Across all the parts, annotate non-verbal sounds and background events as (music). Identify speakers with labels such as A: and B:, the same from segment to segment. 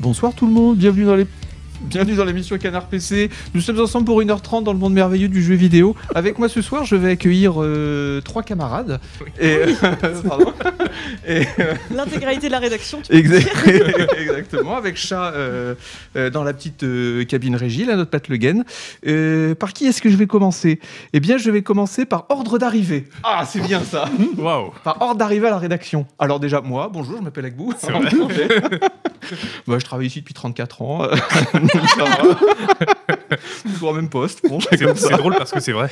A: Bonsoir tout le monde, bienvenue dans les... Bienvenue dans l'émission Canard PC. Nous sommes ensemble pour 1h30 dans le monde merveilleux du jeu vidéo. Avec moi ce soir, je vais accueillir euh, trois camarades. Et, (laughs) pardon. Et, euh,
B: L'intégralité de la rédaction, tu
A: exa-
C: (laughs)
A: (laughs) exactement, avec chat euh, euh, dans la petite euh, cabine régie, là, notre Pat Le Guen. Euh, par qui est-ce que je vais commencer Eh bien, je vais commencer par ordre d'arrivée. Ah, c'est bien ça
C: (laughs) Waouh
A: Par ordre d'arrivée à la rédaction. Alors déjà, moi, bonjour, je m'appelle Agbou. (laughs)
C: C'est vrai.
A: Bah, je travaille ici depuis 34 ans.
C: (laughs)
A: euh, ça va. Toujours au même poste. Bon, c'est
C: C'est
A: comme ça.
C: c'est drôle parce que c'est vrai.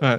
A: Ouais.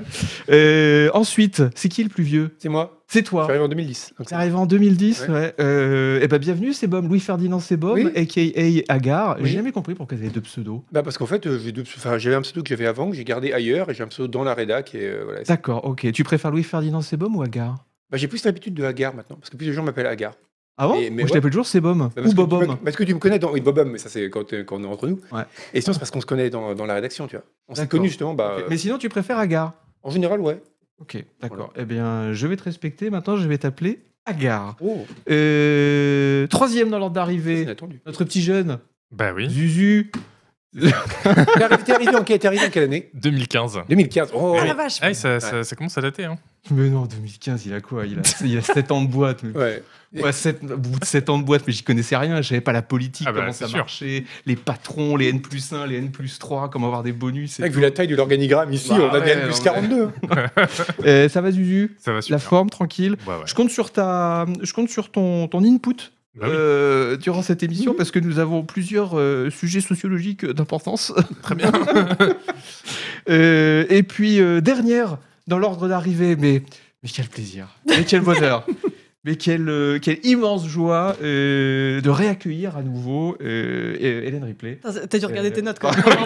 A: Euh, ensuite, c'est qui le plus vieux
D: C'est moi.
A: C'est
D: Je
A: toi.
D: suis arrivé en 2010. donc
A: C'est
D: c'est-
A: arrivé en 2010, ouais.
D: Ouais.
A: et ben bienvenue, c'est Bom, Louis-Ferdinand Sebom,
D: Oui.
A: a.k.a. Agar.
D: Oui.
A: J'ai jamais compris pourquoi t'avais deux pseudos.
D: Bah parce qu'en fait, euh, j'ai deux pseu- enfin, j'avais un pseudo que j'avais avant, que j'ai gardé ailleurs, et j'ai un pseudo dans la rédac. Et, euh, voilà.
A: D'accord, ok. Tu préfères Louis-Ferdinand Sebom ou Agar
D: Bah, j'ai plus l'habitude de Agar maintenant, parce que plus les gens m'appellent Agar.
A: Ah bon
D: Et- mais
A: Moi, Je
D: ouais.
A: t'appelle toujours Sebom
D: Bah, parce
A: ou
D: que
A: Bobom.
D: tu me- Parce que tu me connais dans. Oui, Bobom, mais ça c'est quand, euh, quand on est entre nous.
A: Ouais.
D: Et sinon, c'est parce qu'on se connaît dans, dans la rédaction, tu vois. On s'est
A: D'accord.
D: connus justement, bah,
A: Ok.
D: euh,
A: Mais sinon, tu préfères Agar
D: en général, ouais.
A: Ok, d'accord. Eh bien, je vais te respecter. Maintenant, je vais t'appeler Agar.
D: Oh,
A: Euh, troisième dans l'ordre
D: c'est
A: d'arrivée,
D: inattendu. (laughs)
A: notre petit jeune,
C: Bah oui.
A: Zuzu.
D: T'es arrivé, t'es arrivé en, quelle- t'es arrivé en quelle année
C: 2015.
D: 2015. Oh,
B: Ah
D: ouais.
B: la vache
C: Ah, ça, ça- ça commence à dater. Hein.
A: Mais non, 2015, il a quoi il a, il a 7 ans de boîte. mais-
D: Ouais.
A: Ouais, sept- au bout de 7 ans de boîte, mais j'y connaissais rien. Je savais pas la politique,
C: Ah bah,
A: comment
C: c'est
A: ça
C: sûr.
A: marchait, les patrons, les N plus 1, les N plus 3, comment avoir des bonus.
D: C'est
A: et
D: vrai que vu la taille de l'organigramme ici,
A: Bah
D: on a
A: ouais,
D: bien
A: non,
D: plus hein.
A: mais-
D: 42.
A: tout. Euh, ça va, Zuzu
C: Ça va
A: La
C: super.
A: forme, tranquille
C: Ouais, ouais.
A: Je compte sur, ta, je compte sur ton, ton input
C: Bah oui.
A: euh, durant cette émission
B: Mmh.
A: parce que nous avons plusieurs euh, sujets sociologiques (laughs) d'importance.
C: Très bien.
A: Euh, et puis, euh, dernière, dans l'ordre d'arrivée, mais, mais quel plaisir, mais quel bonheur, (laughs) mais quelle, euh, quelle immense joie euh, de réaccueillir à nouveau euh, euh, Hélène Ripley.
B: Putain, T'as dû regarder
A: Euh,
B: tes notes quand même. Non, non,
A: (laughs)
B: non,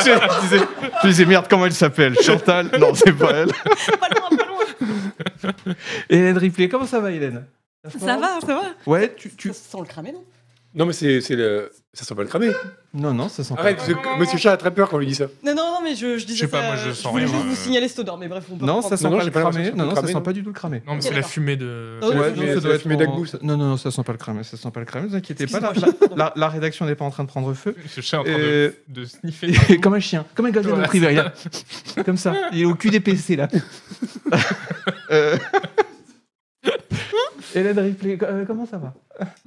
A: je, me disais, je me disais, merde, comment elle s'appelle Chantal Non, c'est pas elle.
B: pas loin, pas loin.
A: Hélène Ripley, comment ça va, Hélène
B: Ça va, ça va
A: Ouais, tu. tu-
B: Ça sent le cramer, non
D: Non, mais c'est c'est le. Ça sent pas le cramer.
A: Non, non, ça sent pas.
D: Arrête, parce que Monsieur Chat a très peur quand on lui dit ça.
B: Non, non, non, mais je, je disais
C: Je sais pas,
B: ça,
C: moi, je
B: euh,
C: sens
B: voulais
C: rien,
B: juste vous
C: euh.
B: signaler cette odeur, mais bref, on peut
A: Non, ça
B: reprendre.
A: sent
D: non,
A: pas
D: j'ai
A: le
D: pas l'impression
A: cramer.
D: que
A: Non,
D: ça
A: non, ça
D: sent le
A: sent
D: cramer,
A: pas du tout le cramer.
C: Non, mais
B: Ok,
C: c'est la
B: d'accord.
C: fumée de.
B: Ah oui,
A: Ouais,
B: c'est
A: non,
D: la
A: ça doit être
D: fumée
A: en-
D: d'Agbou, ça.
A: Non, non, non, ça sent pas le cramer, ça sent pas le cramer, vous inquiétez pas, la,
B: Excuse-moi, je-
A: la- la- la rédaction n'est pas en train de prendre feu.
C: Ce chat est en train
A: Euh,
C: de, de sniffer.
A: Et (laughs) comme un chien, comme un golden
C: Ouais.
A: retriever, il a- comme ça, il est au cul des PC
C: (laughs)
A: là. Euh, Hélène Ripley, co- euh, comment ça va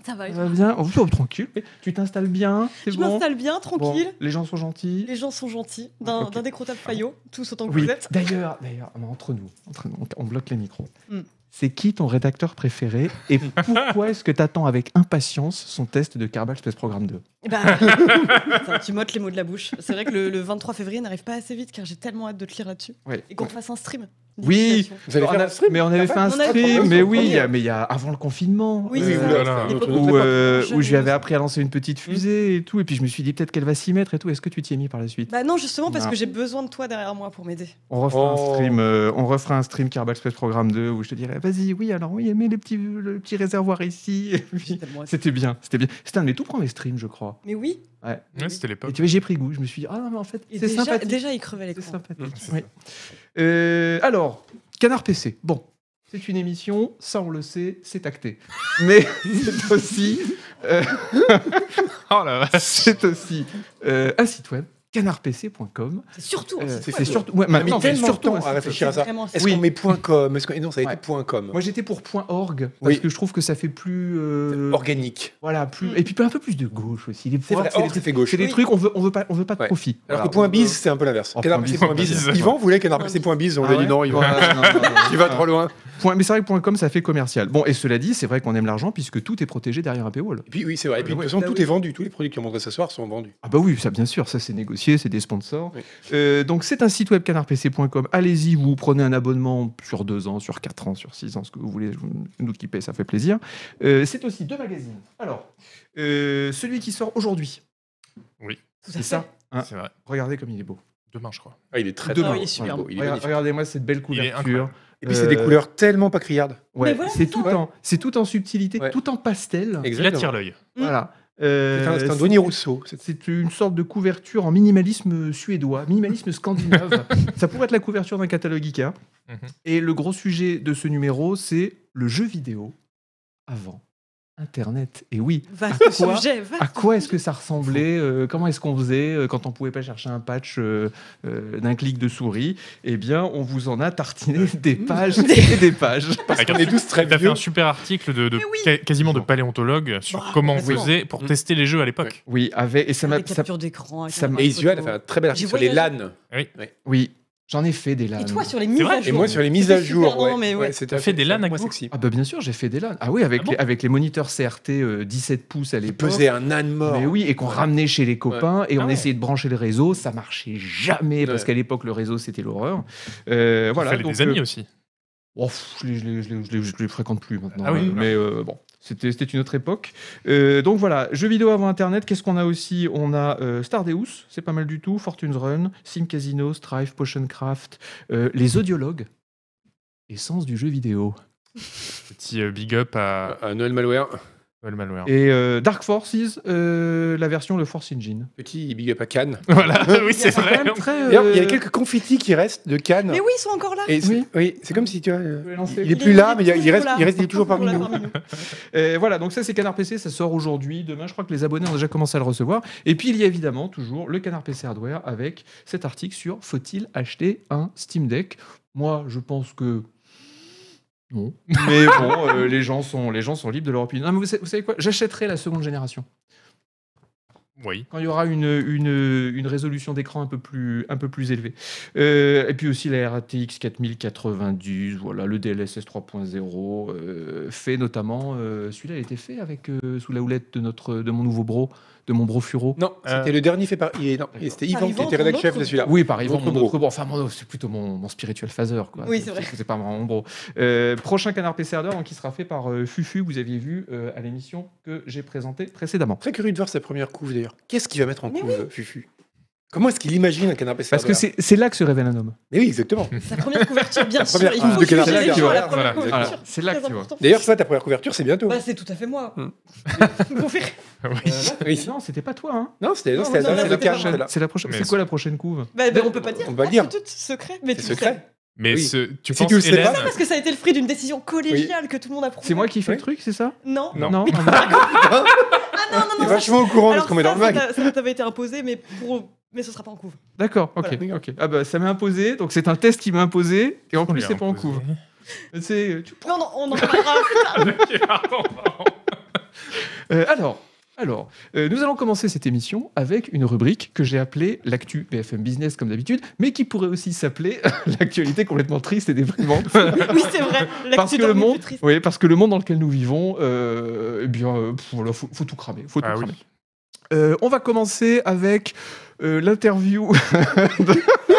B: Ça va. et
A: Ça
B: toi
A: va bien Oh, oh, tranquille, tu t'installes bien, c'est
B: Je
A: bon
B: m'installe bien,
A: Bon,
B: tranquille.
A: Les gens sont gentils.
B: Les gens sont gentils, d'un
A: Ok.
B: d'un décrottable faillot, tous autant que
A: Oui,
B: vous êtes.
A: d'ailleurs, d'ailleurs, mais entre nous, entre nous, on on bloque les micros.
B: Hmm.
A: C'est qui ton rédacteur préféré
B: (laughs)
A: et pourquoi est-ce que t'attends avec impatience son test de Kerbal Space Programme 2
B: Eh (laughs) ben, Attends, tu mottes les mots de la bouche. C'est vrai que le, le 23 février n'arrive pas assez vite car j'ai tellement hâte de te lire là-dessus.
A: Ouais.
B: Et qu'on fasse un stream.
A: Oui.
B: d'explication.
D: Vous allez
A: On
D: faire
A: a-
D: un stream
A: mais on avait fait un
B: On avait-
A: stream,
D: on
A: mais
D: avait-
A: oui,
B: on
A: il y, a,
B: avait-
A: mais il y a avant le confinement.
B: Oui,
D: Oui,
B: c'est
D: oui,
B: ça.
C: voilà.
B: Des
D: Où,
B: potes-
A: Où, euh, où je lui avais
B: Jeune-
A: appris à lancer une petite fusée et tout, et puis je me suis dit peut-être qu'elle va s'y mettre et tout. Est-ce que tu t'y es mis par la suite
B: Bah non, justement, parce
A: Non.
B: que j'ai besoin de toi derrière moi pour m'aider.
A: On refera un
D: Oh.
A: stream, euh, on refera un stream Kerbal Space Programme 2 où je te dirais vas-y, oui, alors oui, mets les petits, le petit réservoir ici. Et puis,
B: Tellement hâte.
A: C'était bien, c'était bien. C'était un de mes tout premiers streams, je crois.
B: Mais oui,
A: Ouais.
C: Ouais, c'était
A: Et
C: l'époque.
A: tu vois, j'ai pris goût. Je me suis dit, ah non, mais en fait,
B: et
A: c'est
B: déjà,
A: sympathique.
B: déjà il crevait les
A: C'est sympathique.
C: C'est
A: oui. Euh, alors, Canard PC. Bon, c'est une émission, ça on le sait, c'est acté. Mais (laughs) c'est aussi,
C: Oh la vache.
A: c'est aussi euh, un site web, canardpc.com.
B: C'est surtout.
A: Euh,
B: un
A: c'est
B: site
A: c'est
B: web.
A: surtout. ouais,
D: On a mis
A: maintenant, c'est
D: tellement de
A: surtout
D: temps
A: un
D: à
A: site web.
D: réfléchir à ça.
B: Vraiment un site.
D: Est-ce
A: Oui.
D: qu'on met point .com Est-ce qu'on- Et non, ça a été
A: Ouais.
D: point .com.
A: Moi j'étais pour .org parce
D: Oui.
A: que je trouve que ça fait plus euh,
D: Organique.
A: voilà plus
B: Mm.
A: et puis un peu plus de gauche aussi les
D: C'est
A: points,
D: vrai,
A: c'est des
D: or, c'est
A: trucs-
D: fait gauche.
A: c'est des
B: Oui.
A: trucs on veut on veut pas on veut pas de
D: Ouais.
A: profit
D: Alors
A: Voilà,
D: que point
A: on-
D: .biz, c'est un peu l'inverse.
A: Oh,
D: Canard
A: point
D: PC,
A: biz.
D: point biz.
C: Ouais.
D: Yvan voulait Canard PC, point biz, on
A: Ah
D: lui a
A: ouais
D: dit non, Yvan.
A: Ouais, non, non, non,
D: Tu vas
A: non.
D: trop loin.
A: Point- mais c'est vrai que .com ça fait commercial. Bon et cela dit, c'est vrai qu'on aime l'argent puisque tout est protégé derrière un paywall.
D: Et puis oui, c'est vrai. Et puis de
A: Ouais.
D: toute façon,
A: Bah
D: tout
A: oui.
D: est vendu. Tous les produits qui ont montré ce soir sont vendus.
A: Ah bah oui, ça bien sûr, ça c'est négocié, c'est des sponsors.
D: Oui.
A: Euh, donc c'est un site web canardpc.com. Allez-y, vous prenez un abonnement sur deux ans, sur quatre ans, sur six ans, ce que vous voulez, vous- nous qui paye, ça fait plaisir. Euh, c'est aussi deux magazines. Alors, euh, celui qui sort aujourd'hui,
B: Tout à
A: c'est
B: fait.
A: ça. hein.
C: C'est vrai.
A: regardez comme il est beau.
C: Demain, je crois.
D: Ah, il est très
A: Demain.
B: Ah oui, il est superbe.
D: beau, il est
A: Rega-
D: magnifique.
A: Regardez-moi cette belle
C: Il est
A: couverture.
D: Et puis c'est des
A: Euh,
D: couleurs tellement pas criardes.
A: Ouais,
B: Mais voilà,
A: c'est
B: c'est
A: tout,
B: ça.
A: en, c'est tout en subtilité,
D: Ouais.
A: tout en pastel.
C: Il attire l'œil.
B: Mm.
A: Voilà.
D: C'est un-
A: Euh,
D: c'est un Donny Rousseau. C'est-
A: C'est une sorte de couverture en minimalisme suédois,
B: (laughs)
A: minimalisme scandinave. ça pourrait être la couverture d'un catalogue Ikea.
C: Mhm.
A: Et le gros sujet de ce numéro, c'est le jeu vidéo avant Internet. Et oui,
B: Vaste
A: quoi
B: sujet, vaste.
A: à quoi est-ce que ça ressemblait euh, Comment est-ce qu'on faisait euh, quand on pouvait pas chercher un patch euh, euh, d'un clic de souris Eh bien, on vous en a tartiné des
B: (laughs)
A: pages et des pages.
C: Avec un
D: On est tous très
C: T'as fait
D: vieux.
C: un super article de, de-
B: Mais oui.
C: ca- quasiment de paléontologue sur
B: Bah,
C: comment on
B: complètement.
C: faisait pour
D: Mm.
C: tester les jeux à l'époque.
A: Oui, avec et ça m'a
B: Des
A: ça-
B: captures d'écran. avec
A: ça
B: un
A: m'a-
D: Et
B: appareil
D: Isuel a
B: photo.
D: fait un très bel article
B: J'ai
D: sur les
B: voyagé.
D: LAN.
A: oui, j'en ai fait des LAN.
B: Et toi, sur les mises
C: vrai
B: à
D: Et
B: jour.
D: moi sur les mises à
B: C'était
D: jour.
B: super
D: Ouais.
B: long, mais ouais.
D: Ouais, c'était
C: T'as fait des LAN avec
D: moi
C: vous
D: sexy.
A: Ah bah bien sûr, j'ai fait des LAN. Ah oui, avec,
C: Ah bon
A: les, avec les moniteurs CRT euh, 17 pouces à
D: Il
A: l'époque.
D: pesait un âne mort.
A: Mais oui, et qu'on ramenait chez les copains et
C: Ah
A: on
C: ouais.
A: essayait de brancher le réseau, ça marchait jamais parce
D: Ouais.
A: qu'à l'époque le réseau c'était l'horreur. Euh,
C: Voilà,
A: voilà.
C: fallait
A: donc,
C: des amis
A: euh,
C: aussi.
A: oh, pff, je les- je les- je les- je les- je les fréquente plus maintenant.
C: Ah oui,
A: euh,
C: voilà.
A: mais euh, bon, c'était c'était une autre époque. Euh, donc voilà, jeux vidéo avant Internet. Qu'est-ce qu'on a aussi On a euh, Stardeus, c'est pas mal du tout. Fortune's Run, Sim Casino, Strive, Potioncraft, euh, les audiologues. Essence du jeu vidéo.
C: Petit euh, big up à
D: Un Noël Malware.
C: Noël Malware.
A: Et euh, Dark Forces, euh, la version le Force Engine.
D: Petit big up à Cannes.
C: (laughs) Voilà, oui, c'est
A: C'est
C: vrai.
A: quand même très.
D: D'ailleurs, il y a
A: euh,
D: quelques confettis qui restent de Cannes.
B: Mais oui, ils sont encore là.
D: Et c'est-
A: Oui.
D: oui, c'est comme si tu vois. euh,
A: Je vais lancer.
D: Il est plus là, mais il y a- il
B: toujours
D: reste,
B: là.
D: il reste il est toujours parmi
B: là,
D: nous.
A: Euh, voilà, donc ça c'est Canard PC, ça sort aujourd'hui, demain je crois que les abonnés ont déjà commencé à le recevoir. Et puis il y a évidemment toujours le Canard PC Hardware avec cet article sur faut-il acheter un Steam Deck Moi je pense que... Non. Mais bon, euh, les, gens sont, les gens sont libres de leur opinion. Non, mais vous, sa- vous savez quoi J'achèterai la seconde génération.
C: Oui.
A: Quand il y aura une, une, une résolution d'écran un, peu plus- un peu plus élevée. Euh, et puis aussi la RATX 4090, voilà, le DLSS 3.0, euh, fait notamment. euh, Celui-là, il a été fait avec, euh, sous la houlette de, notre, de mon nouveau bro, de mon bro Furo.
D: Non,
C: Euh.
D: c'était le dernier fait par. il est- non, et C'était
B: Par
D: Yvan qui
B: Yvan,
D: était
B: ton
D: rédacteur chef
B: autre-
D: de celui-là.
A: Oui, par exemple,
D: Notre
A: mon
D: bro.
A: autre bro. Enfin, mon- c'est plutôt mon, mon spirituel phaser. Quoi.
B: Oui, c'est vrai.
A: C'était pas mon bro. Euh, prochain canard PC Ardor, donc, qui sera fait par euh, Fufu, que vous aviez vu euh, à l'émission que j'ai présentée précédemment.
D: Très curieux de voir sa première couve d'ailleurs. Qu'est-ce qu'il va mettre en
B: Mais
D: couve, Fufu Comment est-ce qu'il imagine un canard PC
A: Parce que c'est c'est là que se révèle un homme.
D: Mais oui, exactement.
B: Sa première couverture, bien
D: La
B: sûr.
D: première
B: Il
D: couve
B: faut
D: de
B: juger
D: Canard
B: les gens à la
C: Voilà,
B: première
C: voilà,
B: couverture.
A: voilà, Ah, c'est là
B: Très
A: que tu vois.
B: important.
D: D'ailleurs, ça, ta première couverture, c'est bientôt.
B: Bah, c'est tout à fait moi.
D: Hmm.
B: Pour faire-
C: Oui.
D: Oui.
A: Non, c'était pas toi. Hein.
D: Non, c'était non,
B: euh, Non,
D: c'était
B: non, là,
D: la- c'est la
B: c'était pas
D: cage,
B: moi.
D: là.
A: C'est la prochaine.
C: Ah, Mais
A: C'est quoi la prochaine couve
B: Bah, bah, on peut pas dire.
D: On va
B: Ah,
D: le dire.
B: C'est tout secret. Mais
D: C'est
B: tu le sais.
D: secret.
C: Mais
D: Oui.
C: ce- tu
D: Si
C: penses,
D: tu le sais
C: Hélène,
D: pas,
B: Parce que ça a été le fruit d'une décision collégiale que tout le monde a prouvée.
A: C'est moi qui fais le
D: Oui.
A: truc, c'est ça
B: Non.
C: Non.
A: ah,
B: Ah non, non,
D: T'es
B: non.
D: vachement au courant de ce
B: Alors,
D: qu'on met dans le
B: ça,
D: mag.
B: ça t'a- ça t'avait été imposé, mais pour. Mais ce sera pas en couvre.
A: D'accord, ok,
D: Voilà.
A: ok. Ah bah ça m'a imposé, donc c'est un test qui m'a imposé, et en
C: on lui
A: plus
C: a
A: c'est pas en
C: imposé.
A: couvre. C'est- euh, tu-
B: Non, non, on en parlera.
C: Ok, pardon, pardon.
A: Euh, alors, alors euh, nous allons commencer cette émission avec une rubrique que j'ai appelée l'actu BFM Business comme d'habitude, mais qui pourrait aussi s'appeler (laughs) l'actualité complètement triste et déprimante.
B: (laughs) oui, c'est vrai. L'actu
A: parce que
B: dormait
A: le
B: plus
A: monde,
B: triste.
A: oui, parce que le monde dans lequel nous vivons, euh, eh bien, euh, pff, voilà, faut, faut tout cramer, faut tout
C: Ah oui.
A: cramer. Euh, on va commencer avec euh, l'interview. (laughs) de-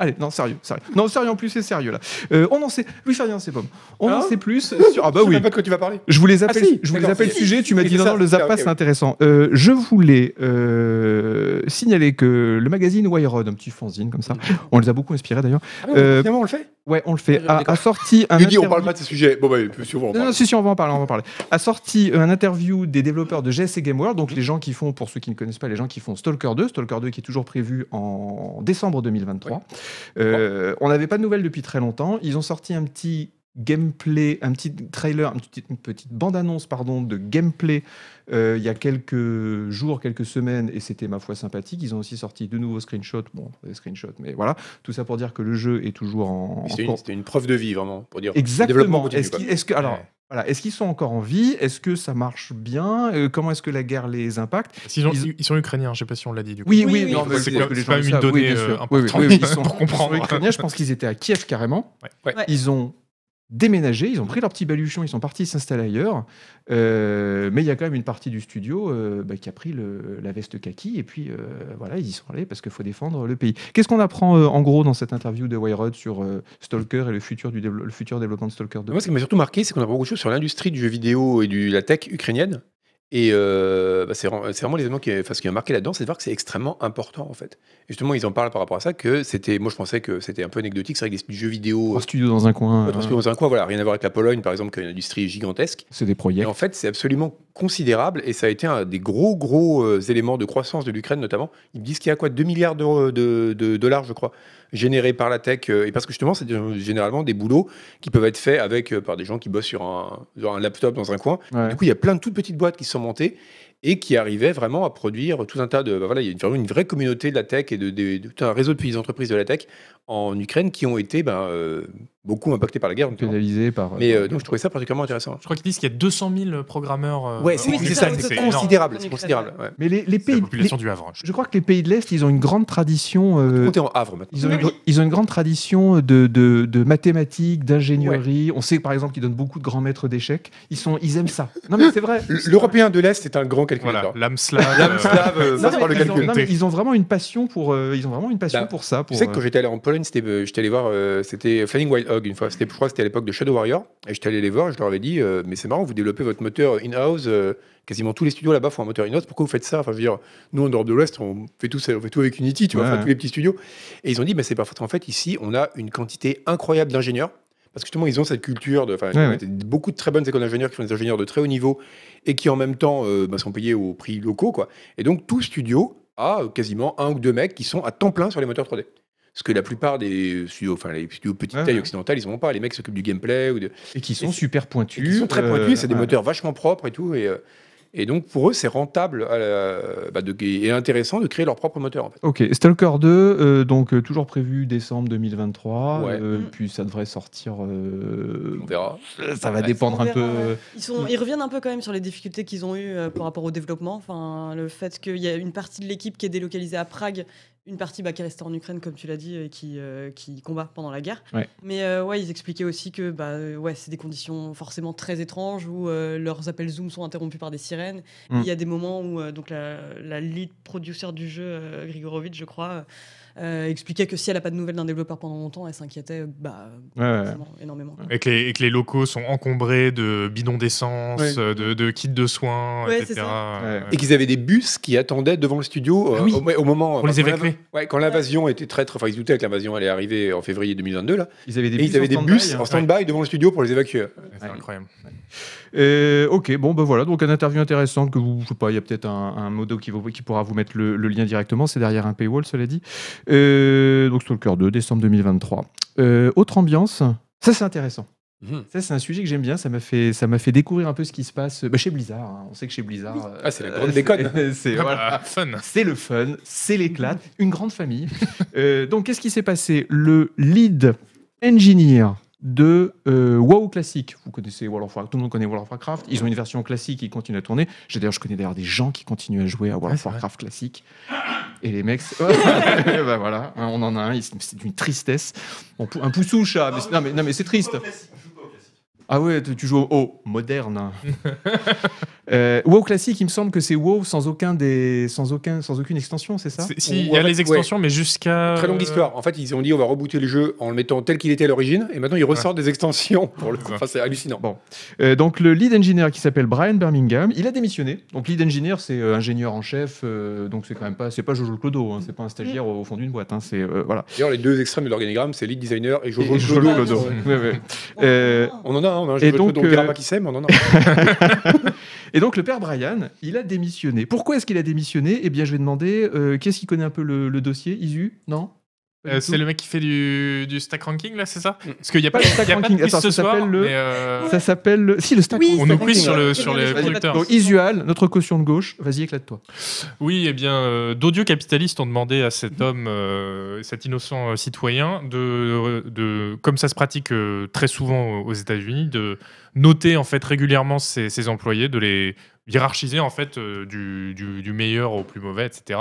A: Allez, non, sérieux, sérieux. Non, sérieux en plus, c'est sérieux là. Euh, on en sait, Louis Ferdinand, c'est pomme. On en
D: Ah.
A: sait plus sur. Ah bah
D: Je sais
A: oui.
D: même pas de quoi tu vas parler.
A: Je vous les appelle,
D: Ah, si,
A: je vous les
D: d'accord,
A: appelle
D: si,
A: sujet,
D: si,
A: tu m'as
D: oui,
A: dit
D: c'est
A: non,
D: ça,
A: non, le
D: c'est ça,
A: Zappa,
D: ok,
A: c'est
D: oui.
A: intéressant. Euh, je voulais euh, signaler que le magazine Wired, un petit fanzine comme ça, on les a beaucoup inspirés d'ailleurs.
D: Ah non,
A: Euh,
D: Finalement, on le fait.
A: Ouais, on le fait, a,
D: D'accord.
A: a sorti un.
D: Il dit, on
A: interview-
D: parle pas de ce sujet. Bon, bah, plus souvent, on
A: non, non,
D: parle.
A: si, si, on va en parler, on va en parler. A sorti euh, un interview des développeurs de GS et Game World,
D: Mhm.
A: donc les gens qui font, pour ceux qui ne connaissent pas, les gens qui font Stalker 2, Stalker 2 qui est toujours prévu en décembre 2023. Euh, On n'avait pas de nouvelles depuis très longtemps. Ils ont sorti un petit gameplay, un petit trailer, une petite, une petite bande-annonce, pardon, de gameplay euh, il y a quelques jours, quelques semaines, et c'était, ma foi, sympathique. Ils ont aussi sorti de nouveaux screenshots, bon, des screenshots, mais voilà. Tout ça pour dire que le jeu est toujours en, en
D: C'était une,
A: cours-
D: c'était une preuve de vie, vraiment, pour dire. le
A: Exactement.
D: développement continue,
A: Est-ce
D: quoi.
A: qu'ils- est-ce que, alors,
C: Ouais.
A: voilà, est-ce qu'ils sont encore en vie Est-ce que ça marche bien Euh, Comment est-ce que la guerre les impacte
C: Ils, ont-
A: Ils-
C: ils sont ukrainiens, je sais pas si on l'a dit du coup.
A: Oui,
B: Oui,
A: oui,
B: oui.
A: non,
C: C'est
A: mais je
C: quand-
A: pense que
C: c'est
A: les gens
C: quand même
A: le
C: une
A: savent,
C: donnée,
A: bien
C: euh,
A: sûr.
C: importante
A: oui, ils sont,
C: pour (laughs) comprendre.
A: ils sont ukrainiens, je pense qu'ils étaient à Kiev carrément.
C: Ouais.
B: Ouais.
A: Ils ont déménagé, ils ont pris leur petit baluchon, ils sont partis s'installer ailleurs. Euh, mais il y a quand même une partie du studio euh, bah, qui a pris le- la veste kaki et puis euh, voilà, ils y sont allés parce qu'il faut défendre le pays. Qu'est-ce qu'on apprend euh, en gros dans cette interview de Wired sur euh, Stalker et le futur, du dévelop- le futur développement de Stalker 2
D: Moi, ce qui m'a surtout marqué, c'est qu'on apprend beaucoup de choses sur l'industrie du jeu vidéo et de la tech ukrainienne. Et euh, bah, c'est vra- c'est vraiment l'événement qui, est- enfin, ce qui m'a marqué là-dedans, c'est de voir que c'est extrêmement important, en fait. Et justement, ils en parlent par rapport à ça, que c'était. Moi, je pensais que c'était un peu anecdotique, c'est vrai que les jeux vidéo.
A: Trois studios dans un coin,
D: Parce que
A: euh,
D: dans un coin, voilà, rien à voir avec la Pologne, par exemple, qui a une industrie gigantesque.
A: c'est des projets.
D: Et en fait, c'est absolument considérable et ça a été un des gros, gros euh, éléments de croissance de l'Ukraine notamment. Ils me disent qu'il y a quoi 2 milliards d'euros- de, de dollars, je crois, générés par la tech. euh, Et parce que justement, c'est euh, généralement des boulots qui peuvent être faits avec, euh, par des gens qui bossent sur un, sur un laptop dans un coin.
A: Ouais.
D: Du coup, il y a plein de toutes petites boîtes qui se sont montées et qui arrivaient vraiment à produire tout un tas de. bah voilà, il y a une- vraiment une vraie communauté de la tech et de, de- de tout un réseau de petites entreprises de la tech en Ukraine qui ont été ben, euh, beaucoup impactées par la guerre. notamment.
A: Pénalisé par.
D: Mais euh, donc, je trouvais ça particulièrement intéressant.
C: Je crois qu'ils disent qu'il y a 200 000 programmeurs. euh,
D: Ouais, c'est
C: en
B: oui,
D: Ah, c'est
C: Ukraine.
D: ça,
B: ça,
D: c'est
B: c'est
D: considérable,
B: énorme.
D: c'est considérable. ouais.
A: Mais les, les
C: C'est
A: pays.
C: la
A: les-
C: population du Havre.
A: je crois que les pays de l'Est, ils ont une grande tradition. euh,
D: Comptez en Havre maintenant.
A: Ils ont, une, ils ont une grande tradition de, de- de mathématiques, d'ingénierie. On sait par exemple qu'ils donnent beaucoup de grands maîtres d'échecs. Ils, sont, ils aiment ça. Non mais c'est
D: (laughs)
A: vrai.
D: L- L'Européen de l'Est c'est un grand
C: Voilà,
D: calculateur.
C: l'âme slave.
D: L'âme
C: euh,
D: slave euh,
A: Non,
D: passe
A: mais
D: par le
A: ils, ont,
D: calcul.
A: non, mais ils ont vraiment une passion pour. euh, ils ont vraiment une passion
D: Bah,
A: pour ça. Pour,
D: Tu sais que
A: euh,
D: quand j'étais allé en Pologne, c'était, euh, j'étais allé voir, euh, c'était Flying Wild Hog une fois. C'était, je crois que c'était à l'époque de Shadow Warrior. Et j'étais allé les voir, je leur avais dit, euh, mais c'est marrant, vous développez votre moteur in-house. euh, quasiment tous les studios là-bas font un moteur in-house. Pourquoi vous faites ça Enfin, je veux dire, nous en Europe de l'Ouest, on fait tout, ça- on fait tout avec Unity, tu vois,
A: Ouais,
D: enfin,
A: ouais.
D: tous les petits studios. Et ils ont dit, mais c'est pas En fait, ici, on a une quantité incroyable d'ingénieurs. Parce que justement, ils ont cette culture de, enfin,
A: Ouais, ouais.
D: des- beaucoup de très bonnes écoles d'ingénieurs qui sont des ingénieurs de très haut niveau et qui en même temps euh, bah, sont payés aux prix locaux, quoi. Et donc, tout studio a euh, quasiment un ou deux mecs qui sont à temps plein sur les moteurs 3D. Ce que la plupart des studios, enfin les studios petite
A: Ouais,
D: taille
A: ouais.
D: occidentale, ils n'en ont pas. Les mecs s'occupent du gameplay ou de,
A: et qui
D: et
A: sont
D: c'est-
A: super
D: et
A: pointus.
D: qui sont très
A: euh,
D: pointus, c'est des
A: ouais.
D: moteurs vachement propres et tout. Et, euh, et donc, pour eux, c'est rentable à la- bah, de- et intéressant de créer leur propre moteur. En fait.
A: Ok, Stalker 2, euh, donc euh, toujours prévu décembre 2023.
D: Ouais.
A: euh,
B: Mm.
A: Puis ça devrait sortir. euh,
D: On verra.
A: ça va
D: Ouais.
A: dépendre
B: On
A: un
B: verra,
A: peu.
B: ouais.
A: euh,
B: Ils, sont, ils reviennent un peu quand même sur les difficultés qu'ils ont eues euh, par rapport au développement. Enfin, le fait qu'il y a une partie de l'équipe qui est délocalisée à Prague, une partie bah, qui est restée en Ukraine, comme tu l'as dit, et qui, euh, qui combat pendant la guerre.
A: Ouais.
B: Mais euh, ouais, ils expliquaient aussi que bah, euh, ouais, c'est des conditions forcément très étranges où euh, leurs appels Zoom sont interrompus par des sirènes.
A: Mm.
B: Il y a des moments où euh, donc la, la lead producer du jeu, euh, Grigorovitch, je crois, euh, expliquait que si elle n'a pas de nouvelles d'un développeur pendant longtemps, elle s'inquiétait euh, bah,
A: ouais, ouais.
B: forcément, énormément.
C: Et que, les, et que les locaux sont encombrés de bidons d'essence,
A: Ouais.
C: euh, de, de kits de soins,
B: Ouais, c'est
C: etc.
B: ça.
C: Euh,
A: Ouais.
D: Et qu'ils avaient des bus qui attendaient devant le studio euh,
C: Ah oui.
D: au, au moment.
C: Pour les
D: quand l'inv-
C: évacuer.
D: Ouais, quand l'invasion était très, très. Enfin, ils se doutaient que l'invasion allait arriver en février 2022. Là,
A: Ils avaient des
D: et ils
A: bus en
D: avaient des
A: stand-by,
D: bus
A: hein.
D: en stand-by devant le studio pour les évacuer.
C: C'est
A: Ouais.
C: incroyable.
A: Euh, ok, bon, ben voilà, donc une interview intéressante que vous, je sais pas, il y a peut-être un, un modo qui, va- qui pourra vous mettre le, le lien directement, c'est derrière un paywall, cela dit. Euh, donc Stalker 2, décembre 2023. Euh, autre ambiance, ça c'est intéressant.
D: Mhm.
A: Ça c'est un sujet que j'aime bien, ça m'a fait, ça m'a fait découvrir un peu ce qui se passe euh, bah, chez Blizzard. hein. On sait que chez Blizzard... euh,
D: Ah, c'est la grande
A: euh,
D: déconne.
A: c'est- (laughs) c'est-
C: Ah
A: voilà.
C: bah, fun. Mm-hmm.
A: C'est le fun, c'est l'éclat, une grande famille. Euh, donc, qu'est-ce qui s'est passé Le lead engineer de euh, WoW classique. Vous connaissez World of Warcraft, tout le monde connaît World of Warcraft. Ils ont une version classique qui continue à tourner. J'ai d'ailleurs, je connais d'ailleurs des gens qui continuent à jouer à World
C: Ah,
A: of
C: c'est vrai.
A: Warcraft classique. Et les mecs, c'est- (laughs) Eh ben voilà, hein, on en a un. il- C'est d'une tristesse. Bon, pou- un poussou chat, mais c'est- non mais, non, mais c'est triste. Ah ouais, tu, tu joues au, au moderne. euh, WoW classique, il me semble que c'est WoW sans aucun des, sans aucun, sans aucune extension, c'est ça
C: C'est- Si, il
D: Ou
C: y a
D: en fait,
C: les extensions, mais jusqu'à.
D: Très longue
C: euh,
D: histoire. En fait, ils ont dit on va rebooter le jeu en le mettant tel qu'il était à l'origine, et maintenant ils ressortent des extensions. Pour le coup. Enfin, c'est hallucinant.
A: Euh, donc le lead engineer qui s'appelle Brian Birmingham, il a démissionné. Donc lead engineer, c'est euh, ingénieur en chef, euh, donc c'est quand même pas, c'est pas Jojo le Clodo, hein, c'est pas un stagiaire au, au fond d'une boîte, hein, c'est euh, voilà.
D: D'ailleurs, les deux extrêmes de l'organigramme, c'est lead designer et Jojo,
A: Et Jojo
D: Clodo.
A: le Clodo.
D: Ouais.
A: Ouais, ouais. Euh,
D: On en a un, on a un
A: Et
D: Jojo Clodo,
A: donc,
D: on dira
A: euh,
D: pas qui c'est, mais
A: (laughs)
D: on en a un.
A: Et donc le père Brian, il a démissionné. Pourquoi est-ce qu'il a démissionné Eh bien, je vais demander, euh, qui est-ce qui connaît un peu le, le dossier Isu Non. Pas du
C: euh,
A: tout
C: c'est le mec qui fait du, du stack ranking, là, c'est ça
D: Mm.
C: Parce qu'il n'y a
A: Pas
C: pas,
A: le stack
C: il y a pas
A: ranking.
C: de quiz
A: Attends,
C: ce
A: ça
C: soir.
A: s'appelle le-
C: mais, euh,
A: Ça s'appelle le- si le stack.
B: Oui,
C: on
B: ça
C: nous
B: fait
C: quiz
B: que-
C: sur, le,
B: Vas-y.
C: sur les
B: Vas-y.
C: producteurs.
A: Donc Isual, notre caution de gauche, vas-y éclate-toi.
C: Oui, eh bien, euh, d'odieux capitalistes ont demandé à cet homme, euh, cet innocent euh, citoyen, de, euh, de, comme ça se pratique euh, très souvent aux États-Unis, de noter en fait régulièrement ses, ses employés, de les hiérarchiser en fait euh, du, du- du meilleur au plus mauvais, etc.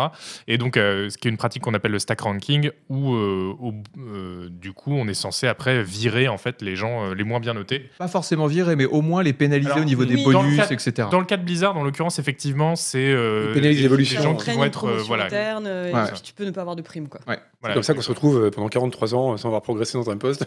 C: Et donc, euh, ce qui est une pratique qu'on appelle le stack ranking, où euh, au- euh, du coup, on est censé après virer en fait les gens euh, les moins bien notés.
A: Pas forcément viré, mais au moins les pénaliser
C: Alors,
A: au niveau des
B: oui.
C: Dans le
A: bonus,
C: cadre-
A: etc.
C: Dans le cas de Blizzard, en l'occurrence, effectivement, c'est euh,
D: Ils pénalisent
C: des-
D: l'évolution.
C: des gens
B: Ils
C: qui
B: prennent
C: vont
B: une
C: être euh,
B: promotion
C: voilà,
B: interne, euh, et
A: Ouais.
B: tu- tu peux ne pas avoir de prime quoi.
C: voilà.
D: Comme ça qu'on se retrouve euh, pendant 43 ans euh, sans avoir progressé dans un poste.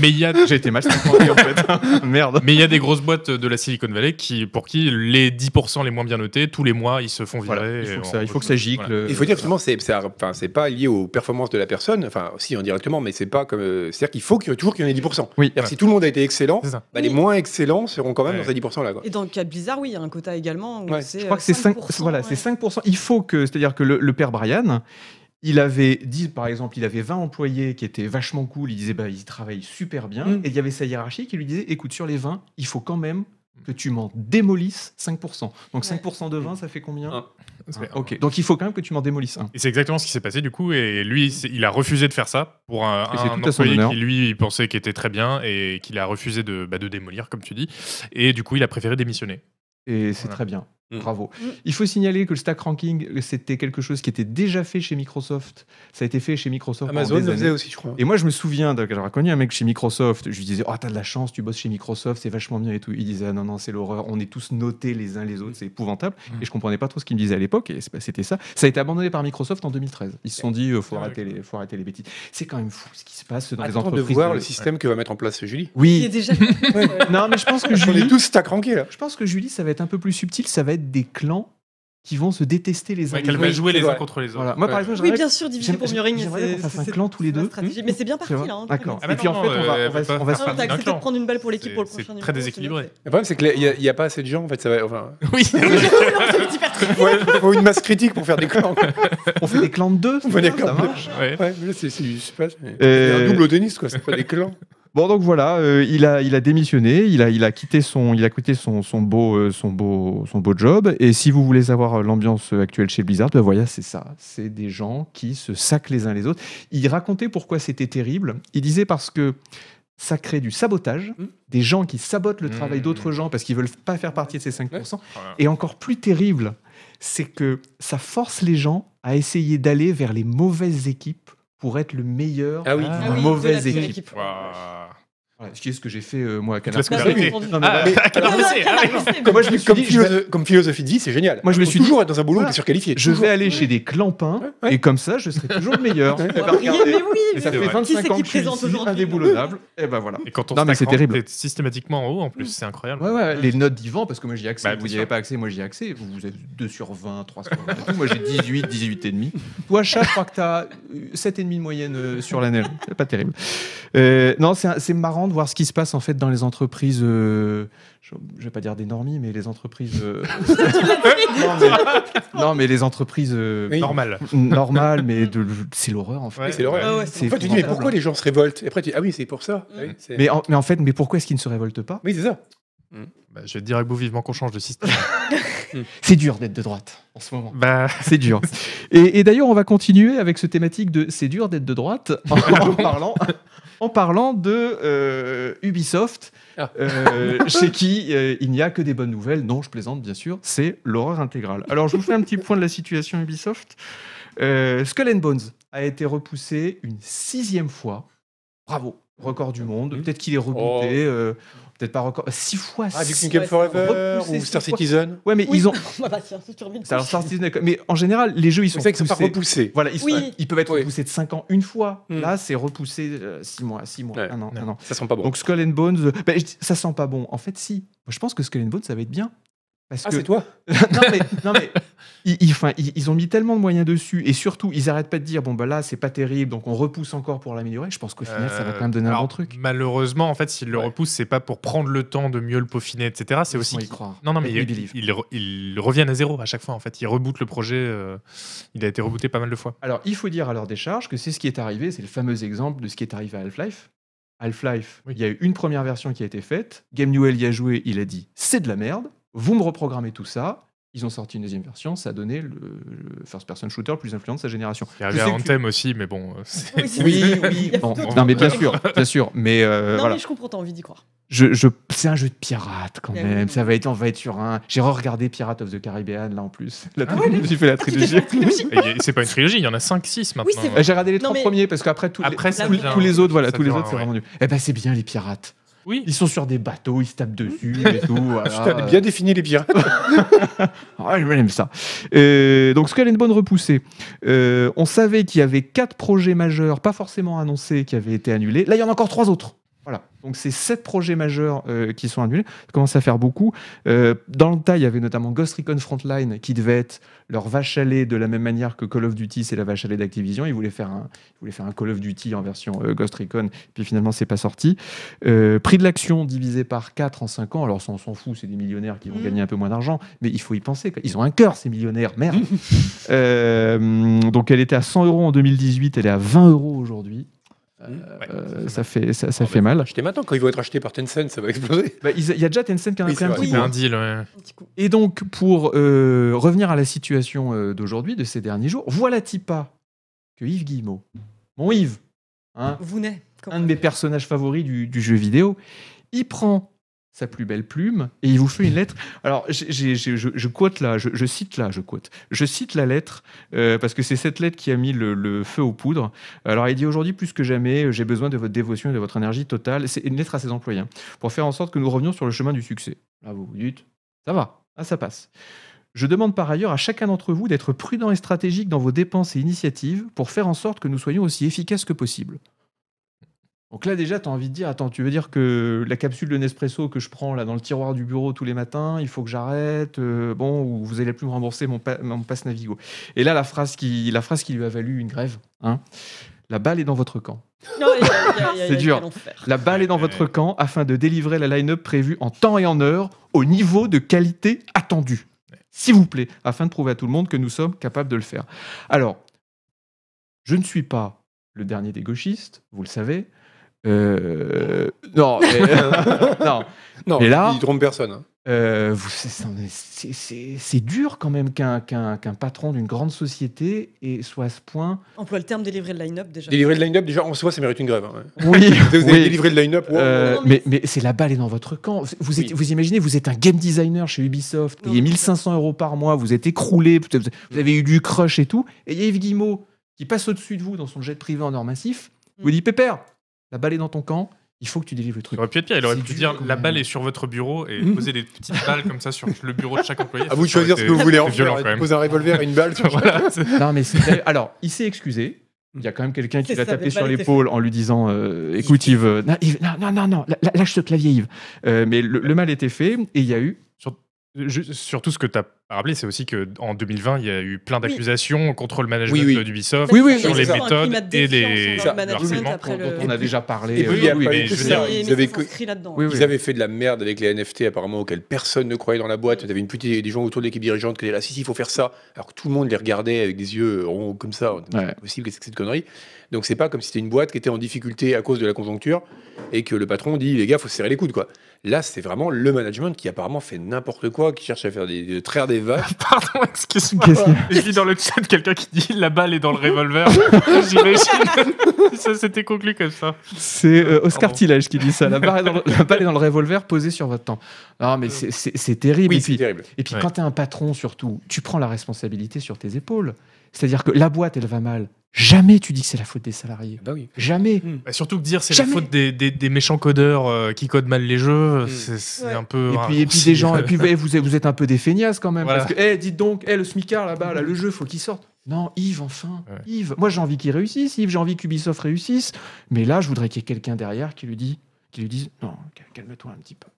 C: Mais il y a
A: J'ai été mal compris en fait. (laughs) merde.
C: Mais il y a des grosses boîtes de la Silicon Valley qui, pour qui les 10% les moins bien notés, tous les mois, ils se font virer.
A: Voilà, il
C: et
A: faut que
C: on
A: ça, il faut
C: retrouve-
A: que ça gicle.
C: voilà.
A: euh,
D: Il faut dire justement, c'est c'est- enfin, c'est pas lié aux performances de la personne, enfin si indirectement, mais c'est pas comme. euh, C'est-à-dire qu'il faut qu'il y ait- toujours qu'il y en ait 10%.
A: Oui.
D: C'est-à-dire que Si tout le monde a été excellent,
C: C'est ça.
D: bah, les
B: Oui.
D: moins excellents seront quand même
C: Ouais.
D: dans ces 10% là. Quoi.
B: Et dans le cas de Blizzard, oui, il y a un quota également. Où
D: Ouais,
A: Je crois que c'est 5%. Voilà, c'est 5%. Il faut que, c'est-à-dire que le, le père Brian, il avait dit, par exemple, il avait 20 employés qui étaient vachement cool. Il disait, bah, ils travaillent super bien.
B: Mm.
A: Et il y avait sa hiérarchie qui lui disait, écoute, sur les 20, il faut quand même que tu m'en démolisses 5%. Donc
B: Ouais.
A: 5% de 20, ça fait combien
D: Un.
A: Un.
C: C'est-
A: Ok. Donc il faut quand même que tu m'en démolisses un.
C: Et c'est exactement ce qui s'est passé du coup. Et lui, c'est- il a refusé de faire ça pour un,
A: Et c'est
C: un
A: tout à son
C: employé
A: honneur.
C: qui lui il pensait qu'il était très bien et qu'il a refusé de, bah, de démolir, comme tu dis. Et du coup, il a préféré démissionner.
A: Et c'est
C: Voilà.
A: très bien.
D: Mm.
A: Bravo.
B: Mm.
A: Il faut signaler que le stack ranking, c'était quelque chose qui était déjà fait chez Microsoft. Ça a été fait chez Microsoft. pendant
D: Amazon
A: des
D: le
A: années.
D: faisait aussi, je crois.
A: Et moi, je me souviens, d'un- j'aurais connu un mec chez Microsoft, je lui disais, oh, t'as de la chance, tu bosses chez Microsoft, c'est vachement bien et tout. Il disait, ah, non, non, c'est l'horreur, on est tous notés les uns les autres, c'est épouvantable.
C: Mm.
A: Et je comprenais pas trop ce qu'il me disait à l'époque, et c'est pas- c'était ça. Ça a été abandonné par Microsoft en 2013. Ils se sont dit, euh, faut,
C: Ouais,
A: arrêter les, faut arrêter les bêtises. C'est quand même fou ce qui se passe dans les
D: Attends de
A: entreprises.
D: voir
A: de-
D: le système que va mettre en place
B: Il
D: Julie.
B: est (laughs)
A: Oui.
B: déjà.
A: Non, mais je pense que
D: On est
A: Julie,
D: tous stack rankés là.
A: je pense que Julie, ça va être un peu plus subtil, ça va être des clans qui vont se détester les uns
C: Ouais,
A: les
C: Qu'elle
A: autres.
C: va
D: oui,
C: jouer
D: c'est
C: les uns
D: vrai.
C: contre les autres.
A: Voilà. Moi, par
D: Ouais.
A: exemple,
B: Oui,
A: j'aimerais
B: bien sûr, diviser
A: j'aimerais-
B: pour mieux régner.
A: j'aimerais qu'on
B: c'est-
A: fasse un
B: c'est-
A: clan tous les
B: c'est la
A: deux.
B: stratégie.
A: Hmm.
B: Mais c'est bien parti
A: Tu vois
B: là. hein,
A: D'accord.
B: quand
C: Ah
B: même.
A: Et
C: bah
A: puis en
C: non,
A: fait,
C: non,
A: on va-
C: euh,
A: on va
C: elle
A: se-
C: peut
A: on
C: pas
A: va se
B: Ah non,
C: faire
B: t'as
C: un
B: accepté
C: clan.
B: de prendre une balle pour l'équipe
C: C'est-
B: pour le
C: c'est
B: prochain numéro,
C: très déséquilibré.
D: Le problème, c'est que les- il y a- il n'y a, pas assez de gens. En fait, ça va. (laughs) Enfin,
C: Oui,
B: c'est noté. Non, c'est hyper triste.
D: faut, faut une masse critique pour faire des clans. quoi.
A: on fait des clans de deux,
D: On fait des
A: ça
D: clans de deux.
A: marche.
C: ouais.
D: Ouais, mais là, c'est c'est du- je sais pas, c'est-
A: Euh,
D: c'est un double tennis quoi. C'est pas des
A: (laughs)
D: clans.
A: Bon donc voilà, euh, il, a, il a démissionné, il a, il a quitté son, il a quitté son, son beau, euh, son, beau, son beau job. Et si vous voulez savoir euh, l'ambiance euh, actuelle chez Blizzard, ben voilà, c'est ça. C'est des gens qui se sacent les uns les autres. Il racontait pourquoi c'était terrible. Il disait parce que ça crée du sabotage,
D: Mm.
A: des gens qui sabotent le
C: Mm.
A: travail d'autres gens parce qu'ils veulent pas faire partie de ces 5%.
C: Voilà.
A: Et encore plus terrible, c'est que ça force les gens à essayer d'aller vers les mauvaises équipes pour être le meilleur
D: Ah oui.
A: d'une
C: Ah
B: oui, de la
A: mauvaise
B: pire
A: équipe.
B: équipe.
C: Waouh.
A: Voilà, ce qui est ce que j'ai fait euh, moi à Canard.
C: Parce que
B: Bah,
C: la-
B: oui.
A: Non, mais voilà.
D: Mais-
C: Ah, non, mais c'est- ah, oui.
A: Moi, je me suis
D: comme,
A: dit, je
D: philo-
A: vais-
D: comme philosophie de vie, c'est génial.
A: Moi, je me
D: Faut
A: suis dit-
D: toujours être dans un boulot
A: Voilà.
D: qui est surqualifié.
A: je
D: toujours.
A: vais aller chez des clampins
D: Ouais, ouais.
A: et comme ça, je serai toujours le meilleur.
D: Ouais.
A: Eh ben,
B: Oui,
A: regardez,
B: mais oui,
A: et ça
B: mais
A: fait
B: oui. Qui
A: 25
B: c'est
A: ans
B: qui
A: que je suis
B: présente
A: ici,
B: aujourd'hui
A: indéboulonnable. Et ben voilà.
C: Et quand on
A: Non,
C: se
A: mais c'est
C: raccroche,
A: terrible.
C: t'es systématiquement en haut en plus, c'est incroyable.
A: Ouais, ouais, les notes d'Ivan, parce que moi j'y ai accès,
C: Bah,
A: vous
C: bien
A: n'y
C: sûr.
A: avez pas accès, moi j'y ai accès, vous vous avez 2 sur 20, 3 sur 20 et tout. moi j'ai 18, 18 et demi. Toi, chat, je crois que t'as 7,5 de moyenne euh, sur l'année, c'est pas terrible. Euh, non, c'est un- c'est marrant de voir ce qui se passe en fait dans les entreprises, euh, je, je vais pas dire des normies, mais les entreprises...
D: (laughs)
A: euh, non, mais, non, mais les entreprises euh,
D: Oui.
C: Normal.
A: normales, mais de- c'est l'horreur en fait.
C: Ouais.
D: C'est l'horreur.
B: Ah ouais, c'est
A: C'est
D: En fait, tu dis, mais pourquoi
A: épouvantable.
D: les gens se révoltent Et après, tu dis, ah oui, c'est pour ça. Ah oui, c'est-
A: Mm. Mais en, mais en fait, mais pourquoi est-ce qu'ils ne se révoltent pas
D: Oui, c'est ça.
C: Bah, je vais te dire à Beau vivement qu'on change
A: (laughs)
C: de système.
A: C'est dur d'être de droite en ce moment.
C: bah,
A: C'est dur. Et, et d'ailleurs, on va continuer avec ce thématique de c'est dur d'être de droite (laughs) en, en parlant, en parlant de euh, Ubisoft,
D: Ah.
A: euh, chez qui euh, il n'y a que des bonnes nouvelles. Non, je plaisante, bien sûr, c'est l'horreur intégrale. Alors, je vous fais un petit point de la situation Ubisoft. Euh, Skull and Bones a été repoussé une sixième fois. Bravo, record du monde.
D: Mhm.
A: Peut-être qu'il est rebooté. euh, Peut-être pas record. Six fois.
D: Oh. Ah, du
A: six-
D: Kingdom
B: Ouais,
D: Forever
A: repoussé,
D: ou Star
A: c'est quoi
D: Citizen.
A: Ouais, mais
B: Oui.
A: ils ont.
B: Ah bah tiens, tout turbine.
A: Alors, Star Citizen, d'accord. mais en général, les jeux ils sont.
D: C'est vrai qu'ils sont pas
A: repoussés.
D: repoussés.
A: Voilà, ils, sont-
B: Oui.
A: ils peuvent être
D: Oui.
A: repoussés de 5 ans une fois.
D: Mm.
A: Là, c'est repoussé 6 mois, 6 mois, Ah
D: Ouais.
A: 1 an,
C: Ouais.
A: un an.
D: Ça sent pas bon.
A: Donc Skull and Bones, euh, ben, je dis- ça sent pas bon. En fait, si. Moi, je pense que Skull and Bones, ça va être bien. Parce
D: ah,
A: que (laughs)
D: c'est toi
A: non mais, non, mais ils, ils- enfin, ils- ils ont mis tellement de moyens dessus et surtout ils arrêtent pas de dire bon bah là c'est pas terrible donc on repousse encore pour l'améliorer. Je pense qu'au final ça va quand même donner
C: Euh,
A: un bon
C: alors,
A: truc.
C: Malheureusement, en fait, s'il le
A: Ouais.
C: repousse, c'est pas pour prendre le temps de mieux le peaufiner, etc. C'est aussi.
A: Laisse-moi y
C: qu'il-
A: croire.
C: Non, non, mais
A: Let me
C: ils,
A: believe.
C: ils re- ils reviennent à zéro à chaque fois. En fait, ils rebootent le projet. euh, il a été rebooté pas mal de fois.
A: Alors il faut dire à leur décharge que c'est ce qui est arrivé, c'est le fameux exemple de ce qui est arrivé à Half-Life. Half-Life,
C: Oui.
A: il y a eu une première version qui a été faite. Game Newell y a joué, il a dit c'est de la merde. Vous me reprogrammez tout ça. Ils ont sorti une deuxième version, ça a donné le, le first-person shooter le plus influent de sa génération.
C: Il est arrivé
A: sais
C: à
A: que tu-
C: Anthem aussi, mais bon. euh, c'est-
B: (laughs)
A: Oui, oui, bon, non mais bien sûr, bien sûr, mais euh,
B: Non,
A: voilà.
B: mais je comprends, t'as envie d'y croire.
A: Je, je- c'est un jeu de pirate quand
B: Mais
A: même.
B: Ben oui.
A: Ça va être, on va être sur un. J'ai re-regardé Pirates of the Caribbean là en plus. La
B: Ah
A: trilogie- (laughs) J'ai fait la
B: tu t'es
A: trilogie.
B: fait la trilogie.
C: (laughs) Et y a- C'est pas une trilogie, il y en a 5-6 maintenant.
B: c'est
A: Euh, J'ai regardé les
B: Non,
A: trois
B: mais-
A: premiers parce qu'après tous, les-
C: Après, ça
A: tous,
C: devient-
A: tous les autres, voilà,
C: ça
A: tous les
C: devient,
A: autres, c'est
C: ouais.
A: vraiment du. Eh ben c'est bien les pirates.
C: Oui.
A: Ils sont sur des bateaux, ils se tapent
C: (laughs)
A: dessus et tout.
D: Tu
A: voilà.
D: as bien défini les pirates.
A: Ah, j'aime ça. Euh, donc Skull and Bone repoussé. Euh, on savait qu'il y avait quatre projets majeurs, pas forcément annoncés, qui avaient été annulés. Là, il y en a encore trois autres. Voilà. Donc c'est sept projets majeurs euh, qui sont annulés. Ça commence à faire beaucoup. Euh, dans le tas, il y avait notamment Ghost Recon Frontline qui devait être leur vache à lait de la même manière que Call of Duty, c'est la vache à lait d'Activision. Ils voulaient faire un, ils voulaient faire un Call of Duty en version euh, Ghost Recon, puis finalement c'est pas sorti. Euh, prix de l'action divisé par 4 en 5 ans. Alors ça, on s'en fout, c'est des millionnaires qui vont
B: Mhm.
A: gagner un peu moins d'argent, mais il faut y penser. quoi. Ils ont un cœur ces millionnaires, merde. (laughs) Euh, donc elle était à 100 euros en 2018, elle est à 20 euros aujourd'hui. Euh, ça fait, ça, ça
D: Oh,
A: fait
D: mais-
A: mal.
D: Acheter maintenant, quand ils vont être achetés par Tencent, ça va exploser.
A: Bah, ils- il y a déjà Tencent qui en a
D: Oui,
A: pris
D: c'est
A: un
D: vrai.
A: petit
C: C'est
A: peu.
C: un deal, ouais.
B: Un petit coup.
A: Et donc, pour euh, revenir à la situation euh, d'aujourd'hui, de ces derniers jours, voilà Tipa que Yves Guillemot, mon Yves, hein,
B: Vous n'êtes. quand
A: un de mes personnages favoris du, du jeu vidéo, il prend sa plus belle plume et il vous fait une lettre. Alors, j'ai- j'ai- j'ai- je, je quote là, je, je cite là, je quote. Je cite la lettre euh, parce que c'est cette lettre qui a mis le, le feu aux poudres. Alors, il dit aujourd'hui plus que jamais, euh, j'ai besoin de votre dévotion et de votre énergie totale. C'est une lettre à ses employés hein, pour faire en sorte que nous revenions sur le chemin du succès. Là, vous vous dites, ça va, ah, ça passe. Je demande par ailleurs à chacun d'entre vous d'être prudent et stratégique dans vos dépenses et initiatives pour faire en sorte que nous soyons aussi efficaces que possible. Donc là déjà, tu as envie de dire, attends, tu veux dire que la capsule de Nespresso que je prends là dans le tiroir du bureau tous les matins, il faut que j'arrête, euh, bon, ou vous allez plus me rembourser mon, pa- mon passe Navigo. Et là, la phrase, qui, la phrase qui lui a valu une grève, hein, la balle est dans votre camp.
B: Non, il y a- il y a- il y a-
A: C'est
B: il y a
A: dur.
B: quel enfer.
A: La balle est dans
C: Ouais,
A: votre camp afin de délivrer la line-up prévue en temps et en heure au niveau de qualité attendu. S'il vous plaît, afin de prouver à tout le monde que nous sommes capables de le faire. Alors, je ne suis pas le dernier des gauchistes, vous le savez. Euh, non,
D: (laughs)
A: mais- non.
D: Non,
A: Et là-
D: ils trompent personne. hein.
A: Euh, vous- c'est- c'est- c'est c'est- c'est dur quand même qu'un qu'un- qu'un patron d'une grande société et soit à ce point.
B: Emploie le terme délivrer le line-up déjà.
D: Délivrer le line-up, déjà, en soi, ça mérite une grève. hein, ouais.
A: (laughs) Oui,
D: Vous avez délivré le line-up, wow.
A: Euh,
B: Non,
A: mais
B: mais-
A: mais c'est la balle est dans votre camp. Vous- Vous,
D: Oui.
A: êtes- vous imaginez, vous êtes un game designer chez Ubisoft,
B: Non,
A: payé
B: mais-
A: 1500 euros par mois, vous êtes écroulé, peut-être vous vous avez eu du crush et tout. Et il y a Yves Guillemot qui passe au-dessus de vous dans son jet privé en or massif,
B: Mm.
A: vous dit Pépère, la balle est dans ton camp, il faut que tu délivres le
C: Il
A: truc.
C: aurait pu être pire, il aurait
A: C'est
C: pu
A: dur,
C: dire
A: quand
C: la
A: même.
C: balle est sur votre bureau et
A: Mhm.
C: poser des petites balles comme ça sur le bureau de chaque
A: (laughs)
C: employé.
D: À vous de choisir ce que vous
C: C'est
D: voulez en
C: violent
D: faire.
C: quand même.
D: Poser un revolver et une balle. sur-
C: Voilà, c'est-
A: Non, mais c'est- Alors, il s'est excusé. Il y a quand même quelqu'un qui
B: C'est
A: l'a
B: ça,
A: tapé
B: mais
A: sur
B: pas les
A: l'épaule en lui disant euh, Écoute, Yves, euh, non, Yves, non, non, non, non, lâ- lâche ce clavier, Yves. Euh, mais le, le mal était fait et il y a eu.
C: Juste- surtout ce que tu as rappelé, c'est aussi que en 2020, il y a eu plein d'accusations contre le management
D: Oui, oui.
B: (laughs)
C: d'Ubisoft,
A: Oui, oui,
C: sur
D: oui,
C: les
D: c'est ça.
B: Un
C: méthodes
B: climat de
C: et les
B: défiance envers
C: le
B: le management
C: harcèlement.
B: après
A: dont
B: le-
A: on a déjà parlé.
D: Et puis,
A: euh,
D: il y a
A: oui,
D: pas
A: mais
D: eu
A: je
D: de
A: veux
B: Mais-
A: dire,
D: ça,
B: mais
D: ils
B: ça
D: avaient co-
B: s'inscrit là-dedans.
A: Oui, oui.
D: Ils avaient fait de la merde avec les NFT, apparemment, auxquels personne ne croyait dans la boîte. T'avais une petite, des gens autour de l'équipe dirigeante qui étaient là, si, si, il faut faire ça. Alors que tout le monde les regardait avec des yeux ronds comme ça. C'est
A: Ouais.
D: possible, qu'est-ce que c'est de conneries Donc c'est pas comme si c'était une boîte qui était en difficulté à cause de la conjoncture et que le patron dit, les gars, faut se serrer les coudes, quoi. Là, c'est vraiment le management qui apparemment fait n'importe quoi, qui cherche à faire des, de traire des
C: Ah,
D: vaches.
C: Pardon, excuse-moi.
A: Qu'est-ce qu'il y a
C: Je lis dans le chat quelqu'un qui dit la balle est dans le revolver. J'imagine. (laughs) que ça s'était conclu comme ça.
A: C'est euh, Oscar
C: Pardon.
A: Tillage qui dit ça. La balle, est dans le, la balle est dans le revolver posée sur votre temps. Non, mais c'est- c'est c'est terrible. et
D: Oui, c'est
A: puis,
D: terrible.
A: et puis
C: Euh, Ouais.
A: quand t'es un patron, surtout, tu prends la responsabilité sur tes épaules. C'est-à-dire que la boîte, elle va mal. Jamais tu dis que c'est la faute des salariés.
D: Bah oui.
A: Jamais.
C: Bah, surtout que dire c'est la
A: Jamais.
C: faute des, des- des méchants codeurs euh, qui codent mal les jeux,
D: Mm.
C: c'est c'est
B: Ouais.
C: un peu.
A: Et
C: rare
A: puis, et puis
C: aussi.
A: des gens,
C: (laughs)
A: et puis eh, vous, êtes- vous êtes un peu des feignasses quand même.
C: Euh, ah, Voilà.
A: Parce que, eh, dites donc, eh, le smicard là-bas, là, le jeu, faut qu'il sorte. Non, Yves, enfin.
C: Ouais.
A: Yves, moi j'ai envie qu'il réussisse, Yves, j'ai envie qu'Ubisoft réussisse. Mais là, je voudrais qu'il y ait quelqu'un derrière qui lui, dit, qui lui dise Non, calme-toi un petit peu.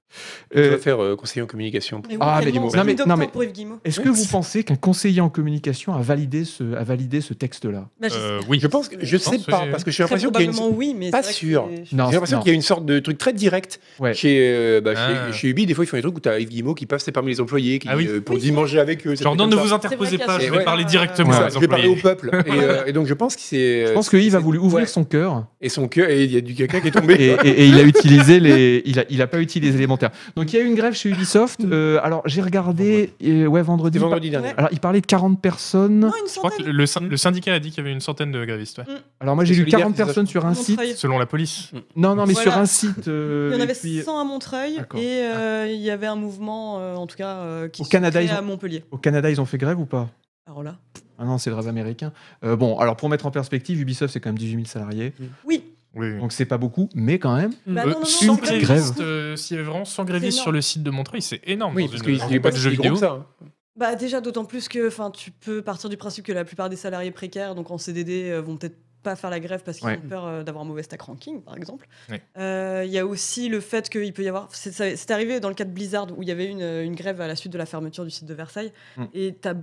D: Je
A: Euh,
D: vais faire euh, conseiller en communication.
B: Mais oui,
A: Ah, mais
B: tellement,
A: Guillemot.
B: c'est
A: Non, mais-
B: le
A: non,
B: docteur
A: mais- Eh,
B: pour Yves Guillemot.
A: Est-ce que vous pensez qu'un conseiller en communication a validé ce, a validé ce texte-là
B: Bah, j'espère.
C: Euh, oui.
D: Je pense que je
C: Je
D: sais
C: pense,
D: pas
C: oui,
D: parce que j'ai
B: Très
D: l'impression qu'il y a une
B: probablement oui, mais
D: Pas
B: c'est vrai que
D: sûr.
B: c'est-
A: Non,
D: J'ai l'impression
A: non.
D: qu'il y a une sorte de truc très direct.
A: Ouais.
D: Chez, euh, bah,
C: Ah.
D: chez, chez Ubi, des fois, ils font des trucs où tu as Yves Guillemot qui passe parmi les employés qui,
C: Ah oui.
D: euh, pour
B: Oui,
D: dîner
B: c'est
D: manger avec eux.
C: Genre, non, ne vous
D: en
C: interposez
B: C'est vrai
C: pas,
D: qu'il y
C: je
D: a-
C: vais
D: ouais.
C: parler
B: Ouais.
C: directement
A: Ouais.
C: aux
D: Je vais parler au
C: employés.
D: peuple. Et, euh, et donc, je pense que c'est.
A: Je pense que Yves a voulu ouvrir
D: ouais.
A: son
D: (laughs)
A: cœur
D: Et son cœur, et il y a du caca qui est tombé.
A: et, et- et il a utilisé les, il a, il a pas utilisé les élémentaires. Donc il y a eu une grève chez Ubisoft. euh, alors j'ai regardé, euh, ouais vendredi.
D: C'était Mm. vendredi dernier.
A: Alors il parlait de 40 personnes.
B: Non, une
C: Je crois que
B: centaine.
C: le, syn- le syndicat a dit qu'il y avait une centaine de grévistes, ouais.
A: Alors moi j'ai
D: C'est
A: lu
D: solidaire,
A: 40
D: c'est ça.
A: personnes sur un site.
B: Montreuil.
C: selon la police.
A: Non non mais
B: Voilà.
A: sur un site. euh,
B: Il y en
A: et
B: avait
A: puis,
B: 100 à Montreuil
A: D'accord. Ah.
B: et euh, il y avait un mouvement, euh, en tout cas, euh, qui
A: Au
B: se
A: Canada,
B: créait
A: ils ont-
B: à Montpellier.
A: Au Canada ils ont fait grève ou pas
B: Alors là,
A: Ah non c'est le rêve américain. Euh, bon alors pour mettre en perspective, Ubisoft c'est quand même 18 000 salariés,
B: oui.
C: Oui. oui.
A: donc c'est pas beaucoup, mais quand même.
B: Bah,
C: Euh,
B: non, non, non,
C: sans
B: c'est pas
A: petite
B: du
A: grève.
B: tout.
C: grévistes, euh, s'il y avait vraiment 100 grévistes
B: énorme.
C: sur le site de Montreuil, c'est énorme.
D: Oui,
C: dans
D: parce
C: une-
D: qu'ils
C: dans
D: n'étaient
C: un
D: pas
C: groupe
D: de
C: de jeux vidéo.
D: ça. hein.
B: Bah, déjà, d'autant plus que enfin, tu peux partir du principe que la plupart des salariés précaires, donc en CDD, euh, vont peut-être pas faire la grève parce qu'ils
A: Ouais.
B: ont peur euh, d'avoir un mauvais stack ranking, par exemple. Euh,
C: Ouais.
B: Il y a aussi le fait qu'il peut y avoir. C'est ça- c'est arrivé dans le cas de Blizzard où il y avait une, euh, une grève à la suite de la fermeture du site de Versailles.
D: Mm.
B: Et tu as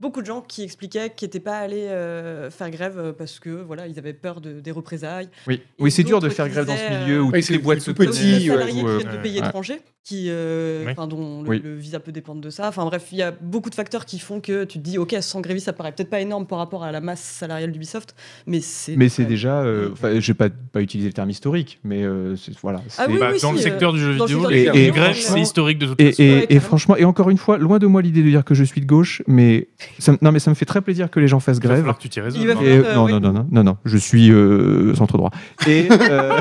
B: beaucoup de gens qui expliquaient qu'ils n'étaient pas allés euh, faire grève euh, parce que voilà, ils avaient peur de- des représailles.
A: Oui, oui c'est dur de
B: d'autres
A: faire grève dans ce
B: disaient,
A: milieu
B: euh,
A: où
D: Oui,
A: toutes
D: c'est-
A: les boîtes
D: c'est
A: se
D: tout
B: Aussi, les
A: connaissent.
B: salariés
A: où, euh,
B: qui viennent de pays
C: ouais.
B: étrangers, qui, euh,
C: Ouais.
B: enfin, dont le,
A: Oui.
B: le visa peut dépendre de ça. Enfin bref, il y a beaucoup de facteurs qui font que tu te dis, ok, sans grévistes, ça paraît peut-être pas énorme par rapport à la masse salariale d'Ubisoft, mais c'est.
A: Mais c'est
B: ouais.
A: déjà. euh, Enfin, je vais pas, pas utiliser le terme historique, mais euh, c'est- voilà.
B: Ah
A: c'est-
B: oui,
C: Bah,
B: oui,
C: dans
B: si,
C: le
B: euh,
C: secteur du jeu
B: dans le
C: vidéo,
B: secteur
C: les,
A: du jeu
C: les
A: vidéo,
C: grèves,
B: franchement-
C: c'est historique de toute
A: Et,
C: façon.
A: et-
B: Ouais,
A: et
B: carrément.
A: franchement, et encore une fois, loin de moi l'idée de dire que je suis de gauche, mais ça, me- non, mais ça me fait très plaisir que les gens fassent
C: Il va
A: grève.
C: falloir que tu t'y résonnes.
B: Il va
C: hein.
B: falloir-
A: Et,
B: Euh,
A: non,
B: oui.
A: non, non, non, non, non, je suis euh, centre droit. Et,
B: (laughs)
A: euh,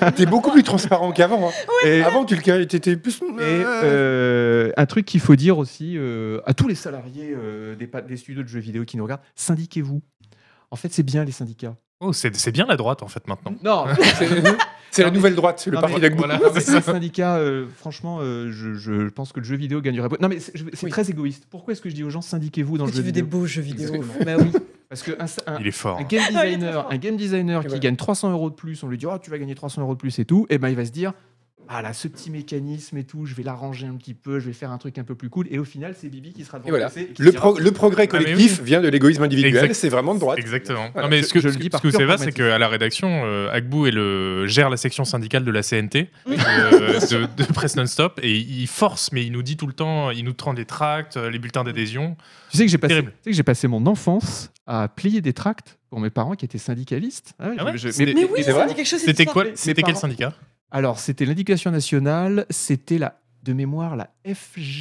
D: hein. T'es beaucoup plus transparent qu'avant. hein.
A: et-
D: Avant, tu le t'étais plus.
A: Et euh, un truc qu'il faut dire aussi euh, à tous les salariés euh, des, pa- des studios de jeux vidéo qui nous regardent, syndiquez-vous. En fait, c'est bien les syndicats.
C: Oh, c'est c'est bien la droite en fait maintenant.
A: Non, (laughs)
C: (laughs)
D: C'est la nouvelle droite, c'est le
A: Non,
D: parti
A: mais-
D: d'Agbo.
C: Voilà.
D: (laughs)
A: les syndicats, euh, franchement, euh, je, je pense que le jeu vidéo gagnerait. beau- Non, mais c'est je- c'est
D: Oui.
A: très égoïste. Pourquoi est-ce que je dis aux gens syndiquez-vous dans le
B: Tu
A: jeu
B: veux des
A: vidéo
B: beaux jeux vidéo.
A: Exactement.
B: Bah oui. (laughs)
A: Parce que un, un-
C: Il est fort.
A: un
C: hein.
A: game
B: Ah, il est très
A: designer,
B: fort.
A: un game designer qui
D: voilà.
A: gagne 300 euros de plus, on lui dit oh, tu vas gagner 300 euros de plus et tout, et ben il va se dire ah là ce petit mécanisme et tout, je vais l'arranger un petit peu, je vais faire un truc un peu plus cool, et au final c'est Bibi qui sera devant
D: Et voilà.
A: le PC, qui
D: Le,
A: dira,
D: pro- le progrès
C: Ah, mais
D: collectif vient de l'égoïsme individuel,
C: Exact.
D: c'est vraiment de droite.
C: Exactement.
D: Voilà,
C: non, mais
A: je-
C: ce que,
A: je le
C: ce que-
A: dis par
C: ce que
A: pure
C: c'est pas, c'est
A: pragmatisme.
C: qu'à la rédaction, euh, Agbu est le, gère la section syndicale de la CNT,
B: Oui. (laughs)
C: euh, de, de Presse Non-Stop, et il force, mais il nous dit tout le temps, il nous prend des tracts, euh, les bulletins d'adhésion.
A: Tu sais que j'ai passé,
C: Terrible.
A: tu sais que j'ai passé mon enfance à plier des tracts pour mes parents qui étaient syndicalistes. Ah ouais,
C: Ah ouais
A: je- je-
C: C'était-
A: mais-
B: Mais oui,
D: c'est
B: ça
D: vrai
B: dit quelque chose. cette
C: C'était
B: histoire.
C: quoi
A: mes
C: C'était quel
A: parents-
C: syndicat
A: alors c'était l'indication nationale, c'était la de mémoire la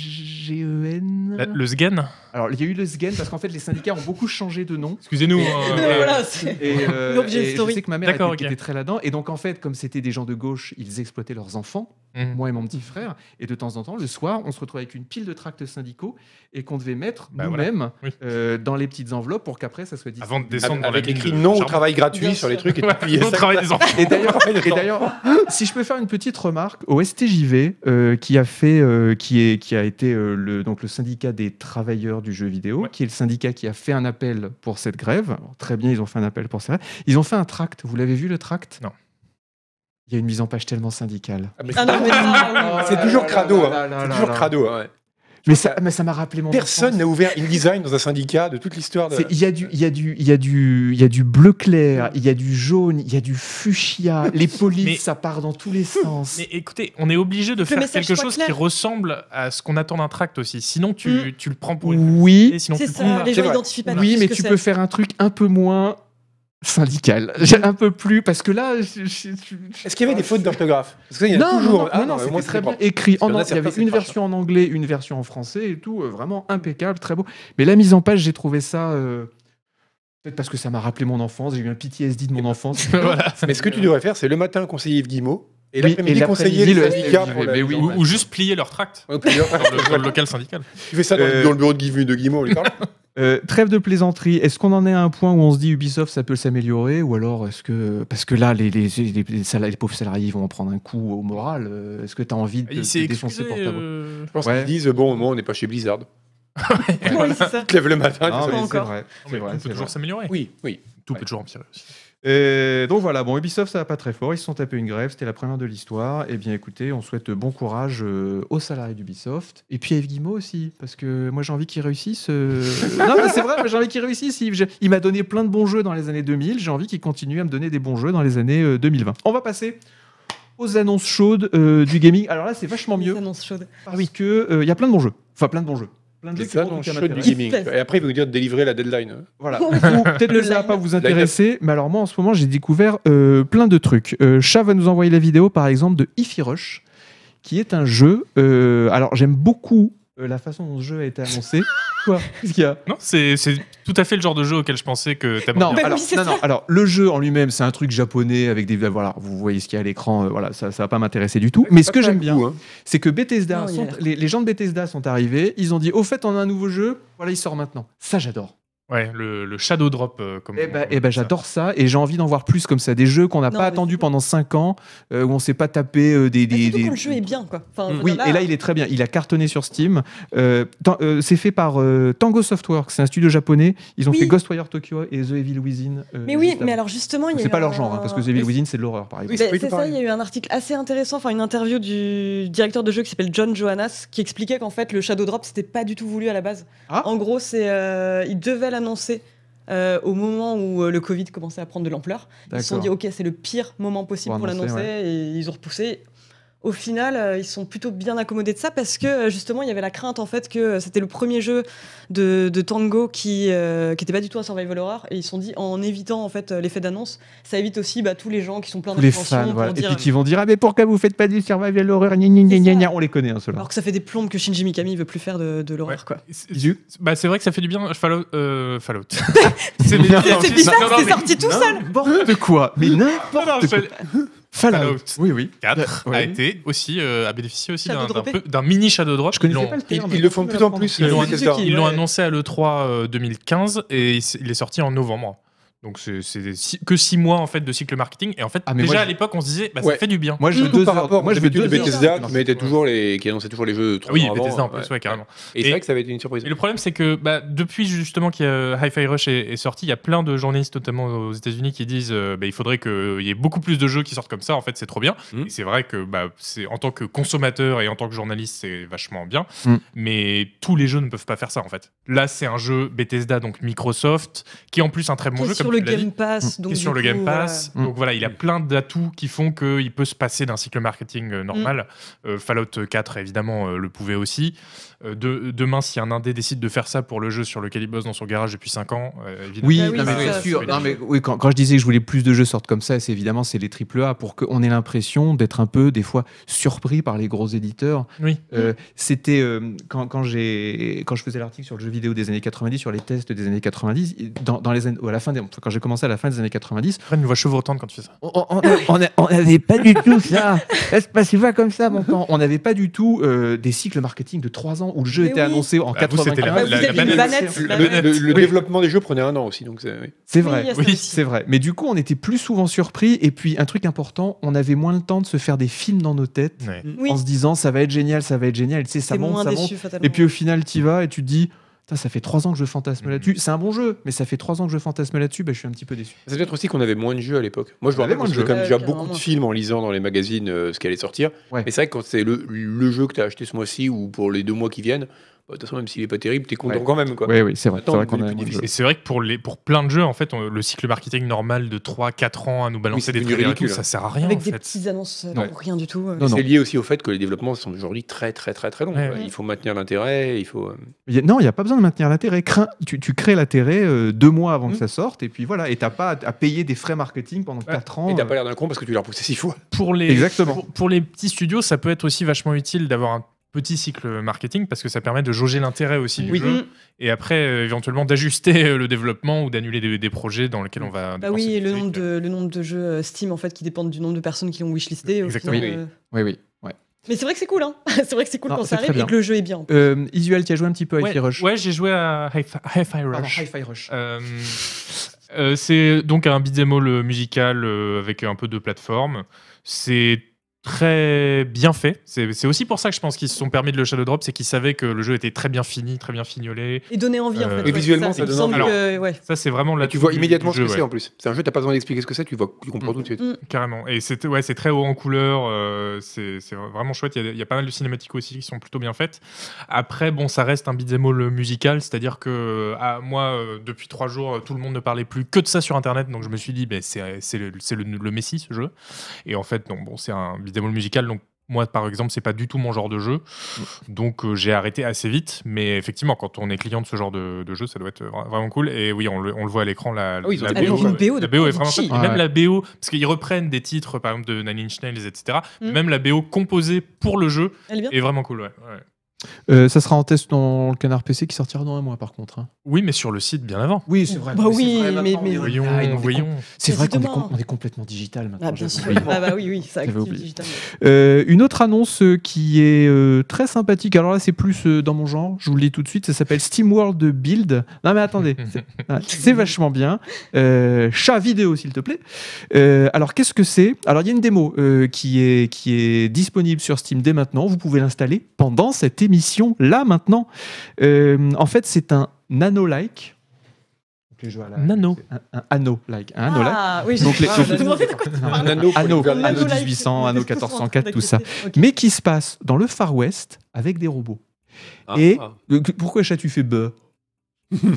A: FGEN.
B: Euh.
C: La- Le SGAN
A: Alors il y a eu le SGEN parce qu'en fait les syndicats ont beaucoup changé de nom.
B: (laughs)
C: Excusez-nous. hein,
B: Mais
C: euh,
B: voilà, c'est-
A: Et, euh,
B: L'objet
A: et je
B: historique.
A: sais que ma mère était,
C: D'accord, ok.
A: était très là-dedans. Et donc en fait, comme c'était des gens de gauche, ils exploitaient leurs enfants,
C: Mhm.
A: moi et mon petit frère. Et de temps en temps, le soir, on se retrouvait avec une pile de tracts syndicaux et qu'on devait mettre
C: Bah voilà.
A: nous-mêmes
C: Oui.
A: euh, dans les petites enveloppes pour qu'après ça soit dit.
C: Avant de descendre
D: Avec,
C: dans la
D: avec
C: mine
D: écrit
C: de
D: non au
C: charbon.
D: travail gratuit
B: Bien
D: sur les
B: sûr.
D: trucs et
C: Ouais, (laughs)
D: t'appuyais
C: au
D: ça.
C: travail
D: (laughs)
C: des enfants.
A: Et d'ailleurs, et d'ailleurs, (laughs) si je peux faire une petite remarque au STJV, euh, qui a fait, euh, qui est, qui a été euh, le donc le syndicat des travailleurs du jeu vidéo,
C: Ouais.
A: qui est le syndicat qui a fait un appel pour cette grève. Alors, très bien, ils ont fait un appel pour cette grève. Ils ont fait un tract. Vous l'avez vu le tract
C: Non.
A: Il y a une mise en page tellement syndicale.
D: Ah, mais
B: Ah non, mais ça, oui.
D: C'est toujours crado. hein.
A: oh
D: C'est toujours crado. hein, ouais.
A: Mais ça, mais ça m'a rappelé mon
D: Personne
A: enfance.
D: n'a ouvert InDesign dans un syndicat de toute l'histoire. De...
A: C'est- Il y, a du- il y, a du- il y, a du- il y a du bleu clair, il y a du jaune, il y a du fuchsia, les polices,
C: Mais-
A: ça part dans tous les sens.
C: Mais écoutez, on est obligé de
B: Que le
C: faire
B: message
C: quelque
B: soit
C: chose
B: clair. Mm.
C: qui ressemble à ce qu'on attend d'un tract aussi. Sinon, tu, tu le prends pour une.
A: Oui,
C: Et Sinon,
B: C'est
C: tu le
B: ça,
C: prends-
B: les
D: C'est
B: gens
D: vrai.
B: n'identifient pas.
A: oui,
B: tout
A: mais
B: ce que
A: tu
B: c'est.
A: peux faire un truc un peu moins syndical. (laughs) J'ai un peu plus parce que là, je- je- je-
D: Est-ce qu'il y avait des fautes d'orthographe Parce que ça, il y en a
A: Oh, non,
D: toujours.
A: non, non,
D: Ah,
A: non, non,
D: au
A: c'était
D: moins,
A: très bien
D: propre.
A: écrit.
D: Parce
A: En
D: qu'il y en a
A: an- il y avait
D: certains,
A: une
D: c'est
A: version en anglais, une version en français et tout, euh, vraiment impeccable, très beau. Mais la mise en page, j'ai trouvé ça. euh, Peut-être parce que ça m'a rappelé mon enfance, j'ai eu un PTSD de mon enfance.
D: ben,
C: Voilà.
D: Mais ce que tu devrais faire, c'est le matin conseiller Yves Guimau et
A: Oui, et
D: l'après-midi conseiller
A: l'après-midi,
D: le
A: le
D: syndicat.
A: SDJV,
D: pour la-
A: mais oui.
C: Ou, ou juste plier leur tract
D: Ouais, plusieurs-
A: (laughs)
C: dans le, dans le local syndical.
D: Tu fais ça dans,
A: Euh,
D: dans le bureau de Guimau, de Guimau, on lui parle.
A: Euh, trêve de plaisanterie, est-ce qu'on en est à un point où on se dit Ubisoft ça peut s'améliorer ou alors est-ce que parce que là les, les, les, les salari- les pauvres salariés vont en prendre un coup au moral euh, est-ce que tu as envie de,
C: Il
A: te
C: s'est
A: défoncer
C: excusé.
A: pour ta boîte
C: euh,
D: Je pense
A: Ouais.
D: qu'ils disent bon, moi, on n'est pas
A: (laughs)
D: chez Blizzard.
B: (laughs) Oui, c'est ça.
D: Tu te lèves le matin.
A: Non, mais
D: tu fais ça.
B: mais encore.
A: vrai,
C: non, mais tout peut toujours s'améliorer.
D: Oui, oui.
C: Tout
A: Ouais.
C: peut toujours empirer aussi.
A: Euh, donc voilà, bon, Ubisoft, ça va pas très fort. Ils se sont tapés une grève, c'était la première de l'histoire. Eh bien, écoutez, on souhaite bon courage euh, aux salariés d'Ubisoft et puis à Yves Guillemot aussi, parce que moi j'ai envie qu'ils réussissent. euh. non, mais c'est vrai, moi j'ai envie qu'ils réussissent. Yves. J'ai- Il m'a donné plein de bons jeux dans les années 2000, j'ai envie qu'il continue à me donner des bons jeux dans les années euh, 2020. On va passer aux annonces chaudes euh, du gaming. Alors là, c'est vachement
B: Les
A: mieux
B: annonces chaudes.
A: parce que euh, il y a plein de bons jeux. Enfin, plein de bons jeux. Plein de jeux
D: C'est
A: qui
D: ça
A: ont
D: dans le
A: aucun
D: show du
A: intérêt.
D: gaming.
B: Espèce.
D: Et après, ils vont vous dire de délivrer la deadline.
A: Voilà. (laughs) Ou Peut-être que ça va pas vous intéresser, mais alors moi en ce moment j'ai découvert euh, plein de trucs. Euh, Chat va nous envoyer la vidéo par exemple de Ify Rush, qui est un jeu. euh, alors j'aime beaucoup euh, la façon dont ce jeu a été annoncé.
B: (laughs)
A: Quoi Qu'est-ce qu'il y a
C: Non, c'est c'est tout à fait le genre de jeu auquel je pensais que t'aimerais
A: non,
C: Ah, bien.
B: Bah
A: alors,
B: oui, c'est
A: non,
B: ça.
A: non, alors le jeu en lui-même c'est un truc japonais avec des voilà vous voyez ce qu'il y a à l'écran euh, voilà ça ça va pas m'intéresser du tout. Mais ce que j'aime bien
D: hein.
A: c'est que Bethesda
B: Non, il a
A: sont-
B: l'air
A: les, les gens de Bethesda sont arrivés ils ont dit au fait on a un nouveau jeu voilà il sort maintenant ça j'adore
C: Ouais, le, le shadow drop. euh, comme
A: Eh
C: on-
A: ben,
C: on
A: eh ben,
C: dit ça.
A: j'adore ça et j'ai envie d'en voir plus comme ça. Des jeux qu'on n'a
B: Non,
A: pas
B: mais
A: attendu
B: c'est cool.
A: pendant 5 ans, euh, où on s'est pas tapé euh, des. des,
B: Mais Bah, surtout
A: des- Mm.
B: quand le jeu est bien, quoi. Enfin, je veux
A: Oui,
B: dire,
A: et là il est très bien. Il a cartonné sur Steam. Euh, tan- euh, c'est fait par euh, Tango Softworks, c'est un studio japonais. Ils ont
B: Oui.
A: fait Ghostwire Tokyo et The Evil Within. euh,
B: Mais oui,
A: juste
B: mais
A: avant.
B: alors justement, il y a
A: C'est
B: eu
A: pas leur
B: un-
A: genre, hein, parce que The Evil
B: Oui,
A: Within c'est de l'horreur par exemple.
D: Oui, c'est
B: Ben,
D: pas du
B: c'est
D: tout
B: ça,
D: pareil.
B: il y a eu un article assez intéressant, enfin une interview du directeur de jeu qui s'appelle John Johannes, qui expliquait qu'en fait le Shadow Drop c'était pas du tout voulu à la base.
A: Ah.
B: En gros, c'est euh, ils devaient l'annoncer euh, au moment où euh, le Covid commençait à prendre de l'ampleur. Ils se sont dit
A: D'accord.
B: ok, c'est le pire moment possible
A: Pour
B: pour, l'annoncer
A: annoncer,
B: et ils ont repoussé. Au final, euh, ils sont plutôt bien accommodés de ça parce que euh, justement, il y avait la crainte en fait que euh, c'était le premier jeu de, de Tango qui euh, qui était pas du tout un survival horror et ils se sont dit en évitant en fait euh, l'effet d'annonce, ça évite aussi bah, tous les gens qui sont pleins
A: Tous les
B: d'appréhension
A: fans,
B: pour
A: voilà. et
B: dire
A: puis qui vont dire Ah, mais pourquoi vous faites pas du survival horror gna, gna, gna,
B: C'est
A: gna,
B: ça.
A: gna. On les connaît, hein, ceux-là.
B: alors que ça fait des plombes que Shinji Mikami il veut plus faire de, de l'horreur quoi.
C: C'est-
A: Isu
C: Bah, c'est vrai que ça fait du bien. Fallout. euh, Fallout. c'est
B: C'est bizarre, c'est sorti tout seul.
A: N'importe quoi Mais
C: (laughs)
A: n'importe quoi Fallout
C: Fallout.
A: Oui, oui.
C: 4 a
A: Ouais.
C: été aussi euh, a bénéficié aussi d'un
B: Shadow
C: d'un
B: droppé.
C: peu- d'un mini shadow drop.
A: Je connaissais
C: Ils
A: pas
C: l'ont-
A: le terme.
D: ils- ils le font de plus en plus,
C: ils
D: euh,
C: l'ont
D: les testeurs.
C: annoncé, ils l'ont annoncé à l'E3 euh, 2015 et il s- il est sorti en novembre. Donc c'est c'est six- que 6 mois en fait de cycle marketing et en fait
A: Ah, mais
C: déjà
A: moi,
C: à
A: je-
C: l'époque on se disait bah,
D: Ouais.
C: ça fait du bien.
A: Moi, je veux
D: Surtout
A: deux
D: par
A: heures-
D: rapport
A: Moi, je veux
D: d'habitude,
A: deux heures.
D: Bethesda
A: Non,
D: qui,
A: c'est-
D: mettait
A: ouais.
D: toujours les, qui annonçait toujours les jeux
C: Ah
D: trois
C: oui,
D: mois avant,
C: Bethesda en plus,
D: ouais.
C: ouais, carrément.
D: Et, c'est
C: Et-
D: vrai que ça avait été une surprise.
C: Et le problème, c'est que bah, depuis justement qu'il y a euh, Hi-Fi Rush est, est sorti, il y a plein de journalistes, notamment aux États-Unis, qui disent euh, bah, il faudrait qu'il y ait beaucoup plus de jeux qui sortent comme ça. En fait, c'est trop bien.
D: Mhm.
C: Et c'est vrai que bah, c'est en tant que consommateur et en tant que journaliste, c'est vachement bien.
A: Mhm.
C: Mais tous les jeux ne peuvent pas faire ça en fait. Là, c'est un jeu Bethesda, donc Microsoft, qui est en plus un très bon
B: Qui est
C: jeu
B: sur
C: comme
B: le
C: tu l'as dit,
B: Game Pass, donc
C: qui est
B: du
C: sur le
B: coup, euh, Mm.
C: Game
B: voilà.
C: Pass.
A: voilà.
C: Donc voilà, il a plein d'atouts qui font qu'il peut se passer d'un cycle marketing euh, normal.
B: Mm.
C: Euh, Fallout 4, évidemment, euh, le pouvait aussi. Euh, de- demain, si un indé décide de faire ça pour le jeu sur lequel il bosse dans son garage depuis 5 ans, euh, évidemment.
A: Oui,
B: Ah oui,
A: non, mais
B: c'est
A: bien
B: ça,
A: sûr.
C: c'est
A: Non,
C: les
A: mais oui, quand, quand je disais que je voulais plus de jeux sortent comme ça, c'est évidemment c'est les AAA pour qu'on ait l'impression d'être un peu des fois surpris par les gros éditeurs.
C: Oui.
A: Euh, C'était euh, quand, quand j'ai quand je faisais l'article sur le jeu vidéo des années 90, sur les tests des années 90, dans, dans les années- ou à la fin des, enfin, quand j'ai commencé à la fin des années 90,
C: Fred une voix chevrotante quand tu fais ça.
A: on- on- on a- on n'avait pas du tout ça. Ça se passait pas comme ça, mon temps. On n'avait pas du tout euh, des cycles marketing de 3 ans où le jeu
B: Mais
A: était
B: oui.
A: annoncé en
C: Bah, vous, c'était
A: 95.
B: la-
C: la-
B: la banane.
D: Le,
B: La
D: le-
C: banane.
D: le- le
C: Oui.
D: développement des jeux prenait un an aussi. Donc c'est- oui.
A: C'est
B: Oui,
A: vrai.
B: il y a ça
C: Oui,
B: aussi.
A: C'est vrai. Mais du coup, on était plus souvent surpris. Et puis, un truc important, on avait moins le temps de se faire des films dans nos têtes
C: Ouais.
B: Oui,
A: en se disant ça va être génial, ça va être génial. Et Tu sais, ça
B: t'es
A: monte,
B: moins
A: ça monte.
B: déçu, fatalement.
A: Et puis au final, t'y vas et tu te dis. Putain, ça fait trois ans que je fantasme
C: Mhm.
A: là-dessus. C'est un bon jeu, mais ça fait trois ans que je fantasme là-dessus. bah, je suis un petit peu déçu.
D: C'est peut-être aussi qu'on avait moins de jeux à l'époque. Moi, je me
A: On avait
D: rappelle
A: moins
D: parce
A: de
D: que j'ai
A: jeux.
D: quand même
B: Ouais,
D: déjà
B: carrément.
D: beaucoup de films en lisant dans les magazines euh, ce qui allait sortir.
A: Ouais.
D: Mais c'est vrai que quand c'est le, le jeu que tu as acheté ce mois-ci ou pour les deux mois qui viennent, bah, de toute façon, même s'il est pas terrible, t'es content
A: Ouais.
D: quand même. Quoi.
A: Oui, oui, c'est vrai.
D: Attends,
A: C'est vrai
D: on
A: qu'on
D: est
A: a
D: plus
A: moins de
D: difficile.
A: jeux.
C: Et c'est vrai que pour, les, pour plein de jeux, en fait, on- le cycle marketing normal de 3-4 ans à nous balancer
D: c'est
C: des
D: devenu
C: trailers et tout,
D: ridicule.
C: ça sert à rien
B: avec
C: en
B: des
C: fait.
B: petites annonces euh,
A: Non.
B: pour rien du tout. euh.
A: Non, non.
D: C'est lié aussi au fait que les développements sont aujourd'hui très très très très longs.
C: Ouais,
D: quoi.
B: ouais.
D: Il faut maintenir l'intérêt, il faut. euh,
A: Il y a- non, il n'y a pas besoin de maintenir l'intérêt. Crain- Tu, tu crées l'intérêt euh, deux mois avant que ça sorte, et puis voilà. Et t'as pas à, à payer des frais marketing pendant
C: Ouais.
A: quatre ans.
D: Et t'as
A: euh.
D: pas l'air d'un con parce que tu l'as repoussé six fois.
C: pour les,
A: Exactement.
C: Pour, pour les petits studios, ça peut être aussi vachement utile d'avoir un petit cycle marketing parce que ça permet de jauger l'intérêt aussi du
A: Oui.
C: jeu
B: Mm.
C: et après euh, éventuellement d'ajuster euh, le développement ou d'annuler des, des projets dans lesquels on va
B: Bah
C: dépenser
B: oui,
C: du
B: et le
C: fric.
B: nombre, de, le nombre de jeux euh, Steam en fait qui dépendent du nombre de personnes qui l'ont wishlisté. au
C: Exactement.
B: final,
D: Oui.
B: euh.
A: Oui, oui. ouais.
B: Mais c'est vrai que c'est cool, hein. c'est vrai que c'est cool
A: Non,
B: quand ça
A: c'est très
B: arrive
A: bien.
B: et que le jeu est bien. en plus.
A: Euh, Isuel, tu as joué un petit peu à
C: ouais,
A: Hi-Fi Rush.
C: ouais, j'ai joué à Hi-Fi Hi-Fi
A: Pardon,
C: Rush
A: Hi-Fi Rush.
C: Euh, euh, c'est donc un beat'em all euh, musical euh, avec un peu de plateforme. C'est très bien fait. C'est c'est aussi pour ça que je pense qu'ils se sont permis de le shadow drop, c'est qu'ils savaient que le jeu était très bien fini, très bien fignolé.
B: Et donner envie en
C: Euh,
B: fait.
C: et
B: ouais,
D: visuellement, ça
B: il me
D: donne
B: semble
C: envie.
B: que, ouais.
C: Ça, c'est vraiment la.
D: Et tu vois immédiatement ce que c'est en plus. C'est un jeu, t'as pas besoin d'expliquer ce que c'est, tu vois, tu comprends
C: Mm.
D: tout de suite.
B: Mm.
C: Carrément. Et c'est ouais, c'est très haut en couleur. euh, c'est c'est vraiment chouette. Il y, a, il y a pas mal de cinématiques aussi qui sont plutôt bien faites. Après, bon, ça reste un beat'em all musical. C'est-à-dire que à, moi, euh, depuis trois jours, euh, tout le monde ne parlait plus que de ça sur Internet. Donc je me suis dit, ben c'est c'est le, c'est le, le Messi, ce jeu. Et en fait, non, bon, c'est un beat'em all musical. Donc moi, par exemple, c'est pas du tout mon genre de jeu. Donc euh, j'ai arrêté assez vite. Mais effectivement, quand on est client de ce genre de, de jeu, ça doit être vra- vraiment cool. Et oui, on le, on le voit à l'écran. La,
D: Ah oui, ils ont
C: la
D: des BO,
C: quoi.
D: une
B: BO de
C: La BO est vraiment
B: Prodigy.
C: chouette. Et même
A: Ouais.
C: la BO, parce qu'ils reprennent des titres, par exemple, de Nine Inch Nails, etc.
B: Mm.
C: Même la BO composée pour le jeu
B: Elle est bien.
C: est vraiment cool. ouais, ouais.
A: Euh, ça sera en test dans le canard PC qui sortira dans un mois, par contre. hein.
C: Oui, mais sur le site bien avant.
A: Oui, c'est vrai.
B: Bah
A: c'est
B: oui,
A: vrai,
B: mais-
A: maintenant,
B: mais-
A: on est-
C: Voyons,
A: Ah, on est com-
C: voyons.
A: C'est vrai qu'on est,
B: Justement.
A: com- on est complètement digital maintenant.
B: Ah, bien
A: j'avoue.
B: sûr.
A: Oui.
B: Ah, bah oui, oui, ça
A: J'avais
B: active
A: oublié.
B: digitalement.
A: Euh, une autre annonce euh, qui est euh, très sympathique. Alors là, c'est plus euh, dans mon genre. Je vous le dis tout de suite. Ça s'appelle SteamWorld Build. Non, mais attendez. c'est- ah, C'est vachement bien. Euh, chat vidéo, s'il te plaît. Euh, alors, qu'est-ce que c'est Alors, il y a une démo euh, qui, est, qui est disponible sur Steam dès maintenant. Vous pouvez l'installer pendant cette émission, là, maintenant. Euh, en fait, c'est un nano-like. Donc, les jeux à la-
C: Nano.
A: c'est Un, un anneau-like. Un anneau-like.
B: Ah, oui,
A: Donc
B: j'ai
A: les-
B: je me demandais de quoi tu
D: Un
B: parlais.
D: anneau
A: Anneau.
D: pour les
A: Anneau.
D: gouvernements.
A: Anneau. 1800, anneau
B: Est-ce que je suis en train
A: 1404, tout ça.
B: d'accepter Ok.
A: mais qui se passe dans le Far West avec des robots.
D: Ah,
A: Et-
D: ah.
A: Euh, que- Pourquoi chat tu fais (laughs) beuh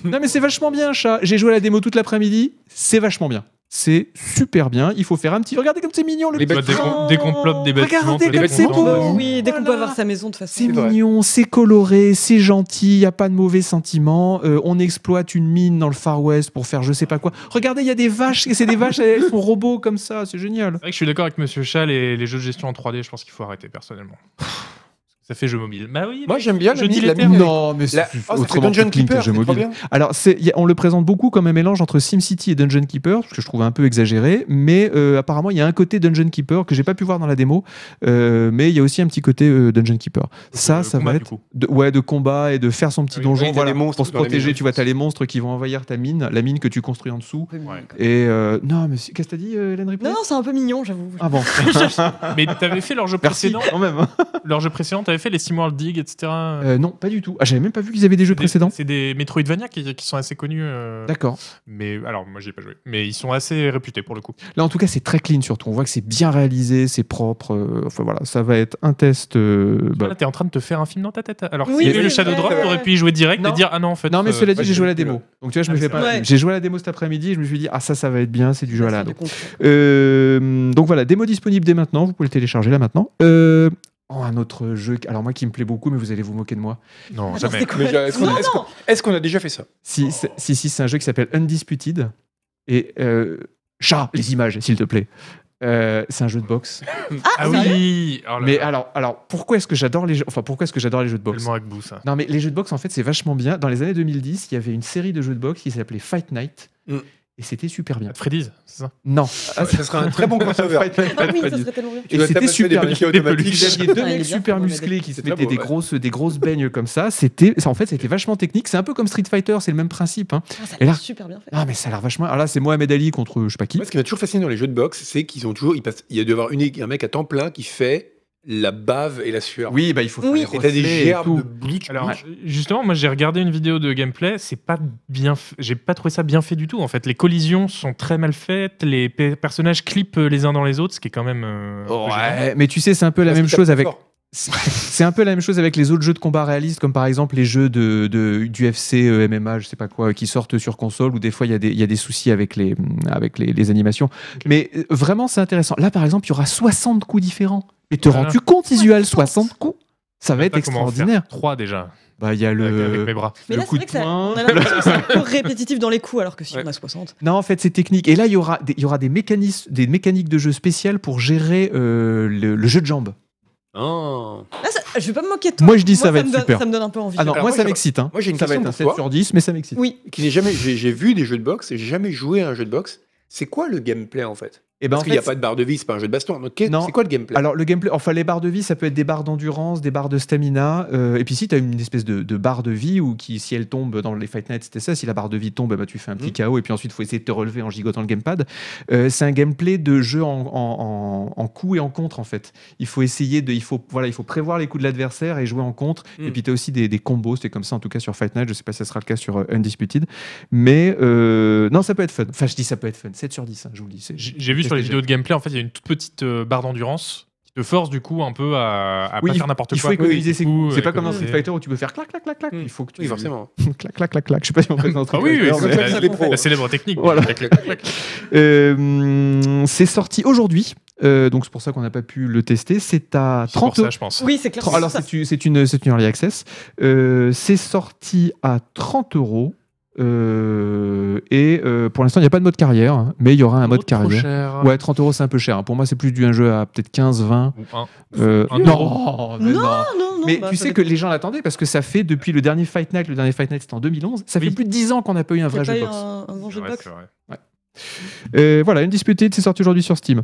A: Non mais c'est vachement bien chat. J'ai joué à la démo toute l'après-midi, c'est vachement bien. C'est super bien, il faut faire un petit regardez comme c'est mignon le
D: Les
A: petit
C: Toi, dès
A: train.
C: qu'on dès qu'on ploppe des
A: Regardez
C: bâtiments, toi, t'es
A: comme c'est
C: content,
A: beau.
C: vas-y.
B: Oui, dès qu'on peut
A: Voilà.
B: avoir sa maison, de toute façon.
A: C'est
D: C'est vrai.
A: mignon, c'est coloré, c'est gentil, il n'y a pas de mauvais sentiments. Euh, on exploite une mine dans le Far West pour faire je sais pas quoi. Regardez, il y a des vaches, et c'est des vaches, elles sont robots comme ça, c'est génial.
C: C'est vrai que je suis d'accord avec Monsieur Chat, les, les jeux de gestion en 3D, je pense qu'il faut arrêter personnellement. Ça fait jeu mobile. Bah oui,
D: Moi, j'aime bien
C: Je
D: la
C: dis
D: mi-
C: les
D: la
C: termes.
D: mi-
A: Non, mais
D: la-
A: c'est
D: Oh, ça fait
A: autrement
D: Dungeon
A: plus clean que
D: Keeper,
A: jeu
D: c'est trop
A: mobile.
D: bien.
A: Alors, c'est- y a- on le présente beaucoup comme un mélange entre SimCity et Dungeon Keeper, ce que je trouve un peu exagéré, mais euh, apparemment, il y a un côté Dungeon Keeper que j'ai pas pu voir dans la démo, euh, mais il y a aussi un petit côté euh, Dungeon Keeper. Ça,
C: Euh,
A: ça
C: combat,
A: va
C: du
A: être
C: coup.
A: de, ouais, de combat et de faire son petit
D: Oui,
A: donjon
D: oui, t'as
A: voilà,
D: des monstres
A: pour se
D: dans la
A: protéger.
D: mine,
A: Tu vois,
D: je
A: tu as
D: pense.
A: les monstres qui vont envahir ta mine, la mine que tu construis en dessous.
C: Ouais.
A: Et euh, non, mais c'est- qu'est-ce que t'as dit, euh, Hélène Ripley
B: Non, non, c'est un peu mignon, j'avoue.
A: Ah bon,
C: Mais t'avais fait leur jeu
A: (laughs) merci
C: précédent,
A: quand même. hein.
C: leur jeu précédent, t'avais fait les SimWorld Dig, etc.
A: Euh, non, pas du tout. Ah, j'avais même pas vu qu'ils avaient des jeux
C: Des-
A: précédents.
C: C'est des Metroidvania qui, qui sont assez connus. euh,
A: D'accord.
C: mais alors, moi, j'y ai pas joué. Mais ils sont assez réputés pour le coup.
A: Là, en tout cas, c'est très clean surtout. On voit que c'est bien réalisé, c'est propre. euh, enfin voilà, ça va être un test. euh, bah,
C: Là, t'es en train de te faire un film dans ta tête. Alors,
B: Oui,
C: si
A: c'est
C: le Shadow
B: vrai.
C: Drop, t'aurais pu y jouer direct
A: Non.
C: et dire Ah non, en fait.
A: non, mais
C: euh,
A: cela dit,
D: ouais,
A: j'ai
D: j'ai
A: joué à la
D: vu,
A: démo.
D: ouais.
A: Donc tu vois, je me
C: Ah,
A: fais
C: c'est
A: pas.
B: vrai.
A: J'ai joué à la démo cet après-midi. Je me suis dit, ah ça, ça va être bien. C'est du jeu à la.
B: C'est
A: donc.
B: du concret.
A: Euh, donc voilà, démo disponible dès maintenant. Vous pouvez le télécharger là maintenant. Euh, oh, un autre jeu. Alors moi, qui me plaît beaucoup, mais vous allez vous moquer de moi.
C: Non,
B: Attends,
C: jamais.
B: c'est quoi
D: Mais j'ai- est-ce qu'on-
B: Non,
D: est-ce qu'on-
B: non
D: Est-ce qu'on a déjà fait ça
C: Oh.
A: Si, c'est- si, si, c'est un jeu qui s'appelle Undisputed. Et euh, chat, les images, s'il te plaît. Euh, c'est un jeu de boxe.
C: Ah oui Oh là
A: Mais
C: là,
A: alors, alors, pourquoi est-ce que j'adore les jeux Enfin, pourquoi est-ce que j'adore les jeux de boxe
C: tellement Agbou, ça.
A: Non, mais les jeux de boxe, en fait, c'est vachement bien. Dans les années 2010, il y avait une série de jeux de boxe qui s'appelait Fight Night.
D: Mm.
A: Et c'était super bien.
C: Freddy's, c'est ça
A: Non. Ah,
D: Ça serait un très bon
A: (laughs)
D: crossover.
A: Fight Night,
B: Ah oui,
A: Fight
B: ça
A: Night.
B: serait tellement bien.
A: Et c'était super bien.
D: Des
C: peluches.
A: Vous aviez deux
B: Ah, il est
A: mecs
B: bien,
A: super
B: ce bon
A: musclés qui se
D: C'était pas
A: mettaient
D: beau,
A: des,
D: ouais.
A: grosses, des grosses beignes comme ça. C'était, ça, en fait, c'était vachement technique. C'est un peu comme Street Fighter, c'est le même principe. hein.
B: Ah, ça a
A: Et là-
B: l'air super bien fait.
A: Ah, mais ça a l'air vachement. Alors là, c'est Mohamed Ali contre je sais pas qui.
D: (laughs) Moi, ce qui m'a toujours fasciné dans les jeux de boxe, c'est qu'ils ont toujours. ils passent- Il y a dû y avoir une, un mec à temps plein qui fait la bave et la sueur.
A: Oui, bah il faut faire
B: Oui.
A: les
D: Et t'as des
A: reflets et
D: gerbes de
A: tout.
D: bleach.
C: Alors,
D: bleach.
C: justement, moi, j'ai regardé une vidéo de gameplay. C'est pas bien. f- J'ai pas trouvé ça bien fait du tout. En fait, les collisions sont très mal faites. Les pe- personnages clippent les uns dans les autres, ce qui est quand même. euh, un peu gênant.
A: Ouais, mais tu sais, c'est un peu la
D: Parce
A: même
D: que ça
A: chose
D: tape
A: avec.
D: fort.
A: C'est (laughs) un peu la même chose avec les autres jeux de combat réalistes, comme par exemple les jeux de, de- du FC, euh, MMA, je sais pas quoi, qui sortent sur console, où des fois il y, a des- il y a des soucis avec les, mm, avec les, les animations. Mais euh, vraiment, c'est intéressant. Là, par exemple, il y aura 60 coups différents. Mais te
C: Voilà.
A: rends-tu compte, Isual
B: 60
A: 60 coups Ça va être
C: Pas comment en faire
A: extraordinaire.
C: Trois déjà,
A: Bah, il y a
C: avec, avec
A: le.
C: mes bras.
B: Mais
A: le
B: là,
A: coup
B: c'est
A: de
B: vrai que ça,
A: poing.
B: on
A: (laughs)
B: a l'impression que c'est un peu répétitif dans les coups, alors que si
D: Ouais.
B: on a 60.
A: Non, en fait, c'est technique. Et là, il y aura des, il y aura des, mécanismes, des mécaniques de jeu spéciales pour gérer euh, le, le jeu de jambes. Oh.
D: Ah.
B: Là, ça- je vais pas me moquer de toi.
A: Moi, je dis ça va
B: me
A: être
B: donne-
A: super.
B: Ça me donne un peu envie.
A: Ah non,
D: Alors,
A: moi,
D: moi,
A: ça
D: j'ai-
A: m'excite. hein.
D: moi, j'ai une
A: ça va
D: question
A: être un 7
D: pour toi.
A: sur 10, mais ça m'excite.
B: Oui.
D: Qui n'est jamais. J'ai j'ai vu des jeux de boxe et j'ai jamais joué à un jeu de boxe. C'est quoi le gameplay en fait
A: Et ben,
D: Parce
A: en
D: qu'il n'y a
A: fait,
D: pas de barre de vie, c'est pas un jeu de baston. Donc, qu'est-
A: Non.
D: c'est quoi le gameplay
A: Alors le gameplay, enfin les barres de vie, ça peut être des barres d'endurance, des barres de stamina. euh, et puis si tu as une espèce de, de barre de vie ou qui, si elle tombe dans les Fight Night, c'était ça. Si la barre de vie tombe, bah, tu fais un petit
D: Mhm.
A: KO et puis ensuite faut essayer de te relever en gigotant le gamepad. Euh, c'est un gameplay de jeu en, en, en, en coup et en contre en fait. Il faut essayer de, il faut voilà, il faut prévoir les coups de l'adversaire et jouer en contre.
D: Mhm.
A: Et puis tu as aussi des, des combos, c'est comme ça en tout cas sur Fight Night. Je sais pas si ça sera le cas sur euh, Undisputed, mais euh, non, ça peut être fun. Enfin je dis ça peut être fun. 7 sur 10, hein, je vous le dis. c'est-
C: J'ai j'ai vu sur les
A: Qu'est-ce que
C: vidéos de gameplay, en fait, il y a une toute petite euh, barre d'endurance qui te force du coup un peu à, à
A: Oui,
C: pas faire n'importe
A: Il faut
C: quoi.
A: économiser
C: Oui,
A: ses
C: du coup,
A: coups. C'est pas comme dans
C: économiser.
A: Street Fighter où tu peux faire clac, clac, clac, clac.
D: Mm.
A: Il faut que tu.
D: Oui, forcément.
A: clac, (laughs) clac, clac, clac. Je sais pas si on fait
C: (laughs)
A: dans
C: Ah
A: Street
C: oui, oui,
A: Fighter.
D: c'est
A: mais-
D: clair.
C: c'est
D: les
C: la,
D: pros.
C: la célèbre technique.
A: Voilà.
C: Clac, clac, clac, clac.
A: Euh, c'est sorti aujourd'hui. Euh, donc c'est pour ça qu'on n'a pas pu le tester. C'est à
C: C'est pour
A: 30
C: ça, je pense.
B: Oui, c'est clair.
A: Tr- Alors, c'est une, c'est une, c'est une early access. Euh, c'est sorti à 30 euros. Euh, et euh, pour l'instant, il n'y a pas de mode carrière, hein, mais il y aura un mode
C: Trop
A: carrière.
C: cher.
A: Ouais, 30 euros, c'est un peu cher. hein. Pour moi, c'est plus du un jeu à peut-être 15, 20.
C: Ou un.
A: Euh,
C: Un
A: non, mais
B: Non,
A: non.
B: Ah non, non,
A: Mais
B: bah,
A: tu
B: ça
A: sais que
B: dépend.
A: les gens l'attendaient parce que ça fait depuis le dernier Fight Night, le dernier Fight Night c'était en 2011, ça
C: Oui.
A: fait plus de 10 ans qu'on n'a pas eu un
B: Il y a
A: vrai jeu
B: pas
A: de
B: eu
A: boxe.
B: un, un bon jeu de
C: Ouais,
B: boxe.
C: c'est vrai.
A: Euh, voilà, une disputée, c'est sorti aujourd'hui sur Steam.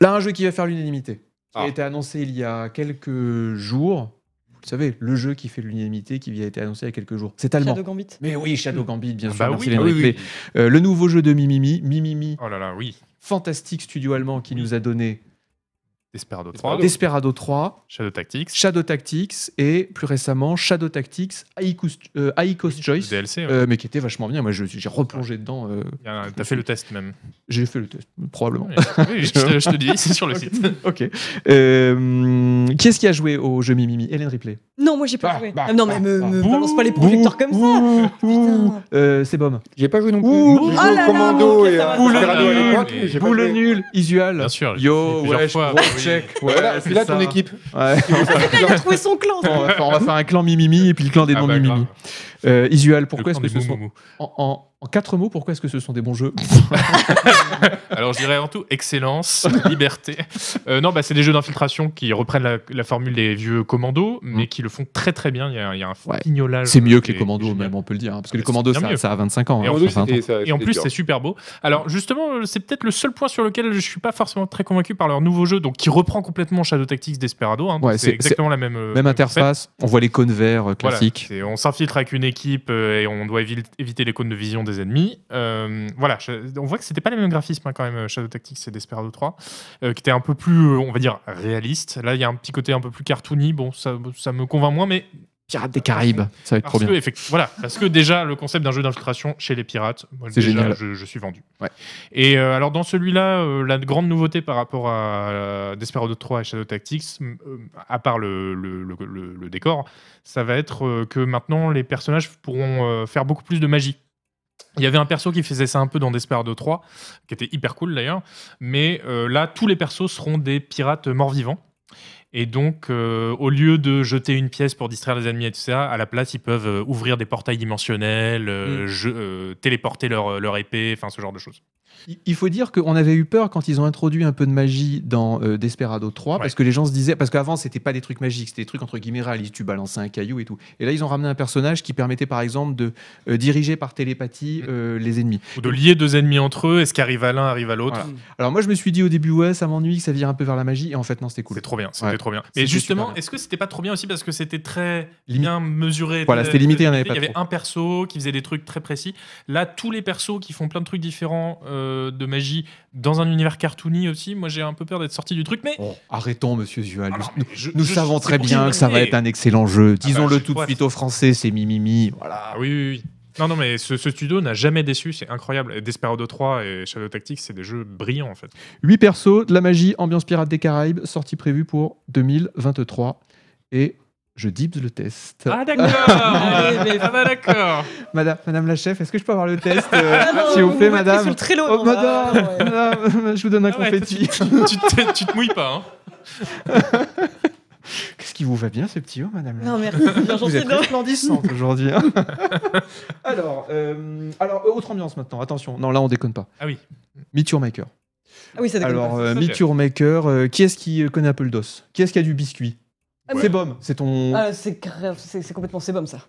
A: Là, un jeu qui va faire l'unanimité. Qui a
D: Ah.
A: été annoncé il y a quelques jours. Vous le savez, le jeu qui fait l'unanimité, qui a été annoncé il y a quelques jours. C'est allemand.
B: Shadow Gambit.
A: Mais oui, Shadow Gambit, bien
C: Ah
A: sûr.
C: bah
A: merci
C: oui,
A: Lénaïque.
C: oui, oui.
A: Mais, euh, le nouveau jeu de Mimimi, Mimimi,
C: Oh là là, oui.
A: fantastique studio allemand qui nous a donné
C: Desperado 3,
D: Desperado.
A: Desperado 3,
C: Shadow Tactics,
A: Shadow Tactics et plus récemment Shadow Tactics Aiko's, euh, Aiko's
C: le
A: Choice,
C: DLC. ouais.
A: euh, mais qui était vachement bien. Moi, je- j'ai replongé dedans. euh,
C: Il y en a- T'as fait le test même.
A: j'ai fait le test, probablement.
C: Oui, oui, je, te, je te dis, c'est sur
A: (laughs)
C: le site.
A: Ok. Euh, qui est-ce qui a joué au jeu Mimimi Hélène Ripley.
B: Non, moi j'ai pas
A: Bah,
B: joué.
A: bah,
B: Ah, non, mais
A: bah,
B: me,
A: bah.
B: me
C: Bouh,
B: balance pas les projecteurs comme ça. Putain.
A: Euh, C'est Bom.
D: J'ai pas joué non
A: Ouh, oh
D: plus. J'ai joué au
B: là là,
D: Commando
B: ok,
D: et
B: ça va,
D: à
C: ça
D: Desperado
C: va.
D: à l'époque.
C: Oui,
D: mais j'ai pas
A: Boule
D: joué.
A: nul,
C: Bien
A: Isual.
C: sûr. je l'ai fait
A: Yo,
C: plusieurs
A: wesh,
C: fois,
A: gros
C: bah oui.
A: check. Ouais,
D: Voilà, puis là,
A: c'est
D: ton
A: ça.
D: équipe.
A: (laughs) Ouais.
B: Il a trouvé son clan.
A: (laughs) Bon, enfin, on va faire un clan Mimimi et puis le clan des
C: Ah bah,
A: non-Mimimi.
C: grave.
A: Euh, Isual,
C: Le
A: pourquoi est-ce
C: clan
A: que
C: des
A: ce sont.
C: moumoumous.
A: En, en- en quatre mots, pourquoi est-ce que ce sont des bons jeux
C: Alors je dirais en tout
A: (laughs)
C: excellence, liberté. Euh, non, bah, c'est des jeux d'infiltration qui reprennent la, la formule des vieux commandos, mais qui le font très très bien. Il y a, il y a un
A: Mm. Ouais.
C: fignolage.
A: C'est mieux que
C: qui
A: les
C: est-
A: commandos,
C: euh, qui est génial.
A: même, on peut le dire. hein, parce que
C: Ah
A: les
C: bah,
A: commandos,
C: c'est bien
A: ça,
C: mieux.
A: ça a 25 ans.
C: Et
A: hein,
C: en
D: Commando,
A: enfin,
C: plus,
A: 20 ans.
D: c'était ça.
C: Et en
D: c'était
C: plus,
D: dur.
C: c'est super beau. Alors, justement, euh, c'est peut-être le seul point sur lequel je suis pas forcément très convaincu par leur nouveau jeu, donc qui reprend complètement Shadow Tactics Desperado. hein. Donc,
A: Ouais,
C: c'est
A: c'est-
C: exactement la même. euh,
A: Même
C: concept.
A: interface, on voit les cônes verts euh,
C: Voilà,
A: classiques.
C: c'est- on s'infiltre avec une équipe euh, et on doit évi- éviter les cônes de vision des ennemis. Euh, voilà, je- on voit que c'était pas les mêmes graphismes hein, quand même. euh, Shadow Tactics et Desperado 3, euh, qui était un peu plus, euh, on va dire, réaliste. Là, il y a un petit côté un peu plus cartoony. Bon, ça, ça me convainc moins, mais
A: Pirates des Caraïbes, ça va être trop
C: parce que,
A: bien.
C: effect- voilà, parce que déjà, le concept d'un jeu d'infiltration chez les pirates, moi,
A: C'est
C: déjà,
A: génial.
C: Je, je suis vendu.
A: Ouais.
C: Et euh, alors, dans celui-là, euh, la grande nouveauté par rapport à euh, Desperado 3 et Shadow Tactics, m- euh, à part le, le- le- le- le décor, ça va être euh, que maintenant, les personnages pourront euh, faire beaucoup plus de magie. Il y avait un perso qui faisait ça un peu dans Desperado 3, qui était hyper cool d'ailleurs. Mais euh, là, tous les persos seront des pirates morts-vivants. Et donc, euh, au lieu de jeter une pièce pour distraire les ennemis et tout ça, à la place, ils peuvent euh, ouvrir des portails dimensionnels,
A: Mm.
C: euh, je- euh, téléporter leur, leur épée, enfin ce genre de choses.
A: Il- Il faut dire qu'on avait eu peur quand ils ont introduit un peu de magie dans euh, Desperado 3, parce que les gens se disaient, parce qu'avant c'était pas des trucs magiques, c'était des trucs entre guillemets réalistes, tu balançais un caillou et tout. Et là ils ont ramené un personnage qui permettait par exemple de euh, diriger par
C: Mm.
A: télépathie euh, les ennemis.
C: Ou de lier deux ennemis entre eux, et ce qui arrive à l'un arrive à l'autre.
A: Voilà. Alors moi je me suis dit au début ouais ça m'ennuie, que ça vire un peu vers la magie, et en fait non c'était cool.
C: C'était trop bien, c'était
A: Ouais.
C: trop bien. Mais
A: C'était
C: justement,
A: super bien.
C: est-ce que c'était pas trop bien aussi parce que c'était très
A: Limite.
C: bien mesuré
A: Voilà,
C: très-
A: c'était limité, il y en avait
C: Il y
A: pas
C: avait
A: trop.
C: un perso qui faisait des trucs très précis. Là, tous les persos qui font plein de trucs différents euh, de magie dans un univers cartoony aussi. Moi, j'ai un peu peur d'être sorti du truc, mais
A: Oh, arrêtons monsieur Zual,
C: Ah non,
A: nous,
C: mais je-
A: nous
C: je-
A: savons
C: c'est Ah bah,
A: très
C: pour
A: bien
C: qui
A: que ça va
C: voulez.
A: être un excellent jeu, disons-le
C: j'ai
A: tout
C: trop
A: de
C: hâte.
A: suite aux Français, c'est mimimi, voilà.
C: Ah oui, oui, oui. Non, non, mais ce, ce studio n'a jamais déçu, c'est incroyable. Et Desperado 3 et Shadow Tactics, c'est des jeux brillants en fait.
A: 8 persos, de la magie, ambiance pirate des Caraïbes, sortie prévue pour 2023. Et je dibs le test. (laughs)
C: d'accord
B: Ah, mais-
C: bah d'accord
A: Madame, madame la chef, est-ce que je peux avoir le test euh,
B: (laughs) Ah non,
A: S'il vous plaît,
B: mettez Sur
A: madame.
B: le trélo,
A: Oh,
B: non, bah,
A: madame,
B: ouais.
A: madame, je vous donne un
C: Ah ouais,
A: confetti.
C: tu, te, tu te mouilles pas, hein
A: (laughs) Qu'est-ce qui vous va bien, ce petit haut, madame la
B: Non, merci, c'est bien
A: Vous
B: gentil.
A: êtes
B: non. (laughs)
A: resplendissante aujourd'hui. hein. (laughs) alors, euh, alors, autre ambiance maintenant, attention. Non, là, on déconne pas.
C: Ah oui.
A: Meet Your Maker.
B: Ah oui, ça déconne
A: Alors,
B: pas.
A: euh,
C: ça,
A: Meet
C: c'est-
A: Your Maker, euh, qui est-ce qui euh, connaît un peu le dos Qui est-ce qui a du biscuit
B: Ah, mais-
A: C'est Bom, c'est ton.
B: Ah, c'est grave, c'est c'est complètement sébum ça.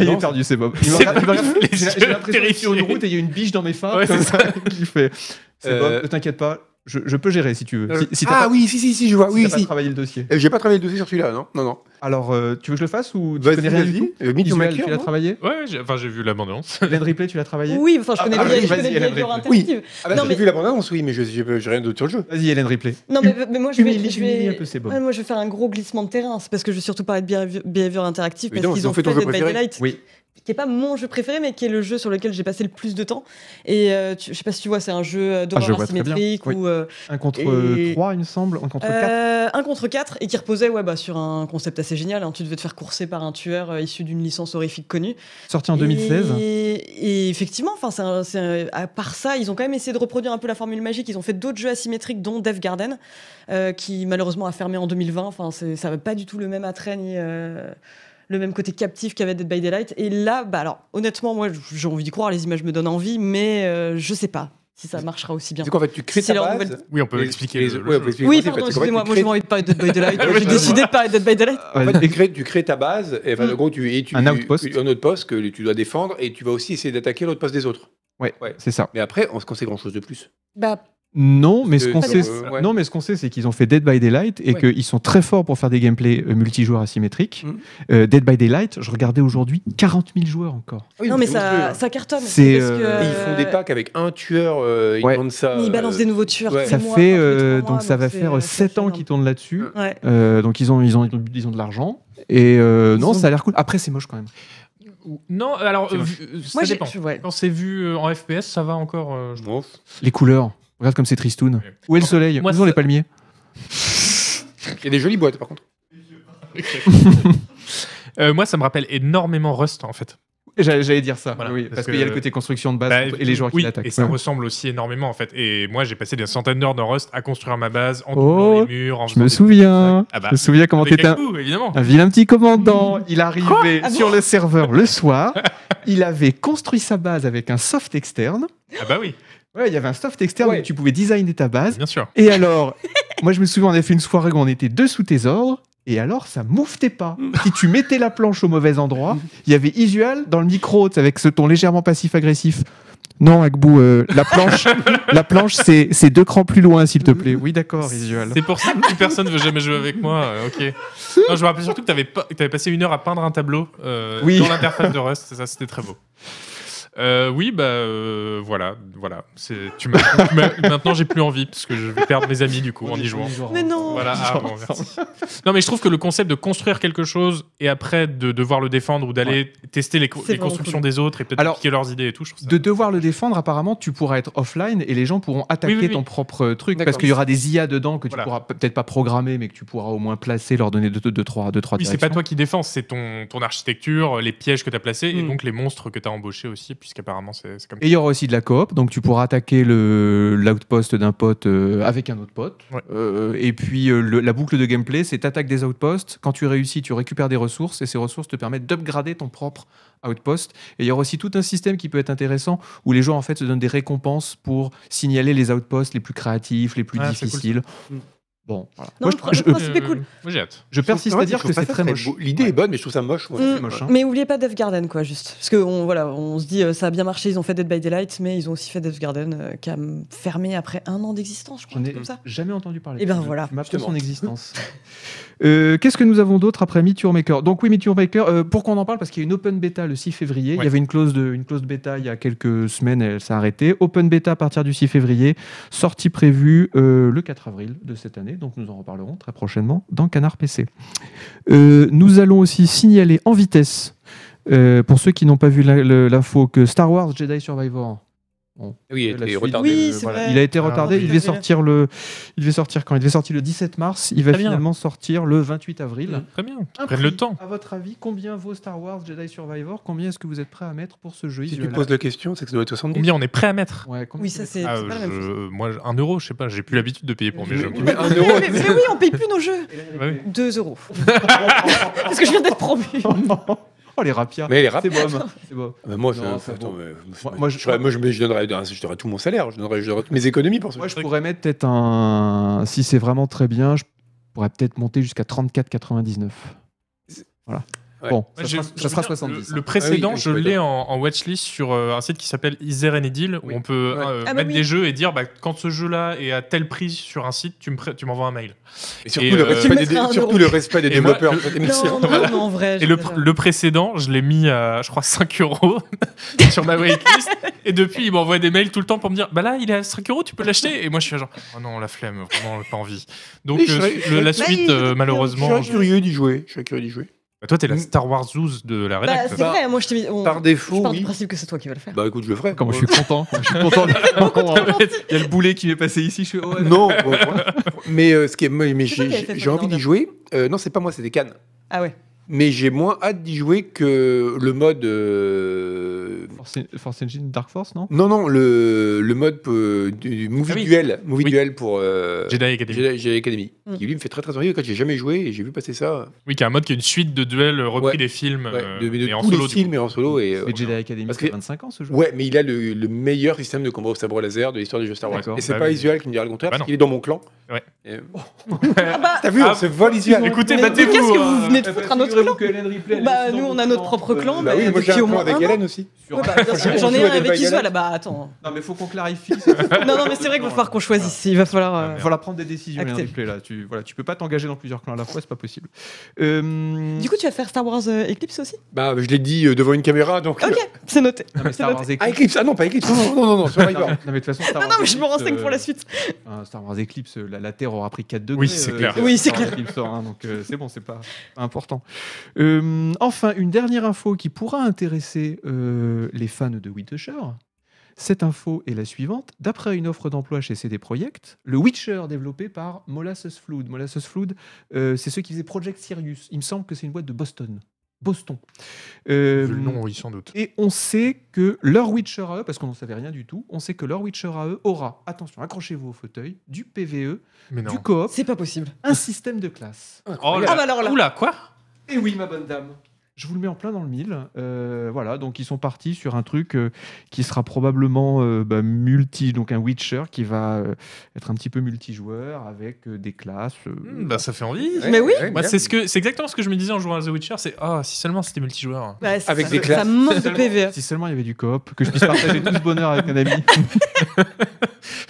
A: Il est perdu, c'est Bob. (laughs) Il me
C: C'est
A: regarde- il me
C: Bob,
A: regarde-
C: les
A: J'ai
C: yeux
A: j'ai l'impression d'être sur une
C: terrifiés.
A: route et il y a une biche dans mes fins.
C: Ouais,
A: comme
C: c'est
A: ça. (laughs) qui fait. C'est
D: Euh,
A: Bob, ne t'inquiète pas, je, je peux gérer si tu veux. Si, si t'as
D: ah
A: pas,
D: oui, si, si, si, je vois.
A: si
D: Oui,
A: t'as pas
D: si.
A: travaillé le dossier.
D: Euh, J'ai pas travaillé le dossier sur celui-là, non Non, non.
A: Alors, euh, tu veux que je le fasse ou tu
D: Vas-y,
A: connais rien du tout
D: vas-y. Euh, Meet
A: Visuel,
D: Your Maker,
A: tu l'as (laughs)
D: non
A: travaillé
C: Ouais, j'ai- enfin j'ai vu l'abondance.
A: Hélène Ripley, tu l'as travaillé
B: Oui, enfin, je
A: Ah,
B: connais
A: ah,
B: bien
A: oui,
B: je connais
A: vas-y,
B: bien
A: Hélène
B: les joueurs
A: Ripley.
D: Oui.
B: interactives.
D: Ah bah,
B: Non,
D: j'ai
B: mais-
D: vu l'abondance, oui, mais je- j'ai j'ai rien d'autre sur le jeu.
A: Vas-y, Hélène Ripley.
B: Non, mais, mais moi, je vais,
A: Humilie-
B: je vais-
A: humilie un peu, c'est bon.
B: Ouais, moi, je vais faire un gros glissement de terrain. C'est parce que je vais surtout parler de behavior, behavior interactive parce
D: Évidemment,
B: qu'ils
D: ils ont
B: ont
D: fait
B: fait
D: ton jeu
B: Dead by
D: préféré.
B: Daylight,
A: Oui.
B: qui est pas mon jeu préféré, mais qui est le jeu sur lequel j'ai passé le plus de temps. Et euh, tu- je sais pas si tu vois, c'est un jeu euh,
A: je
B: d'horreur
A: vois très bien.
B: asymétrique
A: Oui.
B: ou euh,
A: Un contre
B: Et-
A: 3, il me semble. Un contre 4.
B: euh, un contre 4 et qui reposait ouais, bah, sur un concept assez génial. hein. Tu devais te faire courser par un tueur euh, issu d'une licence horrifique connue.
A: Sorti en 2016.
B: Et, et effectivement, enfin, c'est un- c'est un- à part ça, ils ont quand même essayé de reproduire un peu la formule magique. Ils ont fait d'autres jeux asymétriques, dont Death Garden, euh, qui malheureusement a fermé en 2020. Enfin, c'est- ça n'a pas du tout le même attrait ni. euh, le même côté captif qu'avait Dead by Daylight. Et là, bah alors, honnêtement, moi, j'ai envie d'y croire, les images me donnent envie, mais euh, je sais pas si ça marchera aussi bien.
D: C'est qu'en fait, tu crées
B: C'est
D: ta
B: leur
D: base.
B: nouvelle-
C: Oui, on peut
D: les-
C: expliquer.
D: les-
C: le- le
D: ouais, on
C: jeu.
D: peut expliquer le
B: Oui,
D: principe,
B: pardon,
D: parce qu'en fait, tu
B: excusez-moi, moi
D: crées-
B: j'ai envie de parler de Dead by Daylight.
C: Ouais,
D: (laughs)
B: J'ai
C: je
B: décidé de parler de Dead by Daylight.
D: En
A: Ouais.
D: fait, tu crées, tu crées ta base, et enfin,
B: Mm.
D: en gros, tu, et tu,
A: Un
D: tu-
A: outpost.
D: un outpost que tu dois défendre, et tu vas aussi essayer d'attaquer l'outpost des autres.
A: C'est ça.
D: Mais après, on se sait grand chose de plus.
B: Bah,
A: Non, mais ce
D: que
A: qu'on
B: dans le-
A: sait,
D: ouais.
A: non, mais ce qu'on sait, c'est qu'ils ont fait Dead by Daylight et
D: Ouais.
A: qu'ils sont très forts pour faire des gameplays euh, multijoueurs asymétriques.
D: Mhm.
A: Euh, Dead by Daylight, je regardais aujourd'hui 40 000 joueurs encore.
D: Oui,
B: non, Ah mais
D: c'est
B: ça,
D: monstrueux, hein.
B: ça cartonne.
A: C'est,
B: parce que,
A: euh,
D: Et ils font des
B: euh,
D: packs avec un tueur, euh, ils
A: Ouais.
D: vendent ça.
B: Mais ils balancent des nouveaux tueurs.
D: ouais.
B: tous les
A: Ça
B: mois,
A: fait
B: enfin, tous les trois
A: euh,
B: mois,
A: donc ça va
B: c'est-
A: faire euh,
B: c'est
A: 7 ans
B: énorme.
A: qu'ils tournent là-dessus.
D: Mm.
B: Ouais.
A: Euh, donc ils ont ils ont ils ont de l'argent et euh,
B: Ils
A: non
B: ont-
A: ça a l'air cool. Après c'est moche quand même.
C: Ou- Non, alors,
A: C'est
C: euh,
A: moche.
C: vu- euh, ça
B: Moi, j'ai-
C: dépend.
B: je- ouais.
C: Quand c'est vu euh, en FPS, ça va encore. euh, je-
D: Bon.
A: Les couleurs. Regarde comme c'est tristoun.
C: Ouais.
A: Où est le soleil
C: Moi,
A: Où sont
C: ça-
A: les palmiers
D: Il y a des jolies boîtes, par contre.
C: Euh, moi, ça me rappelle énormément Rust, en fait.
A: J'allais j'allais dire ça.
C: Voilà,
A: oui,
C: parce
A: parce qu'il y a
C: que-
A: le côté construction de base
C: Bah,
A: Ah, et les joueurs
C: oui,
A: qui l'attaquent.
C: Et ça
A: Ouais.
C: ressemble aussi énormément, en fait. Et moi, j'ai passé des centaines d'heures dans Rust à construire ma base,
A: Oh,
C: en doublant les murs, en
A: Je
C: faisant
A: me
C: des-
A: souviens.
C: Ah bah,
A: Je me souviens comment
C: avec
A: t'étais un,
C: Kaku, évidemment.
A: un vilain petit commandant. Il arrivait
B: Ah bon
A: sur le serveur le soir. Il avait construit sa base avec un soft externe.
C: Ah bah oui,
A: Ouais, il y avait un soft externe
D: Ouais.
A: où tu pouvais designer ta base.
C: bien sûr.
A: Et
B: (laughs)
A: alors, moi je me souviens, on avait fait une soirée où on était deux sous tes ordres. Et alors, ça mouftait
B: (laughs)
A: pas. Si tu mettais la planche au mauvais endroit, il y avait Isual dans le micro, tu sais, avec ce ton légèrement passif-agressif. Non, Agbou, euh, la
B: (laughs)
A: planche, la planche, c'est c'est deux crans plus loin,
B: Mmh.
A: s'il te plaît. Oui, d'accord, Isual.
C: C'est pour ça que plus personne veut jamais jouer avec moi. euh, Ok. Non, je me rappelle surtout que t'avais pas- que t'avais passé une heure à peindre un tableau euh,
A: Oui.
C: dans l'interface de Rust. c'est Ça, c'était très beau. Euh, oui, bah euh, voilà, voilà. C'est- Tu m'as- tu m'as- maintenant, j'ai plus envie parce que je vais perdre mes amis du coup en y jouant.
B: Mais non
C: Voilà, ah, bon, merci. Non, mais je trouve que le concept de construire quelque chose et après de devoir le défendre ou d'aller tester les, co-
B: C'est
C: les
B: vraiment
C: constructions des autres et peut-être
A: Alors,
C: piquer leurs idées et tout, je trouve ça.
A: De devoir le défendre, apparemment, tu pourras être offline et les gens pourront attaquer
C: Oui, oui, oui.
A: ton propre euh, truc parce
D: D'accord.
A: qu'il y aura des IA dedans que tu
C: Voilà.
A: pourras p- peut-être pas programmer, mais que tu pourras au moins placer, leur donner deux, deux, deux, trois, deux, trois
C: Oui, c'est pas
A: directions.
C: toi qui défends, c'est ton, ton architecture, les pièges que tu as placés et
A: Mm.
C: donc les monstres que tu as embauchés aussi, puisqu'apparemment c'est c'est comme
A: Et il y aura aussi de la coop, donc tu pourras attaquer le- l'outpost d'un pote euh, avec un autre pote.
C: Ouais.
A: Euh, et puis euh, le- la boucle de gameplay, c'est t'attaques des outposts. Quand tu réussis, tu récupères des ressources et ces ressources te permettent d'upgrader ton propre outpost. Et il y aura aussi tout un système qui peut être intéressant où les joueurs en fait se donnent des récompenses pour signaler les outposts les plus créatifs, les plus
C: Ah, c'est cool, ça.
A: difficiles.
D: Mm.
A: Bon, voilà.
B: Non,
A: Moi,
B: le pro-
A: je,
B: le
A: je-
B: principe est
C: Euh,
B: cool.
C: Moi j'ai hâte.
A: je persiste à dire
D: Je
A: que
D: trouve
A: c'est
D: ça
A: très moche.
D: beau. L'idée
A: Ouais.
D: est bonne, mais je trouve ça moche. ouais.
B: Mm.
A: C'est moche, hein.
B: Mais oubliez pas Death Garden, quoi, juste. Parce que on, voilà, on se dit, euh, ça a bien marché, ils ont fait Dead by Daylight, mais ils ont aussi fait Death Garden, euh, qui a m- fermé après un an d'existence, je crois,
A: J'en
B: un truc
A: ai (laughs)
B: comme ça.
A: jamais entendu parler.
B: Eh ben voilà.
A: Tu m'apprends
D: Justement.
A: son existence. (laughs) Euh, Qu'est-ce que nous avons d'autre après Meteor Maker Donc oui, Meteor Maker, euh, pourquoi on en parle Parce qu'il y a une open beta le 6 février. Il
C: Ouais.
A: y avait une clause de une clause bêta il y a quelques semaines, elle s'est arrêtée. Open beta à partir du 6 février, sortie prévue euh, le 4 avril de cette année. Donc nous en reparlerons très prochainement dans Canard PC. Euh, nous allons aussi signaler en vitesse, euh, pour ceux qui n'ont pas vu la- le- l'info, que Star Wars Jedi Survivor
D: Oui,
A: hein. La
D: elle est
A: suite.
D: retardée.
B: Oui,
D: euh,
B: c'est
D: voilà.
B: vrai.
A: il a été
C: Alors,
A: retardé.
C: oui.
A: Ah, Il devait sortir le, il devait sortir quand Il devait sortir le 17 mars. Il va
C: Très bien.
A: finalement sortir le 28 avril.
C: Très bien.
A: Un
C: Prennent
A: prix.
C: le temps.
A: À votre avis, combien vaut Star Wars Jedi Survivor Combien est-ce que vous êtes prêt à mettre pour ce jeu
D: Si tu
A: Isuel
D: poses la question, c'est que ça doit être 70.
C: Combien on est prêt à mettre
A: Ouais, combien
B: Oui,
A: tu
B: ça,
A: mets-
B: c'est c'est
C: Ah,
B: pas la même
C: je-
B: chose.
C: moi, un euro, je sais pas, j'ai plus l'habitude de payer pour mes
D: Mais-
C: jeux.
D: mais un
B: Mais,
D: euro.
B: mais- mais oui, on paye plus nos jeux
A: (laughs)
C: Ouais.
B: 2 euros. Parce que je viens d'être promu.
A: Oh les rapias.
D: Mais elle est rapide.
A: C'est bon. C'est bon.
D: Ah bah moi,
A: Non,
D: ça-
A: c'est
D: attends,
A: bon.
D: mais-
A: Moi-
D: moi,
A: moi, je-
D: je, serais- moi, je, je donnerais, je donnerais tout mon salaire, je donnerais, je donnerais toutes mes économies pour ce
A: Moi, je
D: truc.
A: pourrais mettre peut-être un. Si c'est vraiment très bien, je pourrais peut-être monter jusqu'à 34,99. Voilà.
D: Ouais.
A: Bon,
C: Ouais,
A: ça
C: je-
A: sera,
C: je
A: ça sera
C: veux dire,
A: 70.
C: Le, le précédent,
D: Ah oui,
C: je
D: oui,
C: l'ai en, en watchlist sur euh, un site qui s'appelle Isère and Edil, où
D: Oui.
C: on peut
D: Ouais.
C: euh,
B: Ah bah
C: mettre
B: oui.
C: des jeux et dire bah, quand ce jeu-là est à tel prix sur un site, tu me prê- tu m'envoies un mail.
D: Et surtout,
C: Et,
D: le,
C: euh,
D: respect
B: tu
D: des,
B: mettrais un
D: surtout
B: euro.
D: le respect des
C: Et moi,
D: développeurs.
C: le-
D: en fait,
B: Non,
D: émission.
B: non, non, en vrai.
C: Et
B: je-
C: le, pr- le précédent, je l'ai mis à, je crois, 5 euros (laughs) sur ma waitlist. et depuis, il m'envoie des mails tout le temps pour me dire Bah là, il est à 5 euros, tu peux l'acheter. Et moi, je suis là genre Oh non, la flemme, vraiment, pas envie. Donc,
D: Mais je
C: euh,
D: serais-
C: le- la
B: je-
C: suite,
B: Mais-
C: euh,
D: Je
C: malheureusement.
D: serais
C: je-
D: curieux d'y jouer. Je serais curieux d'y jouer.
C: Bah, toi, t'es la Star Wars Zouz de la
B: Bah,
C: rédac.
B: c'est
D: Bah,
B: vrai, moi je t'ai mis. on-
D: Par
B: je
D: défaut,
B: pars du
D: oui.
B: principe que c'est toi qui vas le faire.
D: Bah écoute, je le ferai.
A: Comme je
D: Ouais.
A: suis (laughs) content, comme je suis content. Il y a le boulet qui m'est passé ici. Je suis... oh, ouais,
D: Non, bon, bon. mais euh, ce qui est, mais mais
B: C'est toi
D: j'ai
B: qui avais fait
D: j'ai
B: Fallen
D: envie d'y
B: Order.
D: jouer. Euh, non, c'est pas moi, c'était Cannes.
B: Ah ouais.
D: mais j'ai moins hâte d'y jouer que le mode. euh,
A: Force, Force Engine Dark Force, non
D: Non, non, le, le mode euh, du, du movie
C: Ah oui.
D: duel, movie
C: Oui.
D: duel pour euh,
C: Jedi Academy.
D: Jedi, Jedi Academy,
B: Mm.
D: qui lui me fait très très envie. Quand j'ai jamais joué et j'ai vu passer ça,
C: Oui, qui est un mode qui est une suite de duels euh, repris
D: Ouais.
C: des films
D: ouais,
C: euh,
D: de, de
C: et en
D: tous
C: solo.
D: les
C: du
D: films
C: coup.
D: et en solo et euh,
A: Mais Jedi Academy,
D: Parce
A: ça fait
D: que-
A: 25 ans ce jeu.
D: Ouais, mais il a le, le meilleur système de combat au sabre laser de l'histoire des jeux Star Wars.
A: D'accord.
D: Et c'est
C: Bah
D: pas
C: oui.
D: Isuel qui me dira le contraire,
C: Bah non.
D: parce qu'il est dans mon clan.
C: Ouais.
D: Et- euh,
B: Ah bah,
D: T'as vu,
C: Ah,
D: on se vole Isuel.
C: Écoutez,
B: Mais- mais
C: battez-vous
B: qu'est-ce que
C: euh,
B: vous venez de foutre un autre clan Bah, nous, on a notre propre clan,
D: Bah
B: mais
D: oui, moi j'ai
B: depuis
D: un
B: au
D: clan
B: moins
D: avec
B: un
D: Hélène aussi.
B: Ouais, bah, bien sûr,
D: On
B: J'en ai
D: joue à
B: un
D: des
B: avec
D: baïonnettes.
B: Isuel. ah Bah attends.
A: Non, mais faut qu'on
B: (laughs)
A: clarifie.
B: Non, non, mais c'est vrai qu'il va falloir qu'on choisisse. Il va falloir. euh,
A: Il va falloir prendre des décisions.
B: Acté.
A: Hélène Ripley, là. Tu, voilà, tu peux pas t'engager dans plusieurs clans à la fois, c'est pas possible. Euh,
B: Du coup, tu vas faire Star Wars euh, Eclipse aussi
D: Bah, je l'ai dit euh, devant une caméra, donc.
B: Ok, c'est noté.
A: non,
B: (laughs)
A: mais Star Wars
B: c'est
D: Ah,
A: Eclipse.
D: Eclipse Ah non, pas Eclipse, non, non, non, non, non
A: Non,
D: Survivor.
A: mais non, mais de toute façon, Star
B: Ah Non,
A: Wars
B: non, mais je me
A: Eclipse,
B: renseigne pour la
A: euh,
B: suite.
A: un Star Wars Eclipse, euh, la, la Terre aura pris 4 degrés. euh,
C: Oui, c'est clair.
B: Oui, c'est
A: Star Wars Eclipse sort, hein, donc euh, c'est bon, c'est pas, pas important. Euh, enfin, une dernière info qui pourra intéresser euh, les fans de Witcher. Cette info est la suivante. D'après une offre d'emploi chez CD Projekt, le Witcher développé par Molasses Flood. Molasses Flood, euh, c'est ceux qui faisaient Project Sirius. Il me semble que c'est une boîte de Boston. Boston. Euh,
C: Vu le nom, oui, sans doute.
A: et on sait que leur Witcher à eux, parce qu'on n'en savait rien du tout, on sait que leur Witcher à eux aura, attention, accrochez-vous au fauteuil, du PVE,
C: Mais non.
A: du coop,
B: C'est pas possible.
A: un système de classe.
C: Oh là
B: Ah bah alors là.
C: Oula, quoi
A: Et oui, ma bonne dame. Je vous le mets en plein dans le mille. Euh, voilà, donc ils sont partis sur un truc euh, qui sera probablement euh, bah, multi, donc un Witcher qui va euh, être un petit peu multijoueur avec euh, des classes. euh,
C: Hmm, Bah, ça fait envie.
B: Mais oui.
C: Moi, Bah, c'est ce que- c'est exactement ce que je me disais en jouant à The Witcher c'est ah, si seulement c'était multijoueur.
B: Bah, c'est-
D: Avec
B: ça-
D: des classes.
B: Ça manque de PVE.
A: Si seulement il y avait du coop, que je puisse partager tout ce bonheur avec un ami. (laughs)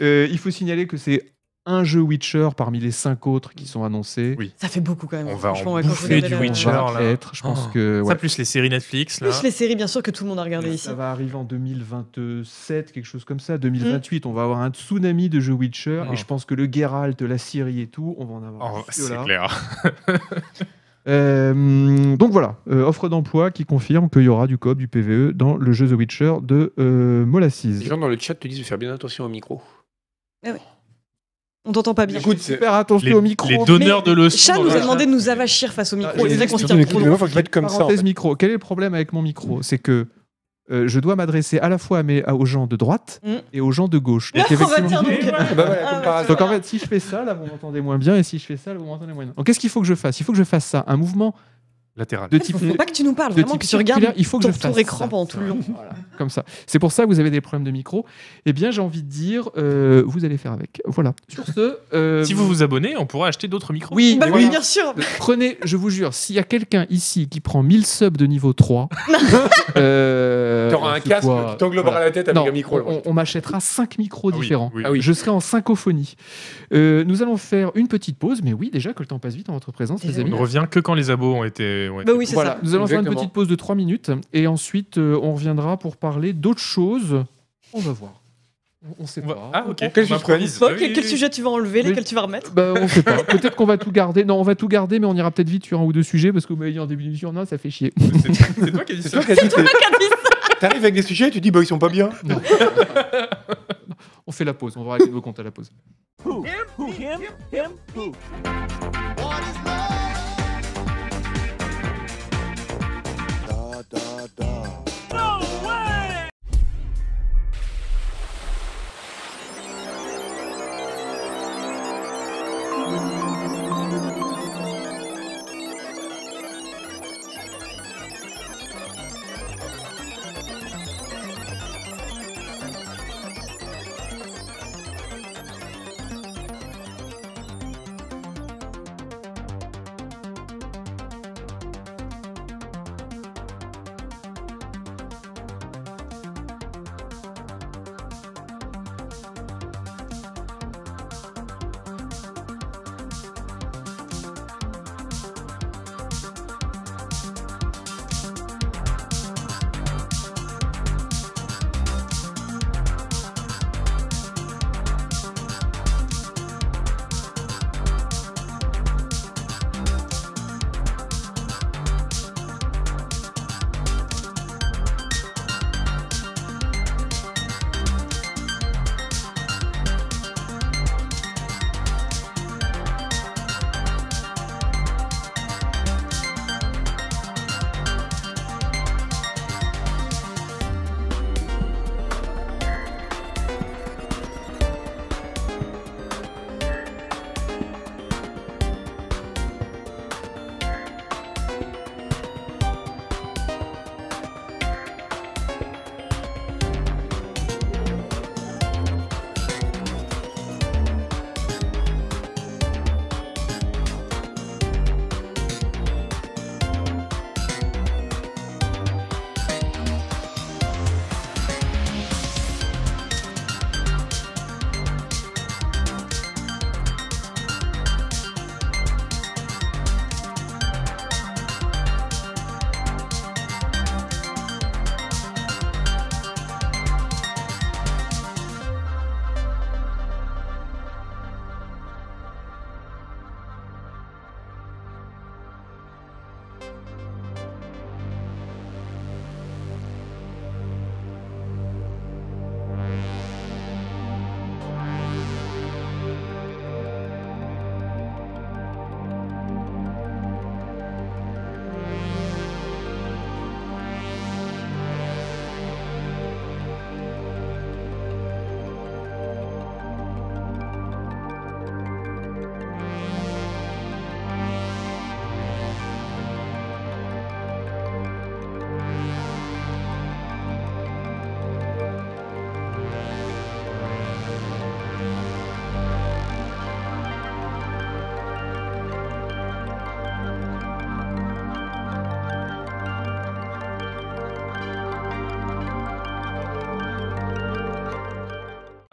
A: Euh, il faut signaler que c'est un jeu Witcher parmi les cinq autres qui sont annoncés.
C: Oui.
B: Ça fait beaucoup quand même.
C: On va en
B: Franchement, ouais, quand vous
C: bouffer
B: regardez
C: du
B: la-
A: On
C: Witcher.
A: va
C: là.
A: être, je pense
C: Oh.
A: que ouais.
C: Ça, plus les séries Netflix, là.
B: Plus les séries, bien sûr, que tout le monde a regardé ici.
A: ça va arriver en 2027, quelque chose comme
C: Mm.
A: ça, 2028. On va avoir un tsunami de jeux Witcher
C: Oh.
A: et je pense que le Geralt, la Syrie et tout, on va en avoir.
C: Oh,
A: un
C: c'est
A: là.
C: clair.
A: Euh, donc voilà, euh, offre d'emploi qui confirme qu'il y aura du coop, du PVE dans le jeu The Witcher de euh, Molasses.
D: Les gens dans le chat te disent de faire bien attention au micro.
B: On t'entend pas bien.
D: Écoute, c'est-
A: Super attention
C: Les,
A: au micro.
C: les donneurs
B: Mais
C: de leçons. euh,
B: Chat
C: dans
B: nous
C: le
B: a
A: chat.
B: demandé de nous avachir face au micro.
A: Ah,
B: Et c'est
A: j'ai-
B: vrai qu'on s'y
A: j'ai-
B: tient
A: j'ai-
B: trop
D: mais
B: long.
D: moi, faut que je mette comme ça. en
A: Parenthèse
D: fait.
A: micro. Quel est le problème avec mon micro C'est que euh, je dois m'adresser à la fois à mes- à- aux gens de droite
B: Mm.
A: et aux gens de gauche. Donc,
B: (laughs) On va
A: effectivement- (laughs)
B: dire donc.
D: Ah Bah
B: Ah,
D: voilà, comme
B: ouais,
D: par
B: c'est
D: hasard.
A: Donc en fait, si je fais ça, là, vous m'entendez moins bien, et si je fais ça, là, vous m'entendez moins bien. Donc qu'est-ce qu'il faut que je fasse Il faut que je fasse ça, un mouvement
C: Latéral.
A: de
B: Faut,
A: type,
B: faut pas que tu nous parles,
A: de
B: vraiment
A: type
B: que tu regardes
A: circulaire. Il faut que
B: ton
A: je fasse
B: tour écran
A: ça.
B: pendant tout le
A: (laughs)
B: long.
A: comme ça. C'est pour ça que vous avez des problèmes de micro. Eh bien, j'ai envie de dire, euh, vous allez faire avec. Voilà. Sur ce, euh,
C: Si vous vous abonnez, on pourra acheter d'autres micros.
A: oui,
B: Bah
A: mais
B: oui,
A: voilà.
B: bien sûr.
A: Prenez, je vous jure, s'il y a quelqu'un ici qui prend 1000 subs de niveau 3, euh,
D: T'auras un
A: c'est
D: casque
A: quoi
D: qui t'englobera la tête avec
A: Non,
D: un micro. là.
A: on, on m'achètera 5 micros
C: Ah oui,
A: différents.
C: oui.
D: Ah oui.
A: Je serai en syncophonie. Euh, nous allons faire une petite pause, mais oui, déjà que le temps passe vite en votre présence, les
B: Désolé.
A: amis.
C: On ne revient que quand les abos ont été. ont été-
B: Bah oui, c'est
A: Voilà,
B: ça.
A: nous allons faire une
D: Exactement.
A: petite pause de 3 minutes et ensuite euh, on reviendra pour parler d'autres choses. On va voir. On- On sait
C: On va-
A: pas.
C: Ah, ok.
D: Quel
C: On improvise.
B: Toi,
C: Bah oui,
B: quel, quel
C: oui,
B: sujet tu vas enlever,
A: Oui.
B: lesquels tu vas remettre
A: Bah, on sait
D: (laughs)
A: pas. Peut-être qu'on va tout garder. Non, on va tout garder, mais on ira peut-être vite sur un ou deux sujets parce que vous m'avez dit en début d'émission, non, ça fait chier.
C: oui. C'est c'est toi qui as dit
D: C'est
C: ça.
D: toi qui as dit. T'arrives avec des sujets, tu dis, bah ils sont pas bien.
A: Non. Non. on fait la pause. On va régler vos comptes à la pause.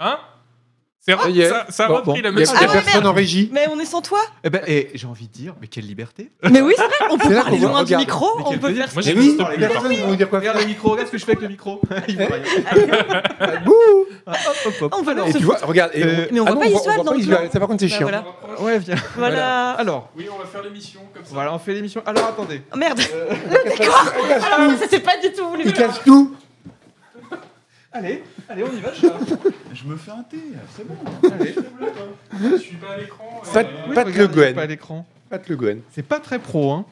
C: Hein C'est rare,
D: Ça Ah, y est.
C: ça, ça a
D: Bon,
C: repris
D: bon.
C: la
D: Il y
C: même
D: a, il y a
B: Ah,
C: chose.
B: merde.
D: personne en régie.
B: Mais on est sans toi
A: Eh ben, et j'ai envie de dire, mais quelle liberté
B: Mais oui, c'est vrai, on peut
D: C'est là
B: parler
D: qu'on voit,
B: loin du
D: regarde.
B: micro,
A: Mais
B: on
A: quel
B: peut
A: plaisir.
B: faire
C: Moi,
D: Mais
C: j'ai
D: oui,
C: juste
D: il
C: plus.
D: y a personne qui va vous dire quoi faire.
A: Regarde le micro, regarde ce que je fais avec le micro. (laughs) Il voit rien.
D: Bouh
A: Ah, (laughs) hop, hop,
B: On
A: hop.
B: va leur
D: Et
B: se
D: tu vois, regarde. et
A: Euh,
D: on-
B: Mais on
D: Ah
B: voit
D: non,
B: pas
D: on
B: Isual dans
D: on voit
B: le
D: pas Isual,
B: plan.
D: Ça, par contre, c'est
B: Bah,
D: chiant.
B: voilà.
A: Ouais, viens.
B: Voilà.
A: Alors,
C: Oui, on va faire l'émission comme ça.
A: voilà, on fait l'émission. Alors, attendez.
B: Oh, Merde
A: Euh,
D: Il casse
B: Alors,
D: tout.
B: Ah, ça c'est pas du tout voulu
D: Il casse tout.
A: allez, allez, on y va. Charles.
E: Je me fais un thé, c'est bon.
A: Allez.
C: Je suis pas à l'écran.
D: Fat-
C: euh,
A: Oui,
D: Pat
A: regarde, il
D: Le
A: est
D: Gouen.
A: Pas à l'écran.
D: Pat Le Gouen.
A: C'est pas très pro, hein.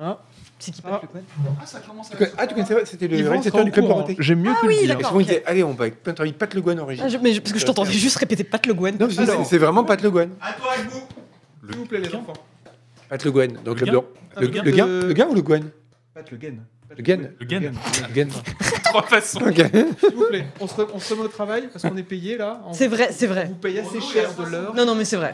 A: Hein
B: C'est qui
A: Ah.
B: Patrick Cohen
E: Ah, ça commence à.
D: Ah, tu connaissais pas C'était le
A: Yvan
D: réalisateur
A: sera
D: du
A: au
D: Club
A: courant.
D: Dorothée.
A: J'aime mieux
B: Ah
A: te le
B: oui,
A: dire.
D: Et
B: d'accord.
D: souvent, il
B: ok.
D: disait Allez, on va avec Pat Pat Le Gouen en régie.
B: Ah, je- mais je- Parce que je t'entendais juste répéter Pat Le Gouen.
D: Non, je disais,
A: Alors.
D: c'est vraiment Pat Le Gouen.
E: À toi, Agbou
A: S'il vous plaît, les enfants.
D: Pat Le Gouen. Donc
C: Le
D: le
C: gain
D: blanc.
A: Ah,
D: Le
A: le
D: le
A: gain
D: gain
A: de-
D: le gain ou le Gouen
A: Pat Le Guen. Pat
D: Le Guen.
C: Le Guen.
D: Le Gouen.
C: Trois façons.
A: S'il vous plaît, on se, re- on se remet au travail parce qu'on est payé là. On
B: C'est vrai, c'est vrai.
A: vous paye assez cher de l'heure.
B: Non, non, mais c'est vrai.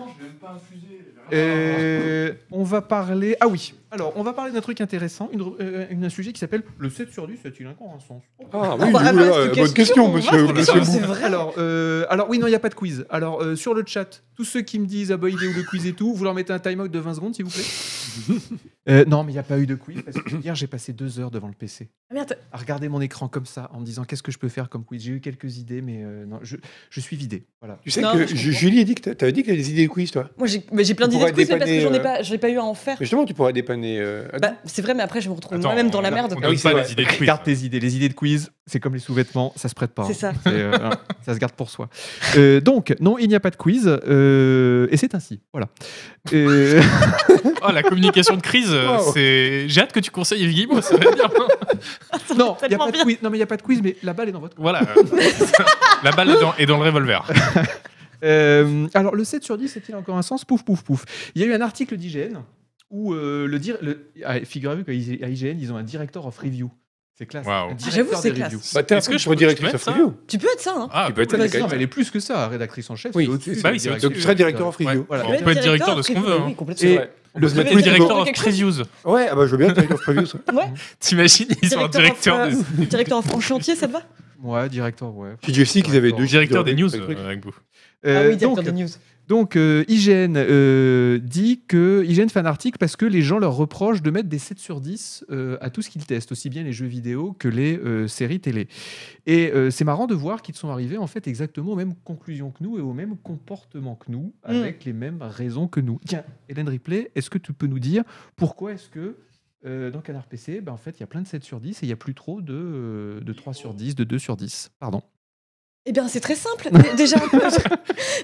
A: Euh, on va parler. Ah oui, alors on va parler d'un truc intéressant, une, euh, une- un sujet qui s'appelle le 7 sur 10, a-t-il un sens
D: Ah
B: Ah,
D: oui,
B: bah, ah, bah, c'est
D: oula,
B: une
D: bonne
B: question,
D: question,
B: on
D: monsieur.
B: va
D: monsieur
B: se-
D: Bou.
B: c'est vrai.
A: Alors, euh, alors oui, non, il n'y a pas de quiz. Alors, euh, sur le chat, tous ceux qui me disent Ah bah, il est où le quiz et tout, vous leur mettez un time-out de 20 secondes, s'il vous plaît (laughs) Euh, Non, mais il n'y a pas eu de quiz parce que hier, j'ai passé deux heures devant le PC
B: Ah, Merde,
A: à regarder mon écran comme ça en me disant Qu'est-ce que je peux faire comme quiz J'ai eu quelques idées, mais euh, non, je, je suis vidé. Voilà.
D: Tu sais
B: Non, mais
D: que
B: je
D: Ju- Julie a dit que t'a- t'avais dit que t'avais des idées de quiz, toi.
B: moi j'ai mais j'ai plein
D: On
B: d'idées de
D: pourrait
B: quiz, mais parce que
D: dépanner,
B: j'en ai
D: euh,
B: pas, j'en ai pas eu à en faire.
D: Mais justement, tu pourras dépanner. euh, Adam.
B: Bah, c'est vrai, mais après je me retrouve
C: Attends,
B: moi-même dans la
C: on a-
B: merde.
C: On
D: Ah
C: n'a
D: oui, c'est
C: pas
D: vrai.
C: les idées de quiz.
A: Garde tes idées. Les idées de quiz, c'est comme les sous-vêtements, ça se prête pas.
B: C'est ça.
A: C'est, euh, voilà, ça se garde pour soi. Euh, donc, non, il n'y a pas de quiz. euh, et c'est ainsi. Voilà. (laughs) Euh,
C: Oh, la communication de crise, euh,
D: Wow.
C: c'est. J'ai hâte que tu conseilles Evgui, moi,
D: (laughs)
C: ça va bien.
A: non, il y a
B: tellement
A: pas de
B: bien.
A: quiz. Non, mais il n'y a pas de quiz, mais la balle est dans votre.
C: Voilà. la balle est dans, est dans le revolver.
A: Euh, alors, le 7 sur 10, est-il encore un sens Pouf, pouf, pouf. Il y a eu un article d'IGN où euh, le dire. le- ah, Figurez-vous qu'à IGN, ils ont un director of review. C'est classe.
C: Waouh.
A: Un
C: Ah,
A: directeur
B: j'avoue, c'est
A: des
B: classe.
A: reviews.
D: Bah, t'es un
C: Est-ce
D: peu
C: que je
D: sur
C: peux-
D: directrice
C: je peux
D: of
C: mettre
D: review.
B: Tu peux être ça, hein
C: Ah,
D: peut être
C: cool.
D: avec-
B: Vas-y.
A: Non, mais elle est plus que ça, rédactrice en chef.
D: Oui,
A: c'est au-dessus,
D: c'est-
A: c'est
C: bah oui, c'est
A: directeur-
D: Donc tu seras directeur of
C: Ouais.
D: review.
A: Voilà.
C: Bon, Ah, on peut être directeur de ce qu'on
B: après,
C: veut.
B: Oui,
C: hein.
B: complètement.
D: C'est
A: Et
D: vrai.
C: On peut
D: Le
C: se
B: Mais
C: mettre le
B: directeur
C: directeur
B: de
C: of
B: quelque
C: Previews.
D: Ouais, ah bah je veux bien directeur of preview. ça.
C: T'imagines, ils sont un
B: Directeur
C: directeur
B: of-
C: des. Euh,
B: Directeur en chantier, ça te va
A: Ouais, directeur, ouais.
D: Chez GFC qu'ils avaient deux
C: Directeur des news,
D: des trucs.
C: euh, avec vous.
B: Ah
A: Euh,
B: oui, directeur
A: donc,
B: des news.
A: Donc euh, IGN euh, dit que IGN fait un article parce que les gens leur reprochent de mettre des 7 sur 10 euh, à tout ce qu'ils testent, aussi bien les jeux vidéo que les euh, séries télé. Et euh, c'est marrant de voir qu'ils sont arrivés en fait exactement aux mêmes conclusions que nous et aux mêmes comportements que nous,
B: Mm.
A: avec les mêmes raisons que nous. Tiens, Hélène Ripley, est-ce que tu peux nous dire pourquoi est-ce que euh, dans Canard PC, ben, en fait, il y a plein de 7 sur 10 et il n'y a plus trop de, euh, de 3 sur 10, de 2 sur 10. Pardon.
B: Eh bien, c'est très simple. Dé- Déjà, (laughs)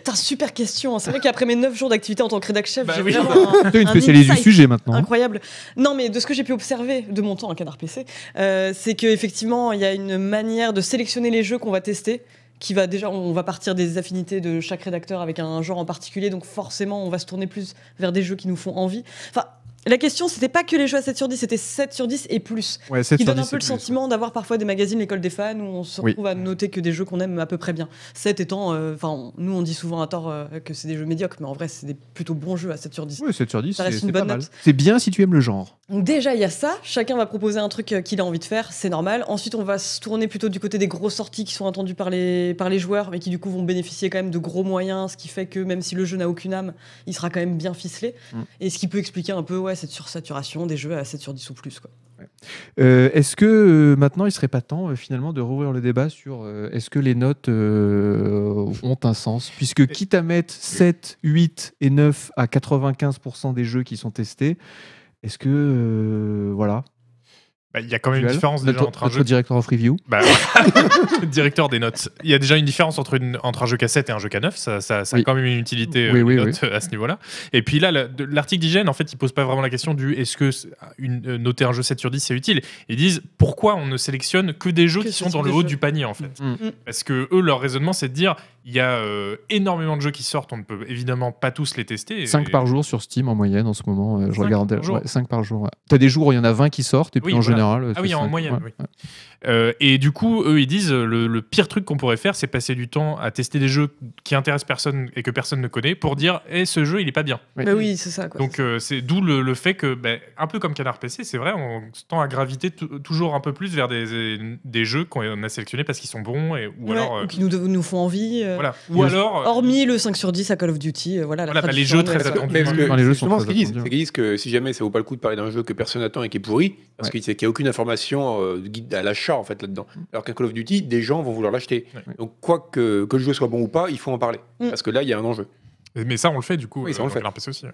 B: t'as super question. hein. C'est vrai qu'après mes 9 jours d'activité en tant que rédac chef,
C: Bah
B: j'ai
C: oui.
B: vraiment un-
A: Tu es une
B: un
A: spécialiste du
B: insight
A: sujet maintenant.
B: Incroyable. Non, mais de ce que j'ai pu observer de mon temps à Canard PC, euh, c'est qu'effectivement, il y a une manière de sélectionner les jeux qu'on va tester. Qui va déjà, on va partir des affinités de chaque rédacteur avec un genre en particulier, donc forcément, on va se tourner plus vers des jeux qui nous font envie. Enfin, la question, c'était pas que les jeux à 7 sur 10, c'était 7 sur 10 et plus
A: Ouais, 7
B: qui
A: sur
B: donne un
A: 10,
B: peu le
A: c'est plus.
B: sentiment d'avoir parfois des magazines l'école des fans où on se
A: Oui.
B: retrouve à noter que des jeux qu'on aime à peu près bien. 7 étant, euh, enfin, on- nous on dit souvent à tort euh, que c'est des jeux médiocres, mais en vrai c'est des plutôt bons jeux à 7 sur 10.
A: Oui, 7 sur 10,
B: Ça
A: c'est
B: reste une
A: c'est pas
B: bonne
A: mal.
B: note.
A: C'est bien si tu aimes le genre.
B: Donc déjà il y a ça, chacun va proposer un truc euh, qu'il a envie de faire, c'est normal. Ensuite on va se tourner plutôt du côté des grosses sorties qui sont attendues par les, par les joueurs, mais qui du coup vont bénéficier quand même de gros moyens, ce qui fait que même si le jeu n'a aucune âme, il sera quand même bien ficelé.
A: Mm.
B: Et ce qui peut expliquer un peu ouais, cette sursaturation des jeux à 7 sur 10 ou plus. Quoi.
A: Euh, est-ce que euh, maintenant, il serait pas temps euh, finalement de rouvrir le débat sur euh, est-ce que les notes euh, ont un sens Puisque quitte à mettre 7, 8 et 9 à 95% des jeux qui sont testés, est-ce que. euh, voilà.
C: Bah, Il y a quand même une
A: Duel,
C: différence déjà
A: notre,
C: entre un
A: notre
C: jeu.
A: directeur of review.
C: Bah, (laughs) directeur des notes. Il y a déjà une différence entre, une, entre un jeu K7 et un jeu K9. Ça, ça, ça
A: Oui.
C: a quand même une utilité euh,
A: Oui,
C: les
A: oui,
C: notes, euh, à ce niveau-là. Et puis là, la- de- l'article d'hygiène, en fait, il pose pas vraiment la question du est-ce que c'est- une- euh, noter un jeu 7 sur 10 c'est utile. Ils disent pourquoi on ne sélectionne que des jeux
B: Que
C: qui
B: ce
C: sont
B: type
C: dans le
B: de
C: haut
B: jeu.
C: du panier, en fait.
A: Mm.
B: Mm.
C: Parce que eux, leur raisonnement, c'est de dire il y a euh, énormément de jeux qui sortent, on ne peut évidemment pas tous les tester.
A: 5
C: Et-
A: par jour sur Steam en moyenne en ce moment. euh, je
C: Cinq
A: regarde.
C: par jour.
A: 5 par jour. ouais. T'as des jours où il y en a 20 qui sortent et puis
C: Oui,
A: en
C: voilà.
A: général. euh,
C: Ah
A: c'est
C: oui, en
A: cinq.
C: moyenne,
A: Ouais.
C: oui. Euh, et du coup, eux, ils disent euh, le, le pire truc qu'on pourrait faire, c'est passer du temps à tester des jeux qui intéressent personne et que personne ne connaît pour dire eh, ce jeu, il est pas bien.
B: Bah oui, c'est ça. Quoi.
C: Donc, euh, c'est d'où le, le fait que, ben, un peu comme Canard PC, c'est vrai, on tend à graviter tou- toujours un peu plus vers des, des- des jeux qu'on a sélectionnés parce qu'ils sont bons et, ou
B: Ouais,
C: alors. euh,
B: qui nous, nous font envie. euh,
C: voilà. Ou
A: Et-
C: alors. euh,
B: Hormis le 5 sur 10 à Call of Duty, euh, voilà. la
C: Voilà, bah, les
B: traduction,
C: jeux très
B: mais-
C: attendus.
D: Mais parce que
A: Dans les jeux
D: c'est
A: sont
D: justement
A: très
D: ce qu'ils disent,
A: attendus.
D: c'est qu'ils disent que si jamais ça vaut pas le coup de parler d'un jeu que personne n'attend et qui est pourri, parce
A: Ouais.
D: qu'il c'est qu'il n'y a aucune information euh, guide à l'achat en fait là-dedans. Alors qu'un Call of Duty, des gens vont vouloir l'acheter.
C: Ouais.
D: Donc quoi que, que le jeu soit bon ou pas, il faut en parler.
B: Mm.
D: Parce que là, il y a un enjeu.
C: Mais ça, on le fait du coup.
D: Oui, ça, on
C: euh,
D: le fait.
C: dans Canard PC aussi.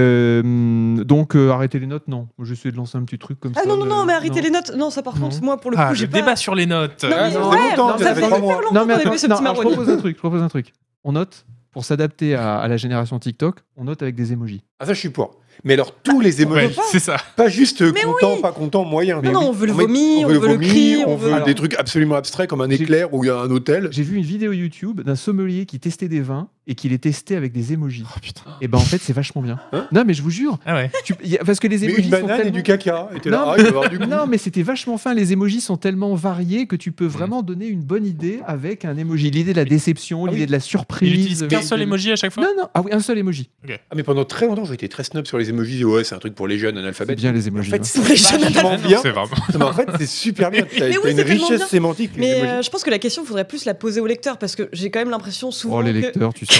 A: Euh, donc, euh, arrêter les notes, non. J'essaie de lancer un petit truc comme ça.
B: Ah non, non, non, mais arrêtez les notes. Non, ça, par
A: Non.
B: contre, moi, pour le coup,
C: Ah, le
B: j'ai pas.
C: débat sur les notes.
B: Non, mais
D: Ah,
B: ouais,
D: non, ça fait longtemps,
B: ça
D: ça
B: fait
D: fait trois
B: hyper
D: mois.
B: longtemps
A: Non, mais
B: qu'on a
A: attends,
B: vu ce
A: non, alors,
B: petit
A: je
B: marronnier.
A: propose un truc. Je propose un truc. On note, pour s'adapter à, à la génération TikTok, on note avec des emojis.
D: Ah ça, je suis pour. Mais alors tous les émotions,
C: Ouais, c'est ça.
D: pas juste
B: Mais
D: content, pas content, moyen.
B: Non, non, on veut le
D: met-
B: vomi, on veut le
D: vomi,
B: cri,
D: on veut
A: Alors-
D: des trucs absolument abstraits comme un
A: J'ai-
D: éclair où il y a un hôtel.
A: J'ai vu une vidéo YouTube d'un sommelier qui testait des vins et qui les testait avec des emojis.
C: Oh, putain.
A: Et ben en fait, c'est vachement bien.
D: Hein
A: non, mais je vous jure,
C: Ah ouais.
A: tu- y a- parce que les
D: Mais
A: emojis
D: une
A: sont
D: banane et
A: tellement-
D: du caca. Et t'es là,
A: Non,
D: ah, il va y avoir (laughs) du goût.
A: Non, mais c'était vachement fin. Les émojis sont tellement variés que
D: Mmh.
A: tu peux vraiment donner une bonne idée avec un émoji. L'idée de la déception,
D: Ah
A: l'idée
D: oui.
A: de la
C: Il
A: surprise.
C: utilise qu'un seul emoji à chaque fois
A: Non, non, ah oui, un seul émoji.
D: Ah, mais pendant très longtemps, j'ai été très snob sur les emojis. Oh, Ouais, c'est un truc pour les jeunes
A: C'est
D: analphabètes.
A: bien les
D: En
A: émojis. hein.
D: fait,
A: ouais.
D: c'est vachement bien.
C: C'est vraiment.
D: Non, mais en fait, c'est super bien. T'as
B: Mais
D: t'as
B: oui,
D: une
B: c'est tellement
D: richesse
B: bien.
D: sémantique. les
B: Mais
D: emojis.
B: euh, je pense que la question, faudrait plus la poser au lecteur parce que j'ai quand même l'impression souvent.
A: Oh, les
B: que-
A: lecteurs, tu sais.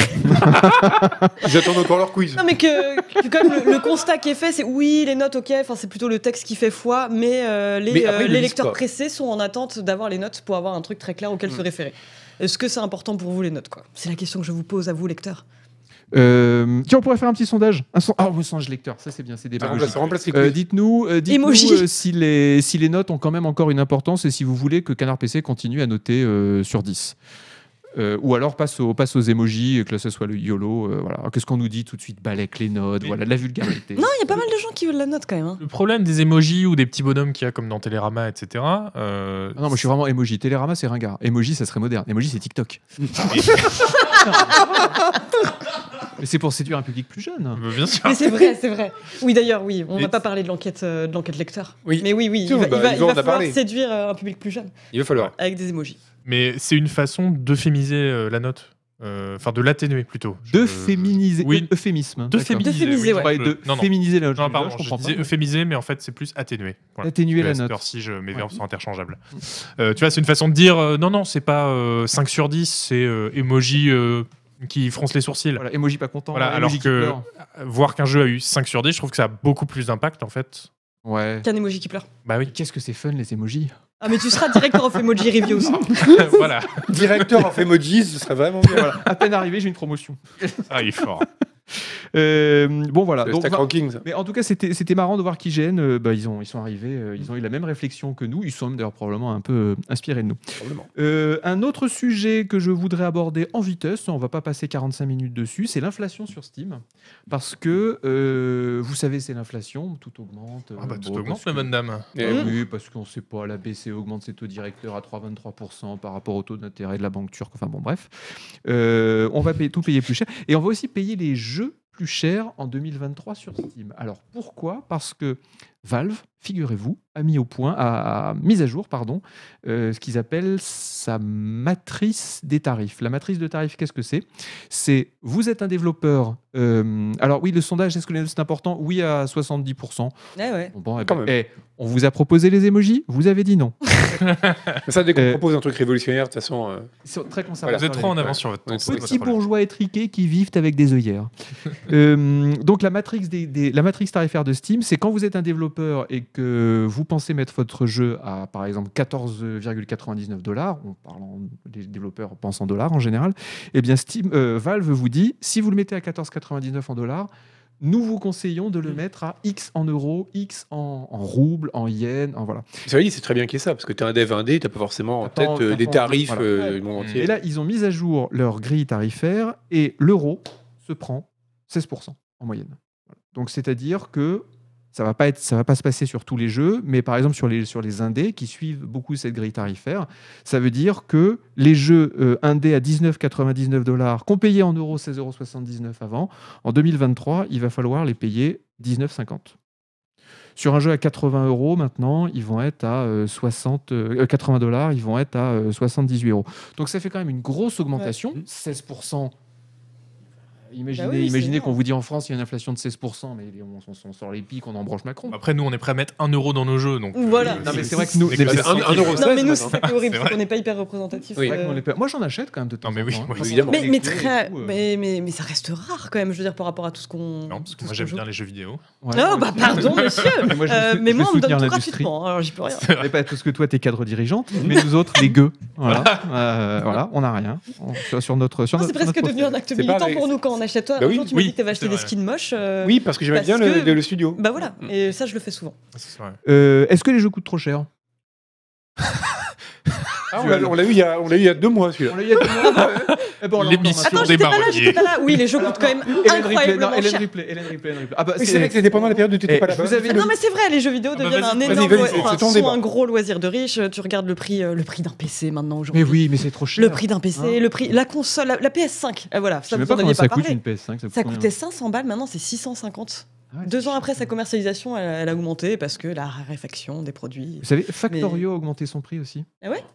D: Ils attendent encore leur quiz.
B: Non, mais que, que quand même le, le constat qui est fait, c'est oui, les notes, ok, enfin, c'est plutôt le texte qui fait foi, mais euh, les,
D: Mais
B: euh,
D: après, ils le
B: les
D: lisent
B: lecteurs
D: pas. Mm.
B: pressés sont en attente d'avoir les notes pour avoir un truc très clair auquel se référer. Est-ce que c'est important pour vous les notes quoi C'est la question que je vous pose à vous lecteurs.
A: Euh, tiens, on pourrait faire un petit sondage. Un son... Ah, au sondage lecteur, ça c'est bien,
B: Ah,
A: c'est des bonnes
D: Ça
B: bah,
D: remplace, Ah, ça remplace les quiz.
A: Euh, dites-nous euh, dites-nous,
B: Emoji.
A: euh, si, les, si les notes ont quand même encore une importance et si vous voulez que Canard PC continue à noter euh, sur 10. Euh, ou alors passe, au, passe aux emojis, que ce soit le YOLO. euh, voilà. Alors, Qu'est-ce qu'on nous dit tout de suite Balèque les notes,
C: Mais-
A: voilà, de la vulgarité.
B: Non, il y a pas mal de gens qui veulent la note quand même. hein.
C: Le problème des emojis ou des petits bonhommes qu'il y a comme dans Télérama, etc. euh,
A: Ah non, moi je suis vraiment emoji. Télérama, c'est ringard. Emoji, ça serait moderne. Emoji, c'est
B: (laughs)
A: TikTok. Mais c'est pour séduire un public plus jeune.
C: euh, (laughs) bien sûr.
B: Ah. Mais c'est vrai, (laughs) c'est vrai. Oui, d'ailleurs, oui, on
C: Et-
B: n'a pas parlé de l'enquête euh, de l'enquête lecteur.
D: Oui.
B: Mais oui, oui, il
D: Sûr,
B: va,
D: bah,
B: il va-
D: ils
B: il
D: vont
B: va
D: en
B: falloir
D: parler.
B: séduire euh, un public plus jeune
D: Il va falloir.
B: avec des émojis.
C: Mais c'est une façon d'euphémiser euh, la note. Euh, Enfin, de l'atténuer plutôt. Je-
A: De féminiser. euh,
C: Oui.
A: Euphémisme.
C: De
A: d'accord.
C: féminiser.
B: De féminiser,
C: oui,
A: Je
B: ouais.
A: croyais
C: je-
A: de
C: Non, non.
A: féminiser la
C: Non, pardon,
A: je
C: je,
A: comprends
C: disais
A: pas.
C: euphémiser, mais en fait, c'est plus atténuer. Voilà.
A: Atténuer la
C: Parce que
A: note.
C: si je- mes
A: Ouais.
C: verbes sont interchangeables. Euh, tu vois, c'est une façon de dire euh, non, non, c'est pas euh, 5 sur 10, c'est euh, emoji euh, qui fronce les sourcils.
A: Voilà, emoji pas content.
C: Voilà,
A: emoji
C: alors
A: qui
C: que-
A: pleure.
C: Voir qu'un jeu a eu 5 sur 10, je trouve que ça a beaucoup plus d'impact en fait.
A: Ouais.
B: Qu'un émoji qui pleure.
C: Bah
A: Mais (laughs)
C: oui,
A: Qu'est-ce que c'est fun les emojis
B: Ah mais tu seras
D: (laughs)
B: directeur of emoji reviews.
C: voilà.
D: Directeur en emojis, ce serait vraiment bien. Voilà.
A: À peine arrivé, j'ai une promotion.
C: Ah, il est fort.
A: Euh, bon voilà.
D: Le
A: Donc,
D: Euh, stack
A: enfin,
D: ranking, ça.
A: mais en tout cas, c'était c'était marrant de voir qu'IGN, euh, bah, ils, ont, ils sont arrivés, euh, ils ont eu la même réflexion que nous. Ils sont même d'ailleurs probablement un peu euh, inspirés de nous.
D: probablement.
A: Euh, un autre sujet que je voudrais aborder en vitesse, on va pas passer 45 minutes dessus, c'est l'inflation sur Steam. Parce que, euh, vous savez, c'est l'inflation, tout augmente.
C: Ah bah,
A: euh,
C: tout
A: bon,
C: augmente,
A: parce que-
C: la bonne dame.
D: Et
A: Ah
D: oui.
A: Oui, parce qu'on ne sait pas, la BCE augmente ses taux directeurs à 3,23% par rapport au taux d'intérêt de la banque turque. Enfin bon, bref. Euh, on va payer, tout payer plus cher. Et on va aussi payer les jeux plus chers en 2023 sur Steam. Alors pourquoi Parce que Valve, figurez-vous, a mis au point, a, a mis à jour, pardon, euh, ce qu'ils appellent sa matrice des tarifs. La matrice de tarifs, qu'est-ce que c'est C'est vous êtes un développeur. euh, alors oui, le sondage, est-ce que les notes, c'est important Oui, à 70%.
B: Ouais, ouais.
A: Bon, eh
D: Quand
A: ben,
D: même.
A: eh, on vous a proposé les émojis, vous avez dit non.
D: Mais ça, dès qu'on
A: Euh,
D: propose un truc révolutionnaire, de toute façon. euh,
A: Ils sont très
C: Vous êtes trop en avance sur votre
D: Ouais,
C: temps.
D: c'est
C: c'est
A: Petits
C: votre problème.
A: bourgeois étriqués qui vivent avec des œillères. (laughs) Euh, donc la matrix, des, des- la matrix tarifaire de Steam, c'est quand vous êtes un développeur et que vous pensez mettre votre jeu à par exemple 14,99 dollars, on parle en- les développeurs pensent en dollars en général, eh bien Steam, euh, Valve vous dit, si vous le mettez à 14,99 en dollars, nous vous conseillons de le mettre à X en euros, X en, en roubles, en yens, en voilà.
D: Cela dit, c'est très bien qu'il y ait ça, parce que t'es un dev indé, t'as pas forcément en tête
A: Attends,
D: euh, des
A: attends,
D: tarifs
A: voilà.
D: euh, du monde
C: Mm.
D: entier.
A: Et là, ils ont mis à jour leur grille tarifaire et l'euro se prend 16% en moyenne. Voilà. Donc, c'est-à-dire que ça va pas être, ça va pas se passer sur tous les jeux, mais par exemple sur les sur les indés qui suivent beaucoup cette grille tarifaire, ça veut dire que les jeux euh, indés à 19,99 dollars qu'on payait en euros 16,79 avant, en 2023, il va falloir les payer 19,50. Sur un jeu à 80 euros, maintenant, ils vont être à euh, 60, euh, 80 dollars, ils vont être à euh, 78 euros. Donc ça fait quand même une grosse augmentation, 16%. Imaginez,
B: Ah oui, c'est
A: imaginez qu'on
B: énorme.
A: vous dit en France, il y a une inflation de 16%, mais on, on- on sort les pics, on embranche Macron.
C: Après, nous, on est prêt à mettre 1 euro dans nos jeux. Donc, euh,
B: Voilà.
A: Ah, Non, mais c'est vrai que nous-
C: c'est-
A: mais
C: c'est-
A: un-
C: c'est-
D: un euro.
B: Non, mais nous, c'est
D: maintenant.
B: ça qui est horrible,
C: C'est
B: c'est qu'on n'est pas hyper représentatif.
D: Oui.
A: C'est vrai
B: euh,
A: qu'on les perd. Moi, j'en achète quand même de temps
C: Non, mais
A: en
C: oui,
A: temps, hein.
C: moi,
A: Parce-
D: évidemment.
B: Mais,
A: les
B: mais
A: clés et
B: très,
A: tout, euh.
B: mais, mais, mais ça reste rare quand même, je veux dire, par rapport à tout ce qu'on.
C: Non, parce que moi, j'aime bien les jeux vidéo.
A: Ouais.
B: Non, bah pardon, monsieur
A: Mais moi, je vais
B: Euh,
A: sou-
B: Mais
A: je
B: moi,
A: vais
B: on me donne
A: soutenir
B: tout
A: l'industrie.
B: gratuitement, alors j'y peux rien.
A: Mais pas parce que toi, t'es cadre dirigeant, mais nous autres, les gueux. Voilà, Euh, voilà on n'a rien. On- sur, sur notre, sur
B: Non,
A: notre-
B: Ah, C'est
A: sur notre
B: presque devenu un acte
D: C'est pas
B: militant
D: vrai,
B: pour
D: c'est-
B: nous quand on achète. Toi,
D: Bah
B: un
D: oui,
B: jour, tu m'as
C: oui,
B: dit que t'avais acheté
C: c'est
B: des
C: vrai.
B: skins moches. euh,
D: Oui, parce que j'aimais
B: parce
D: bien le,
B: que-
D: le studio.
B: Bah voilà,
D: Mm.
B: et ça, je le fais souvent.
C: C'est vrai.
A: Euh, Est-ce que les jeux coûtent trop cher
D: Ah, on l'a- on l'a eu, il y a- on l'a eu il y a deux mois, celui-là.
A: (laughs) Eh ben,
C: L'émission.
A: L'émission.
B: Attends,
C: des
B: j'étais pas là,
C: baronniers.
B: j'étais pas là. Oui, les jeux coûtent quand même
A: Hélène Ripley, non,
B: incroyablement
A: Hélène
B: cher.
A: Ripley, Hélène Ripley, Hélène Ripley. Ah bah,
D: Oui, c'est vrai que c'était pendant la période où tu
A: Eh,
D: n'étais pas là.
A: je vous avais-
B: Ah Non mais c'est vrai, les jeux vidéo
C: Ah bah
B: deviennent
C: vas-y,
B: un
C: vas-y,
B: énorme,
D: vas-y, c'est
B: enfin,
D: ton
B: sont
D: débat.
B: un gros loisir de riche. Tu regardes le prix, euh, le prix d'un PC maintenant
A: Mais
B: aujourd'hui.
A: oui, mais c'est trop cher.
B: Le prix d'un PC,
A: Hein
B: le prix, la console, la, la PS5. euh, voilà,
A: Je
B: ça
A: sais
B: vous
A: même
B: en
A: pas
B: aviez
A: combien
B: pas
A: ça coûte
B: parlé.
A: une PS5. Ça, coûte
B: Ça
A: rien.
B: coûtait 500 balles, maintenant c'est 650.
A: Ah ouais,
B: Deux
A: c'est
B: ans
A: cher.
B: après sa commercialisation, elle, elle a augmenté parce que la raréfaction des produits. Eh
A: Vous savez, Factorio a augmenté son prix aussi.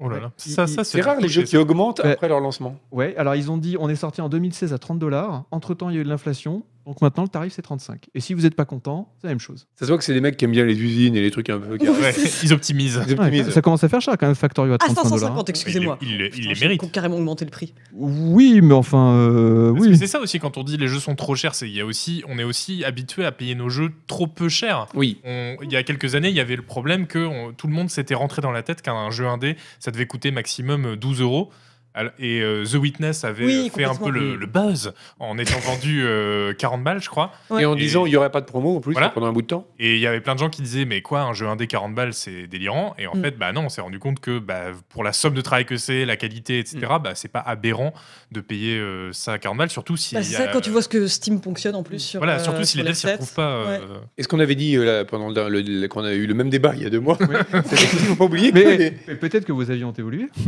C: Oh là là.
A: Il-
C: Ça,
A: il-
C: ça,
D: C'est rare les jeux qui
C: touché,
D: augmentent
A: Ouais.
D: après leur lancement.
A: Ouais, alors ils ont dit on est sorti en 2016 à 30 dollars. Entre temps, il y a eu de l'inflation. Donc maintenant, le tarif, c'est 35. Et si vous n'êtes pas content, c'est la même chose.
D: Ça se voit que c'est des mecs qui aiment bien les usines et les trucs un peu.
C: ça. Ouais, ils optimisent.
D: Ils
A: Ouais,
D: optimisent.
A: ça commence à faire cher quand même, Factorio à
B: Ah,
A: 35 dollars.
B: 550, excusez-moi.
C: Il, il- il
B: Putain,
C: les
B: j'ai
C: mérite.
B: con- carrément augmenté le prix.
A: Oui, mais enfin, euh,
C: Parce que
A: oui.
C: C'est ça aussi quand on dit les jeux sont trop chers, c'est il y a aussi on est aussi habitué à payer nos jeux trop peu cher.
D: Oui.
C: On- il y a quelques années, il y avait le problème que on- tout le monde s'était rentré dans la tête qu'un jeu indé, ça devait coûter maximum euh, 12 euros. Al- Et euh, The Witness avait euh,
B: Oui,
C: fait un peu le,
B: complètement.
C: le buzz
B: (laughs)
C: en étant vendu euh, 40 balles, je crois.
B: Ouais.
D: Et en
C: Et-
D: disant, il n'y aurait pas de promo en plus
C: Voilà.
D: pendant un bout de temps.
C: Et il y avait plein de gens qui disaient mais quoi un jeu indé 40 balles c'est délirant et en
B: Mm.
C: fait bah non on s'est rendu compte que bah, pour la somme de travail que c'est la qualité etc
B: Mm.
C: bah c'est pas aberrant de payer euh, ça à 40 balles surtout si
B: Bah, c'est ça quand tu vois ce que Steam fonctionne en plus sur.
C: voilà
B: euh,
C: surtout si
B: sur
C: les devs s'y
B: sets.
C: retrouvent pas euh,
D: Est-ce qu'on avait dit euh, là, pendant le, le- le- qu'on a eu le même débat il y a deux mois (laughs) C'est qu'il faut pas oublier que
A: Mais,
D: les,
A: mais peut-être que vos avions ont évolué.
B: (laughs)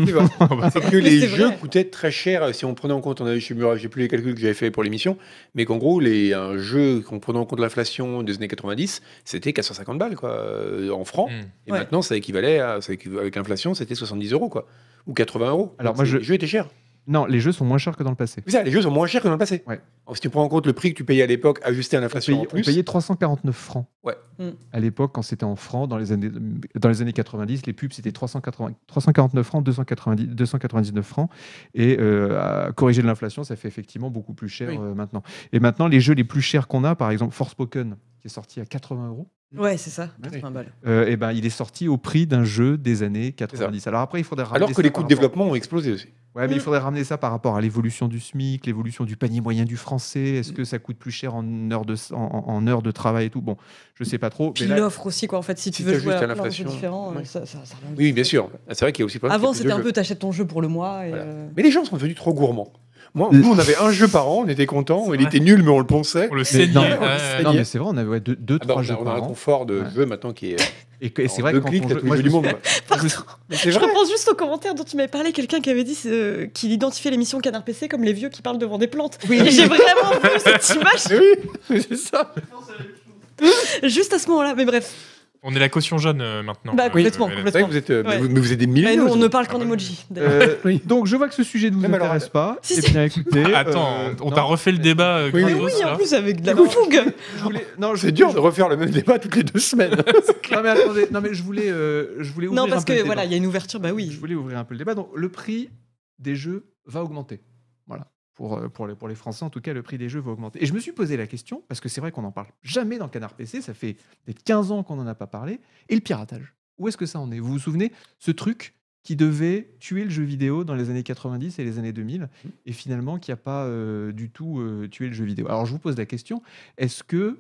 D: c'est que
B: Mais
D: les
B: c'est
D: jeux
B: vrai.
D: coûtaient très cher. euh, Si on prenait en compte, on avait, je ne sais plus les calculs que j'avais fait pour l'émission, mais qu'en gros, les, un jeu qu'on prenait en compte l'inflation des années 90, c'était 450 balles quoi, euh, en francs.
C: hmm.
D: Et
B: Mm. Ouais.
D: maintenant, ça équivalait à, ça équiv- avec l'inflation, c'était 70 euros quoi, ou 80 euros.
A: Alors,
D: Donc,
A: moi,
D: c'est-
A: je-
D: les jeux étaient chers.
A: Non, les jeux sont moins chers que dans le passé.
D: Mais ça, les jeux sont moins chers que dans le passé.
A: Ouais.
D: Alors, Si tu prends en compte le prix que tu payais à l'époque, ajusté à
A: On
D: l'inflation, en
A: payait, on
D: plus,
A: payait 349 francs.
D: Ouais.
B: Mm.
A: À l'époque, quand c'était en francs, dans les années, dans les années 90, les pubs c'était 380 349 francs, 290, 299 francs. Et euh, à corriger de l'inflation, ça fait effectivement beaucoup plus cher
D: Oui.
A: euh, maintenant. Et maintenant, les jeux les plus chers qu'on a, par exemple Forspoken, qui est sorti à 80 euros,
B: Ouais, c'est ça.
D: Ouais.
B: 80 balles.
A: euh, eh ben, il est sorti au prix d'un jeu des années 90. Alors après, il faudrait ramener
D: alors que
A: ça
D: les
A: par
D: coûts de
A: rapport-
D: développement ont explosé aussi.
A: Ouais, mais il
B: Mm.
A: faudrait ramener ça par rapport à l'évolution du SMIC, l'évolution du panier moyen du français.
D: Mm.
A: Est-ce que ça coûte plus cher en heures de, en, en heures de travail et tout Bon, je sais pas trop.
B: Puis
A: Mais là,
B: l'offre aussi, quoi. En fait, si tu
D: si
B: veux
D: t'ajustes
B: jouer
D: à
B: à plein de jeux
D: l'inflation,
B: différents, euh,
D: ouais.
B: ça, ça, ça revient
D: Oui,
B: vite.
D: bien sûr. Ah, C'est vrai qu'il y a aussi pas
B: Avant, c'était un peu t'achètes ton jeu pour le mois. et,
D: Voilà.
B: euh,
D: Mais les gens sont devenus trop gourmands. Moi,
A: Le-
D: nous, on avait un jeu par an, on était contents,
C: C'est
D: il
C: vrai.
D: était nul, mais on le ponçait.
C: on le
A: mais
C: saignait
A: non,
C: ouais,
A: mais-
C: ouais.
A: non, mais c'est vrai, on avait ouais, deux, deux
D: Ah bah,
A: trois
D: on,
A: jeux
D: a, on a
A: par
D: un
A: an.
D: confort de
A: Ouais.
D: jeu maintenant qui est.
A: Et, que- et
D: en
A: c'est vrai que
D: deux
A: quand
D: clics,
A: on
D: t'as
A: joue-
D: tous les
A: moi,
D: jeux
A: je me
D: du monde.
A: suis-
D: quoi.
A: moi, je me
B: Pardon.
A: suis-
D: C'est
B: Je
D: vrai.
B: repense juste au commentaire dont tu m'avais parlé, quelqu'un qui avait dit euh, qu'il identifiait l'émission Canard PC comme les vieux qui parlent devant des plantes. Et j'ai vraiment vu cette image
D: Mais oui, mais (laughs) c'est ça.
B: juste à ce moment-là. Mais bref,
C: on est la caution jeune euh, maintenant
B: Bah,
C: euh,
B: complètement,
C: euh,
D: C'est vrai que
B: complètement.
D: vous êtes, euh, mais
B: Ouais.
D: vous, mais vous êtes des
B: Bah,
D: milliers.
B: nous, on ne parle qu'en
C: Ah,
B: emoji. d'ailleurs.
A: Euh,
D: (laughs) Oui.
A: donc je vois que ce sujet ne vous
D: Même alors,
A: intéresse pas.
B: Si,
A: Eh
B: si.
A: bien,
D: (laughs)
A: écoutez,
C: Ah, attends
A: euh,
C: on t'a
A: non,
C: refait le débat euh,
D: Oui,
B: Mais
C: gratos,
B: oui, en
C: là.
B: plus, avec de la
A: Non, mais-
B: fougue.
A: je voulais- Non, je-
D: C'est dur de refaire le même débat toutes les deux semaines.
A: Non mais attendez, non mais je voulais, euh, je voulais ouvrir
B: Non,
A: un
B: parce
A: peu le
B: que
A: débat.
B: voilà, il y a une ouverture, bah oui.
A: Je voulais ouvrir un peu le débat. Donc, le prix des jeux va augmenter. Voilà. Pour, euh, pour, les, pour les Français, en tout cas, le prix des jeux va augmenter. Et je me suis posé la question, parce que c'est vrai qu'on n'en parle jamais dans Canard PC, ça fait des 15 ans qu'on n'en a pas parlé. Et le piratage. Où est-ce que ça en est Vous vous souvenez Ce truc qui devait tuer le jeu vidéo dans les années 90 et les années 2000,
C: Mmh.
A: et finalement qui n'a pas euh, du tout euh, tué le jeu vidéo. Alors je vous pose la question, est-ce que...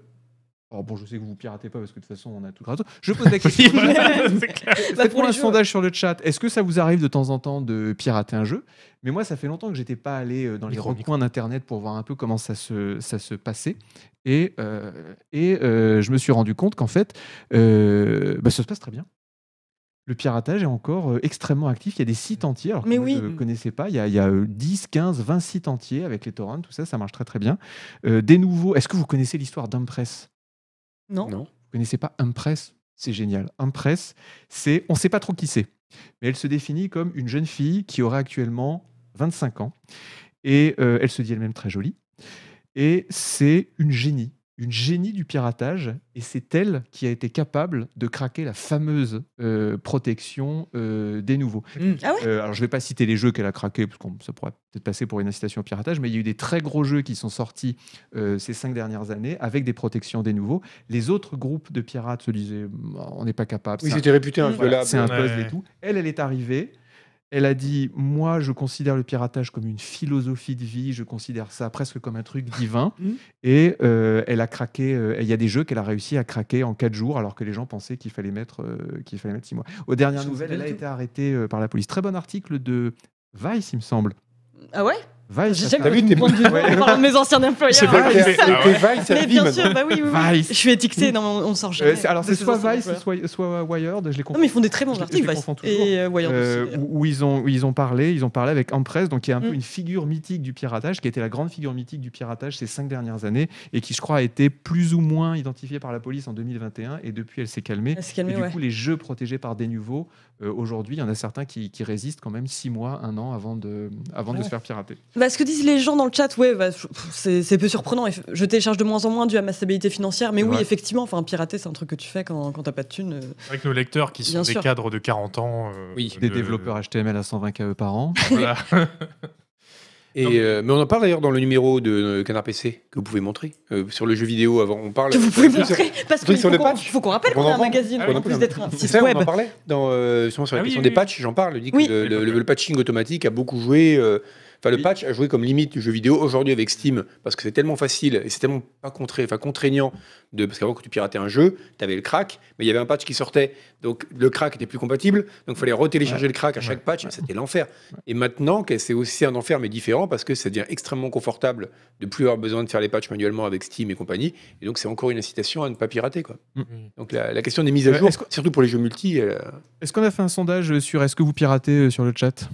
A: Alors bon, je sais que vous piratez pas parce que de toute façon on a tout gratos. Je pose
C: (laughs)
A: la question.
C: Oui,
A: (laughs)
C: voilà, c'est clair.
B: Bah, pour
A: Faites-moi
B: les
A: un
B: jeux,
A: sondage sur le chat. Est-ce que ça vous arrive de temps en temps de pirater un jeu Mais moi, ça fait longtemps que j'étais pas allé euh, dans les
C: Micro,
A: recoins d'Internet pour voir un peu comment ça se, ça se passait. Et, euh, et euh, je me suis rendu compte qu'en fait, euh, bah, ça se passe très bien. Le piratage est encore euh, extrêmement actif. Il y a des sites entiers. Alors que
B: Mais
A: moi,
B: oui.
A: Je ne connaissais pas. Il y a, il y a, euh, 10, 15, 20 sites entiers avec les torrents. Tout ça, ça marche très très bien. Euh, des nouveaux. Est-ce que vous connaissez l'histoire d'Impress
B: Non.
D: Non.
A: Vous connaissez pas Impress C'est génial. Impress, c'est on ne sait pas trop qui c'est, mais elle se définit comme une jeune fille qui aurait actuellement 25 ans et euh, elle se dit elle-même très jolie. Et c'est une génie, une génie du piratage, et c'est elle qui a été capable de craquer la fameuse euh, protection euh, des nouveaux.
B: Ah ouais
A: Euh, alors, je ne vais pas citer les jeux qu'elle a craqués, parce que ça pourrait peut-être passer pour une incitation au piratage, mais il y a eu des très gros jeux qui sont sortis euh, ces cinq dernières années avec des protections des nouveaux. Les autres groupes de pirates se disaient Bah, on n'est pas capable,
D: Oui,
A: c'est un-
D: c'était réputé
B: Mmh.
A: voilà,
D: inviolable.
A: c'est un
C: Ouais.
A: puzzle et tout. Elle, elle est arrivée. Elle a dit Moi, je considère le piratage comme une philosophie de vie, je considère ça presque comme un truc divin.
B: Mhm.
A: Et euh, elle a craqué. euh, Il y a des jeux qu'elle a réussi à craquer en 4 jours, alors que les gens pensaient qu'il fallait mettre euh, qu'il fallait mettre 6 mois. Aux dernières
B: Je
A: nouvelles,
B: savais
A: elle
B: pas
A: a
B: du
A: été arrêtée euh, par la police. Très bon article de Vice, il me semble.
B: Ah ouais
A: Vice,
B: J'ai
A: ça
B: jamais
D: T'as vu,
B: vu
D: t'es-
B: mon point de vue
A: (laughs) Ouais.
B: en parlant de mes anciens employeurs.
D: C'est pas
A: Vice.
D: le cas.
C: Ah ouais.
D: Les Vice, ça
B: Mais
D: vit
B: bien
D: maintenant.
B: sûr, bah oui, oui, oui.
A: Vice.
B: Je suis étiquetée, non, on, on sort
A: s'appelle.
B: jamais.
A: Euh, c'est- alors,
B: de
A: c'est
B: ces
A: soit
B: anciens
A: Vice,
B: employeurs.
A: soit, soit Wired, je les comprends.
B: Non, mais ils font des
A: Je
B: très bons
A: les- je
B: articles,
A: les
B: Vice.
A: confonds toujours.
B: Et euh, Wired
A: Euh,
B: aussi.
A: où, où ils ont, où ils ont parlé, ils ont parlé avec Impress, donc qui est un peu
B: Mm.
A: une figure mythique du piratage, qui a été la grande figure mythique du piratage ces cinq dernières années, et qui, je crois, a été plus ou moins identifiée par la police en 2021, et depuis, elle s'est calmée.
B: Elle s'est
A: Et
B: calmée,
A: du
B: ouais.
A: coup, les jeux protégés par des nouveaux, euh, aujourd'hui, il y en a certains qui, qui résistent quand même six mois, un an avant de, avant de
D: Ouais.
A: se faire pirater.
B: Bah, ce que disent les gens dans le chat, ouais, bah, pff, c'est c'est peu surprenant. Eff- Je télécharge de moins en moins dû à ma stabilité financière, mais oui,
A: Ouais.
B: effectivement, enfin, pirater, c'est un truc que tu fais quand, quand t'as pas de thunes. euh.
C: Avec nos lecteurs qui sont
B: Bien
C: des
B: sûr.
C: cadres de 40 ans. euh,
D: Oui,
C: de-
A: Des développeurs HTML à 120 KE par an.
C: voilà. Non.
D: Et, euh, mais on en parle d'ailleurs dans le numéro de euh, Canard PC que vous pouvez montrer euh, sur le jeu vidéo avant. On parle.
B: Que vous pouvez
D: Sur-
B: montrer parce
D: truc
B: qu'il
D: sur
B: faut
D: le
B: qu'on
D: patch.
B: faut qu'on rappelle
D: On
B: qu'on est
D: en
B: un
D: vend.
B: magazine,
D: On en
B: en plus
D: vend.
B: d'être un
D: C'est
B: site
D: ça, on
B: web.
D: en parlait dans, euh, justement sur la
C: Ah oui,
D: question
C: oui,
D: des
C: oui.
D: patchs. J'en parle. Je dis que
B: Oui.
D: le, le- le patching automatique a beaucoup joué. euh, Enfin, le
A: Oui.
D: patch a joué comme limite du jeu vidéo aujourd'hui avec Steam parce que c'est tellement facile et c'est tellement pas contra- enfin, contraignant. De, parce qu'avant, quand tu piratais un jeu, tu avais le crack, mais il y avait un patch qui sortait. Donc, le crack était plus compatible. Donc, il fallait retélécharger le crack à chaque patch. et C'était l'enfer. Et maintenant, que c'est aussi un enfer, mais différent parce que ça devient extrêmement confortable de plus avoir besoin de faire les patchs manuellement avec Steam et compagnie. Et donc, c'est encore une incitation à ne pas pirater. Quoi.
C: Mm.
D: Donc, la, la question des mises à
A: Euh,
D: jour,
A: est-ce que-
D: surtout pour les jeux multi, elle, euh,
A: Est-ce qu'on a fait un sondage sur est-ce que vous piratez euh, sur le chat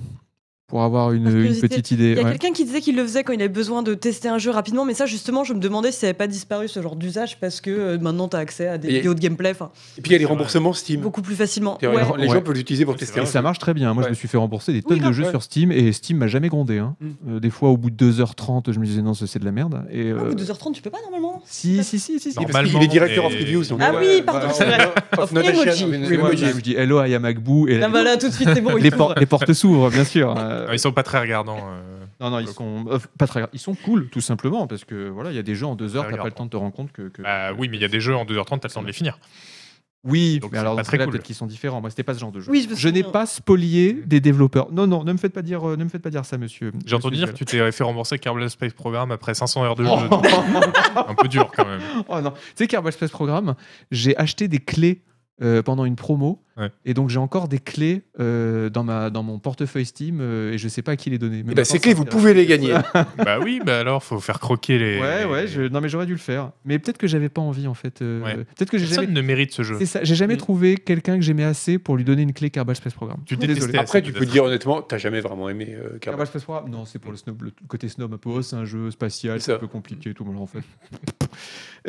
A: Pour avoir une,
B: Par
A: une
B: curiosité,
A: petite idée.
B: Il y a
A: ouais.
B: quelqu'un qui disait qu'il le faisait quand il avait besoin de tester un jeu rapidement, mais ça justement, je me demandais si ça n'avait pas disparu ce genre d'usage parce que euh, maintenant t'as accès à des
D: Et-
B: vidéos de gameplay, enfin
D: Et puis il y a
C: C'est
D: les
C: vrai.
D: remboursements Steam.
B: beaucoup plus facilement.
D: Les
B: Ouais.
D: gens- Les
A: Ouais.
D: gens peuvent l'utiliser pour
C: Ouais,
D: tester.
C: c'est
A: Et
D: un
C: vrai.
A: ça
D: jeu.
A: marche très bien. Moi,
D: Ouais.
A: je me suis fait rembourser des
B: Oui,
A: tonnes de
B: grave,
A: jeux
D: ouais.
A: sur Steam et Steam m'a jamais grondé. hein.
D: Mm.
A: Euh, des fois, au bout de 2h30, je me disais non, ça, c'est de la merde. Et,
B: Ah, au
A: euh,
B: bout de 2h30, tu peux pas normalement
A: si, si, si, si. si.
D: Oui, parce
C: Normalement,
D: qu'il est directeur
C: et-
D: of reviews. donc,
B: Ah
D: euh,
B: oui, pardon,
D: bah,
B: c'est vrai.
D: Of not
B: Emoji.
D: action,
B: Oui,
D: mais-
A: Oui, moi,
D: emoji.
A: je, je dis hello, I am Agbu. Et
B: Là, bah là, tout de suite, c'est
D: (laughs)
B: bon.
A: les,
B: il faut-
A: por- les portes s'ouvrent, bien sûr. Euh,
C: (laughs) Ah, Ils sont pas très regardants. euh.
A: non, non, ils sont euh, pas très. Ils sont cool, tout simplement, parce que voilà, il y a des jeux en deux heures, t'as pas le temps de te rendre compte que. que-
C: Ah, Bah oui, mais il y a des jeux en 2h30, t'as le temps de les finir.
A: Oui,
C: Donc,
A: mais
C: c'est
A: alors
C: pas
A: dans ce
C: très
A: cas-là,
C: cool.
A: peut-être qu'ils sont différents. Moi, c'était pas ce genre de jeu.
B: Oui, je me
A: je n'ai
B: souviens.
A: pas spolié des développeurs. Non, non, ne me faites pas dire, euh, ne me faites pas dire ça, monsieur.
C: J'ai entendu
A: monsieur
C: dire que tu t'es fait rembourser Kerbal Space Program après 500 heures de jeu. donc, un peu dur quand même.
A: Oh non. Tu sais, Kerbal Space Program, j'ai acheté des clés euh, pendant une promo.
C: Ouais.
A: Et donc, j'ai encore des clés euh, dans, ma, dans mon portefeuille Steam euh, et je sais pas à qui les donner.
D: Eh
A: Même
D: ben,
A: sans
D: c'est clé,
A: ça,
D: vous
A: euh,
D: pouvez les gagner.
C: bah oui, bah alors faut faire croquer les.
A: Ouais, ouais, je- non, mais j'aurais dû le faire. Mais peut-être que j'avais pas envie, en fait. euh,
C: Ouais.
A: Peut-être que j'ai
C: Personne
A: jamais.
C: ne mérite ce jeu.
A: C'est ça, j'ai jamais
D: Mm.
A: trouvé quelqu'un que j'aimais assez pour lui donner une clé Kerbal Space Program.
C: Tu
A: Désolé.
C: détestais.
D: Après,
C: c'est
D: tu peux
C: peut-être.
D: dire honnêtement, t'as jamais vraiment aimé euh, Kerbal.
A: Kerbal Space Program Non, c'est pour le, snob- le côté snob un peu. Oh, c'est un jeu spatial,
D: C'est
A: c'est un
D: ça.
A: peu compliqué et tout. Mais en fait.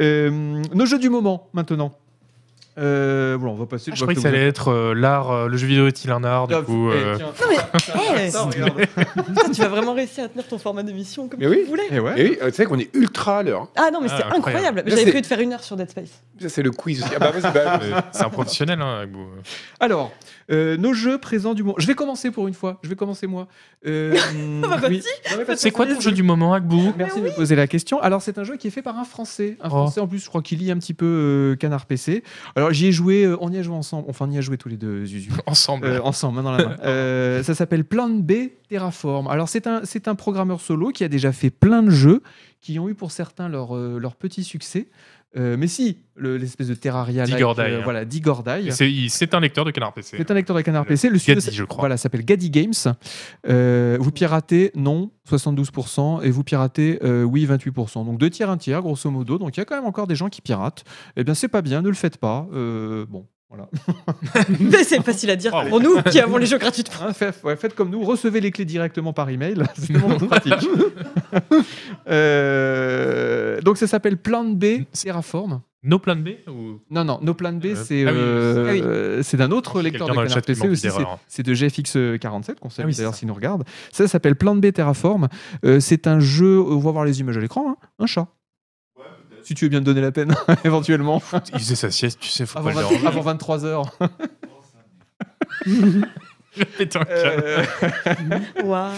A: Euh, nos jeux du moment maintenant. Euh, voilà, on va passer.
C: Ah, je croyais que ça allait être euh, l'art, euh, le jeu vidéo est-il un art du coup
A: Eh,
C: euh,
A: tiens. (laughs)
B: Eh,
D: Ah,
A: Ça, regarde.
B: putain, tu vas vraiment réussir à tenir ton format d'émission comme
D: Mais
B: tu
D: oui.
B: voulais.
A: Eh ouais.
D: Et oui, euh, c'est vrai qu'on est ultra à l'heure. hein.
B: Ah non, mais
C: Ah,
B: c'était
C: incroyable.
B: incroyable.
D: Là,
B: J'avais
D: c'est-
B: prévu de faire une heure sur Dead Space. (laughs)
D: Ça, c'est le quiz aussi. Ah bah, vas-y,
C: (laughs)
D: bah,
C: euh, C'est un professionnel, hein, Agbo.
A: Alors, euh, nos jeux présents du moment. Je vais commencer pour une fois. Je vais commencer moi. (laughs) Euh,
B: bah,
A: oui.
C: C'est quoi ton jeu du moment, Agbo
A: Merci de me poser la question. Alors, c'est un jeu qui est fait par un Français. Un
C: Oh.
A: Français, en plus, je crois qu'il lit un petit peu euh, Canard PC. Alors, j'y ai joué, euh, on y a joué ensemble. Enfin, on y a joué tous les deux, Zuzu.
C: (laughs) Ensemble.
A: Euh, ensemble, main dans
C: (laughs)
A: la main. Euh, ça s'appelle Plan B Terraform. Alors, c'est un, c'est un programmeur solo qui a déjà fait plein de jeux qui ont eu pour certains leur, euh, leur petit succès. Euh, mais si, le- l'espèce de Terraria.
C: Dig or Die, hein.
A: euh, Voilà, Digordaille.
C: Et c'est- il- C'est un lecteur de Canard PC.
A: C'est un lecteur de canard
C: Le
A: PC. Le studio
C: Gadi,
A: s'a-
C: je crois.
A: Voilà, s'appelle Gadi Games. Euh, vous piratez, non, 72%. Et vous piratez, euh, oui, 28%. Donc deux tiers, un tiers, grosso modo. Donc il y a quand même encore des gens qui piratent. Eh bien, c'est pas bien, ne le faites pas. Euh, bon.
B: Mais c'est facile à dire
C: Oh,
B: pour nous qui avons les jeux gratuits.
A: Hein, fait- ouais, faites comme nous, recevez les clés directement par email. (laughs) C'est
C: (laughs)
A: tellement plus pratique. (laughs) Euh, donc ça s'appelle Plan B Terraform.
C: No plan B
A: (laughs)
C: ou...
A: Non, non, No Plan B,
C: Euh,
A: c'est
C: ah oui,
A: euh,
B: ah oui.
A: euh, c'est d'un autre
C: Quelqu'un
A: lecteur de
C: dans le
A: canard
C: chat qui
A: PC
C: manque
A: aussi.
C: d'erreur. hein.
A: c'est- C'est de GFX47, euh, qu'on salue
C: Ah oui, c'est
A: d'ailleurs
C: ça.
A: s'il nous regarde. Ça s'appelle Plan B Terraform. Euh, c'est un jeu, on va voir les images à l'écran, hein, un chat. Si tu veux bien te donner la peine, (laughs) éventuellement,
C: Il faisait sa sieste, tu sais, faut
A: avant,
C: pas le
A: 20
C: déranger.
A: avant 23 heures.
C: (laughs) Pétain, calme.
A: Euh,
B: Waouh,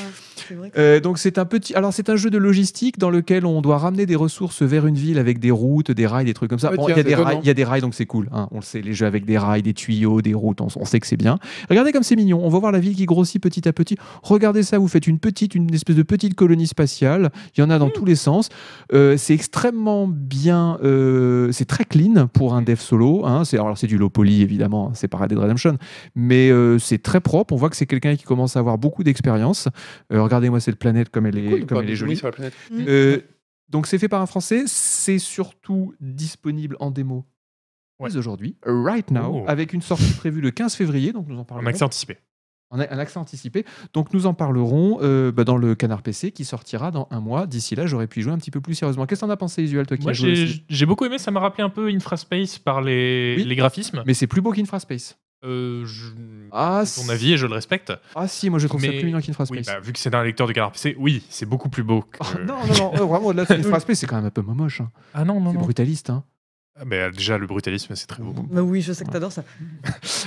B: c'est vrai. que-
A: Euh, donc c'est un petit, alors c'est un jeu de logistique dans lequel on doit ramener des ressources vers une ville avec des routes, des rails, des trucs comme ça.
D: Ah,
A: Bon, Il y a
D: tiens, c'est
A: des rails,
D: étonnant.
A: il y a des rails, donc c'est cool. hein. On le sait, les jeux avec des rails, des tuyaux, des routes, on, on sait que c'est bien. Regardez comme c'est mignon. On va voir la ville qui grossit petit à petit. Regardez ça, vous faites une petite, une espèce de petite colonie spatiale. Il y en a
D: Hmm.
A: dans tous les sens. Euh, c'est extrêmement bien, euh, c'est très clean pour un dev solo. hein. C'est alors c'est du low poly évidemment, hein, c'est pas Red Dead Redemption, mais euh, c'est très propre. On voit que c'est quelqu'un qui commence à avoir beaucoup d'expérience. Euh, Regardez-moi cette planète comme elle est,
D: Cool,
A: comme
D: pas
A: elle
D: de
A: est
D: bruit
A: jolie.
D: sur la planète.
B: Mm.
A: Euh, donc c'est fait par un Français, c'est surtout disponible en démo
C: Ouais.
A: dès aujourd'hui, right now,
C: Oh.
A: avec une sortie prévue le 15 février, donc nous en
C: Un
A: parlerons.
C: accès anticipé.
A: On a un accès anticipé, donc nous en parlerons euh, bah, dans le canard PC qui sortira dans un mois. D'ici là, j'aurais pu y jouer un petit peu plus sérieusement. Qu'est-ce que t'en as pensé, Isuel, toi qui
C: Moi,
A: as joué aussi
C: j'ai j'ai beaucoup aimé, ça m'a rappelé un peu Infraspace par les,
A: Oui.
C: les graphismes.
A: Mais c'est plus beau qu'Infraspace.
C: Euh, je-
A: Ah,
C: c'est
A: si-
C: Ton avis, et je le respecte.
A: ah si, moi je trouve ça
C: Mais-
A: plus mignon qu'Infraspace.
C: Oui, bah, vu que c'est un lecteur de canard PC, oui, c'est beaucoup plus beau. que-
A: Oh, non, non, non, euh,
C: (laughs)
A: vraiment, au-delà de Infraspace, c'est quand même un peu moche. hein.
C: Ah non, non,
A: C'est
C: non.
A: brutaliste. Hein.
C: Ah, mais déjà, le brutalisme, c'est très beau.
B: Bah oui, je sais que t'adores ça.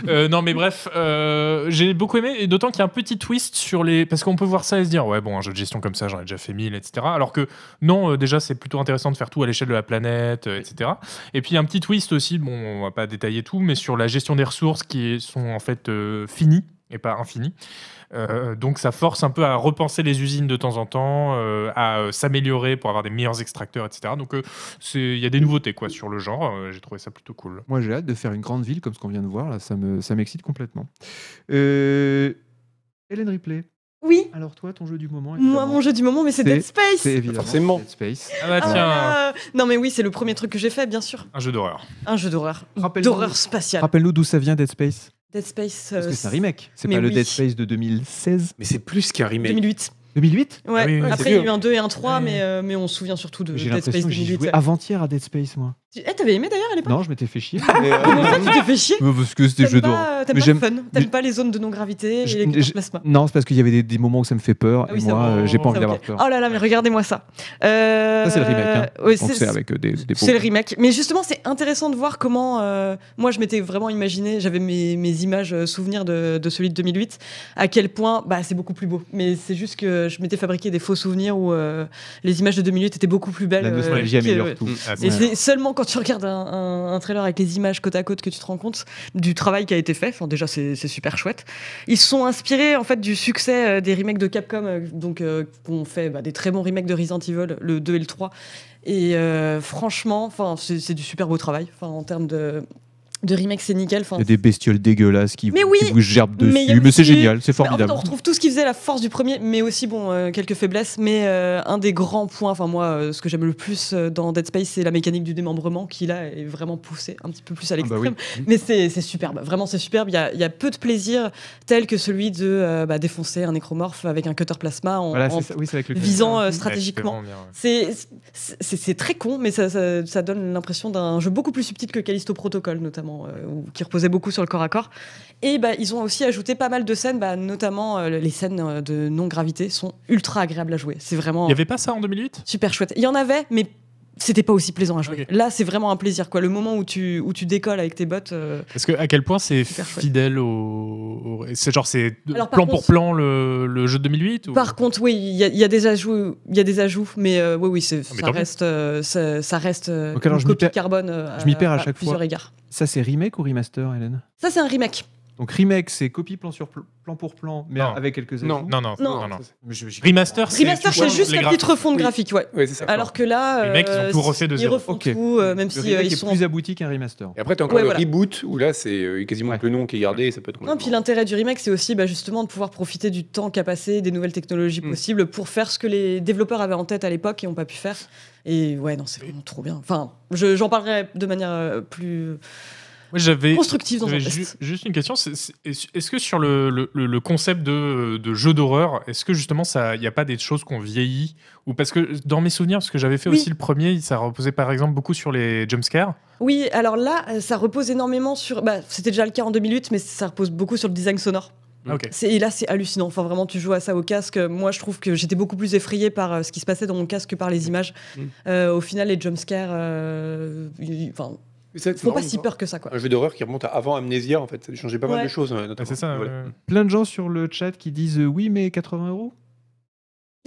C: Euh, non, mais bref, euh, j'ai beaucoup aimé, et d'autant qu'il y a un petit twist sur les. Parce qu'on peut voir ça et se dire, ouais, bon, un jeu de gestion comme ça, j'en ai déjà fait mille, etc. Alors que non, euh, déjà, c'est plutôt intéressant de faire tout à l'échelle de la planète, euh, etc. Et puis, il y a un petit twist aussi, bon, on va pas détailler tout, mais sur la gestion des ressources qui sont en fait euh, finies et pas infinies. Euh, donc, ça force un peu à repenser les usines de temps en temps, euh, à euh, s'améliorer pour avoir des meilleurs extracteurs, etc. Donc, euh, c'est- il y a des nouveautés, quoi, sur le genre. Euh, j'ai trouvé ça plutôt cool.
A: Moi, j'ai hâte de faire une grande ville comme ce qu'on vient de voir. Là, ça me, ça m'excite complètement. Euh, Hélène Ripley.
B: Oui,
A: Alors toi, ton jeu du moment.
B: moi
A: évidemment.
B: mon jeu du moment, mais c'est
A: C'est-
B: Dead Space.
A: C'est évidemment.
D: Forcément.
A: Dead Space.
C: Ah bah,
B: Ah
C: tiens.
B: là là. Non mais oui, c'est le premier truc que j'ai fait, bien sûr.
C: Un jeu d'horreur.
B: Un jeu d'horreur.
A: Rappelle-nous-
B: D'horreur spatiale.
A: Rappelle-nous d'où ça vient Dead Space.
B: Dead Space.
A: Parce
B: euh,
A: que c'est un remake. C'est
B: mais
A: pas le
B: oui.
A: Dead Space de 2016.
D: Mais c'est plus qu'un remake.
B: 2008.
A: 2008.
B: Ouais.
C: Ah oui, oui, oui,
B: Après,
D: c'est
B: il y a
D: dur.
B: eu un 2 et un 3,
C: Ouais.
B: mais, euh, mais on se souvient surtout de
A: J'ai
B: Dead Space
A: l'impression que j'y
B: 2008.
A: jouais avant-hier à Dead Space, moi.
B: Eh, t'avais aimé d'ailleurs à l'époque
A: Non, je m'étais fait chier.
B: (laughs)
A: mais, (laughs) euh,
B: Comment ça, tu t'es fait chier
A: mais parce que c'était
B: T'aimes
A: jeu d'horreur.
B: pas, euh, t'aimes
A: Mais
B: pas
A: j'aime-
B: le fun,
A: mais-
B: t'aimes pas les zones de non-gravité et
A: Je-
B: les
A: mais je-
B: capteurs plasma.
A: Non, c'est parce qu'il y avait des, des moments où ça me fait peur.
B: Ah oui,
A: et
B: ça
A: moi,
B: va.
A: euh, j'ai pas
C: Ça,
A: envie
B: Ça,
A: d'avoir
B: ok.
A: peur.
B: Oh là là, mais regardez-moi ça. Euh,
A: Ça, c'est le remake,
B: ouais,
A: Donc c'est avec euh, des, des
B: C'est le
A: pauvres.
B: remake. Mais justement, c'est intéressant de voir comment. euh, moi, je m'étais vraiment imaginé, j'avais mes, mes images euh, souvenirs de, de celui de 2008, à quel point bah, c'est beaucoup plus beau. Mais c'est juste que je m'étais fabriqué des faux souvenirs où euh, les images de 2008 étaient beaucoup plus belles.
A: La
B: euh,
A: nostalgie
B: que-
A: améliore tout.
D: Mm.
C: Ah,
B: et
A: Ouais.
B: c'est seulement quand tu regardes un, un- un trailer avec les images côte à côte que tu te rends compte du travail qui a été fait. Enfin, déjà, c'est c'est super chouette. Ils se sont inspirés en fait du succès euh, des remakes de Capcom, euh, donc euh, qu'on fait bah, des très bons remakes de Resident Evil, le 2 et le 3. Et euh, franchement, enfin, c'est c'est du super beau travail. Enfin, en termes de de remake, c'est nickel. Enfin,
A: Il y a des bestioles dégueulasses qui,
B: Mais oui,
A: qui vous gerbent
B: mais
A: dessus.
B: il y a
A: Mais, c'est
B: aussi-
A: génial, c'est
B: bah, en fait,
A: formidable. Ah
B: on retrouve tout ce qui faisait la force du premier, mais aussi bon euh, quelques faiblesses. Mais euh, un des grands points, enfin moi, euh, ce que j'aime le plus euh, dans Dead Space, c'est la mécanique du démembrement qui là est vraiment poussée un petit peu plus à
A: Ah bah
B: l'extrême.
A: oui.
B: Mais c'est c'est superbe, vraiment c'est superbe. Il y a, il y a peu de plaisir tel que celui de euh, bah, défoncer un nécromorphe avec un cutter plasma en,
A: Voilà,
B: en
A: c'est ça. Oui, c'est avec le
B: visant euh,
C: Ouais,
B: stratégiquement.
C: c'est vraiment bien, ouais.
B: C'est c'est- c'est très con, mais ça, ça- ça donne l'impression d'un jeu beaucoup plus subtil que Callisto Protocol, notamment, euh, ou- qui reposait beaucoup sur le corps à corps. Et bah, ils ont aussi ajouté pas mal de scènes, bah, notamment euh, les scènes euh, de non-gravité sont ultra agréables à jouer. C'est vraiment
C: Il n'y avait pas ça en 2008
B: super chouette. Il y en avait, mais c'était pas aussi plaisant à jouer.
C: Ok.
B: Là, c'est vraiment un plaisir, quoi. Le moment où tu, où tu décolles avec tes bottes. euh,
C: Parce que à quel point c'est
B: Super chouette.
C: fidèle au. au- C'est genre, c'est plan
B: Alors, par
C: pour
B: contre-
C: plan le, le jeu de 2008 ou-
B: Par contre, oui, il y, a- il y a des ajouts, il y a des ajouts, mais euh, oui, oui, c'est-
C: Ah, mais
B: ça,
C: tant mieux.
B: reste, euh, ça, ça reste euh,
A: Ok, alors
B: une
A: je m'y
B: copie
A: perds-
B: carbone. euh,
A: je m'y perds à chaque fois.
B: plusieurs égards.
A: Ça, c'est remake ou remaster, Hélène
B: Ça, c'est un remake.
A: Donc remake, c'est copie plan sur pl- plan pour plan, mais
C: Non.
A: avec quelques
D: Non.
A: ajouts.
C: Non, non,
B: Non.
C: non. non.
A: Mais je- je-
C: Remaster, c'est.
B: Remaster,
C: tu
B: c'est
C: vois,
B: juste
C: les
B: la
C: graphes-
B: petite refonte
D: Oui.
B: graphique, ouais.
D: Ouais, c'est ça.
B: Alors que là, euh,
C: Les mecs, ils ont tout refait de
B: ils
C: zéro.
B: refont
A: Ok.
B: tout, euh, même
A: Le
B: si euh,
A: remake
B: ils
A: est
B: sont.
A: plus abouti qu'un remaster.
D: Et après, t'as encore
B: Ouais,
D: le
B: voilà.
D: reboot où là, c'est euh, quasiment
A: Ouais.
D: que le nom qui est gardé et ça peut être.
B: Non, puis l'intérêt du remake, c'est aussi bah, justement de pouvoir profiter du temps qu'a passé, des nouvelles technologies
C: Hmm.
D: Mm.
B: possibles pour faire ce que les développeurs avaient en tête à l'époque et n'ont pas pu faire. Et ouais, non, c'est vraiment trop bien. Enfin, je- j'en parlerai de manière euh, plus
C: Moi, j'avais
B: constructive dans un
C: j'avais
B: test.
C: ju- juste une question. c'est- c'est- Est-ce est-ce que sur le, le- le- le concept de, de jeu d'horreur, est-ce que justement ça, il n'y a pas des choses qu'on vieillit ou parce que dans mes souvenirs, parce que j'avais fait
B: Oui.
C: aussi le premier, ça reposait par exemple beaucoup sur les jumpscares.
B: Oui, alors là, euh, ça repose énormément sur. Bah, C'était déjà le cas en 2008, mais ça repose beaucoup sur le design sonore.
C: Ah, ok.
B: C'est- Et là, c'est hallucinant. Enfin, vraiment, tu joues à ça au casque. Moi, je trouve que j'étais beaucoup plus effrayée par euh, ce qui se passait dans mon casque que par les images.
D: Mm.
B: Euh, au final, les jumpscares, euh, y- y- enfin, ils font pas si peur que ça, quoi.
D: Un jeu d'horreur qui remonte à avant Amnesia, en fait. Ça a changé pas mal
B: Ouais.
D: de choses. euh,
C: Ah,
D: notamment.
C: c'est ça.
D: Voilà.
C: euh,
A: Plein de gens sur le chat qui disent euh, oui, mais 80 euros.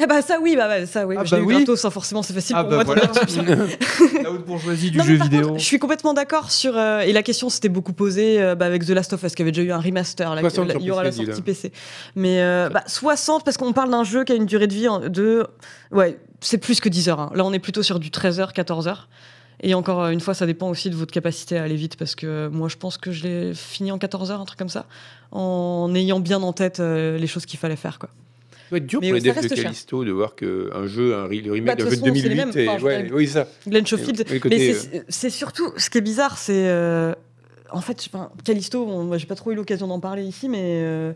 B: Ah bah ça, oui, bah, bah, ça, oui.
A: Ah
B: je
A: bah
B: l'ai eu
A: oui. Ah bah,
B: gratos, hein, forcément, c'est facile pour moi. de-
A: (laughs) La haute bourgeoisie du
B: Non, mais
A: jeu
B: par
A: vidéo.
B: contre, je suis complètement d'accord sur. euh, et la question s'était beaucoup posée euh, bah, avec The Last of Us, qui avait déjà eu un remaster. là,
D: 60
B: la- il y aura la
D: sur PC,
B: sortie PC. Mais euh, bah, 60, parce qu'on parle d'un jeu qui a une durée de vie en- de. Ouais, c'est plus que 10 heures. hein. Là, on est plutôt sur du 13 heures, 14 heures. Et encore euh, une fois, ça dépend aussi de votre capacité à aller vite, parce que euh, moi, je pense que je l'ai fini en 14 heures, un truc comme ça, en ayant bien en tête euh, les choses qu'il fallait faire. Quoi.
D: Ça doit être dur
B: Mais
D: pour les
B: ça
D: devs de
B: reste cher.
D: Callisto de voir qu'un jeu, un re- le
B: Bah,
D: remake
B: de
D: d'un
B: toute
D: jeu de
B: façon, c'est les
D: 2008.
B: mêmes.
D: et-
B: Enfin, je
D: ouais,
B: dirais-
D: oui, c'est ça.
B: Glenn Schofield,
D: Et le côté,
B: Mais
A: euh,
B: c'est- c'est surtout, ce qui est bizarre, c'est. euh, en fait, enfin, Callisto, bon, moi j'ai pas trop eu l'occasion d'en parler ici, mais. euh,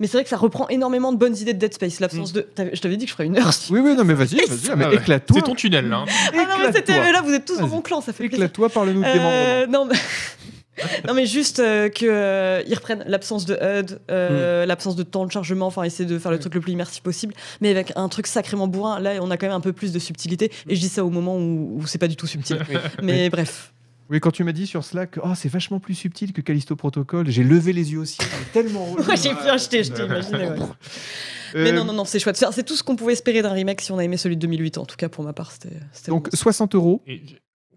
B: mais c'est vrai que ça reprend énormément de bonnes idées de Dead Space.
A: Mm.
B: L'absence de. t'avais- Je t'avais dit que je ferais une heure. si-
A: Oui, oui, non, mais
B: (laughs)
A: vas-y, vas-y, mais
C: Ah ouais.
A: éclate-toi.
C: C'est ton tunnel là. hein.
B: Ah non, mais c'était-
A: Éclate-toi.
B: là, vous êtes tous dans
A: Vas-y.
B: mon clan, ça fait plaisir.
A: Éclate-toi, parle-nous de
B: Euh,
A: démembrement.
B: non, mais- (laughs) non, mais juste euh, que euh, ils reprennent l'absence de HUD, euh,
A: Mm.
B: l'absence de temps de chargement, enfin essayer de faire le truc le plus immersif possible, mais avec un truc sacrément bourrin. Là, on a quand même un peu plus de subtilité, et je dis ça au moment où, où c'est pas du
A: (laughs)
B: tout subtil. mais bref.
A: Oui, quand tu m'as dit sur Slack, oh, c'est vachement plus subtil que Callisto Protocol, j'ai levé les yeux aussi. (laughs) C'est tellement relou.
B: Moi j'ai bien jeté, je t'ai imaginé. ouais. Mais
A: Euh,
B: non, non, non, c'est chouette. C'est- C'est tout ce qu'on pouvait espérer d'un remake si on a aimé celui de 2008. En tout cas, pour ma part, c'était. c'était
A: Donc
B: bon.
A: 60 euros.
C: Et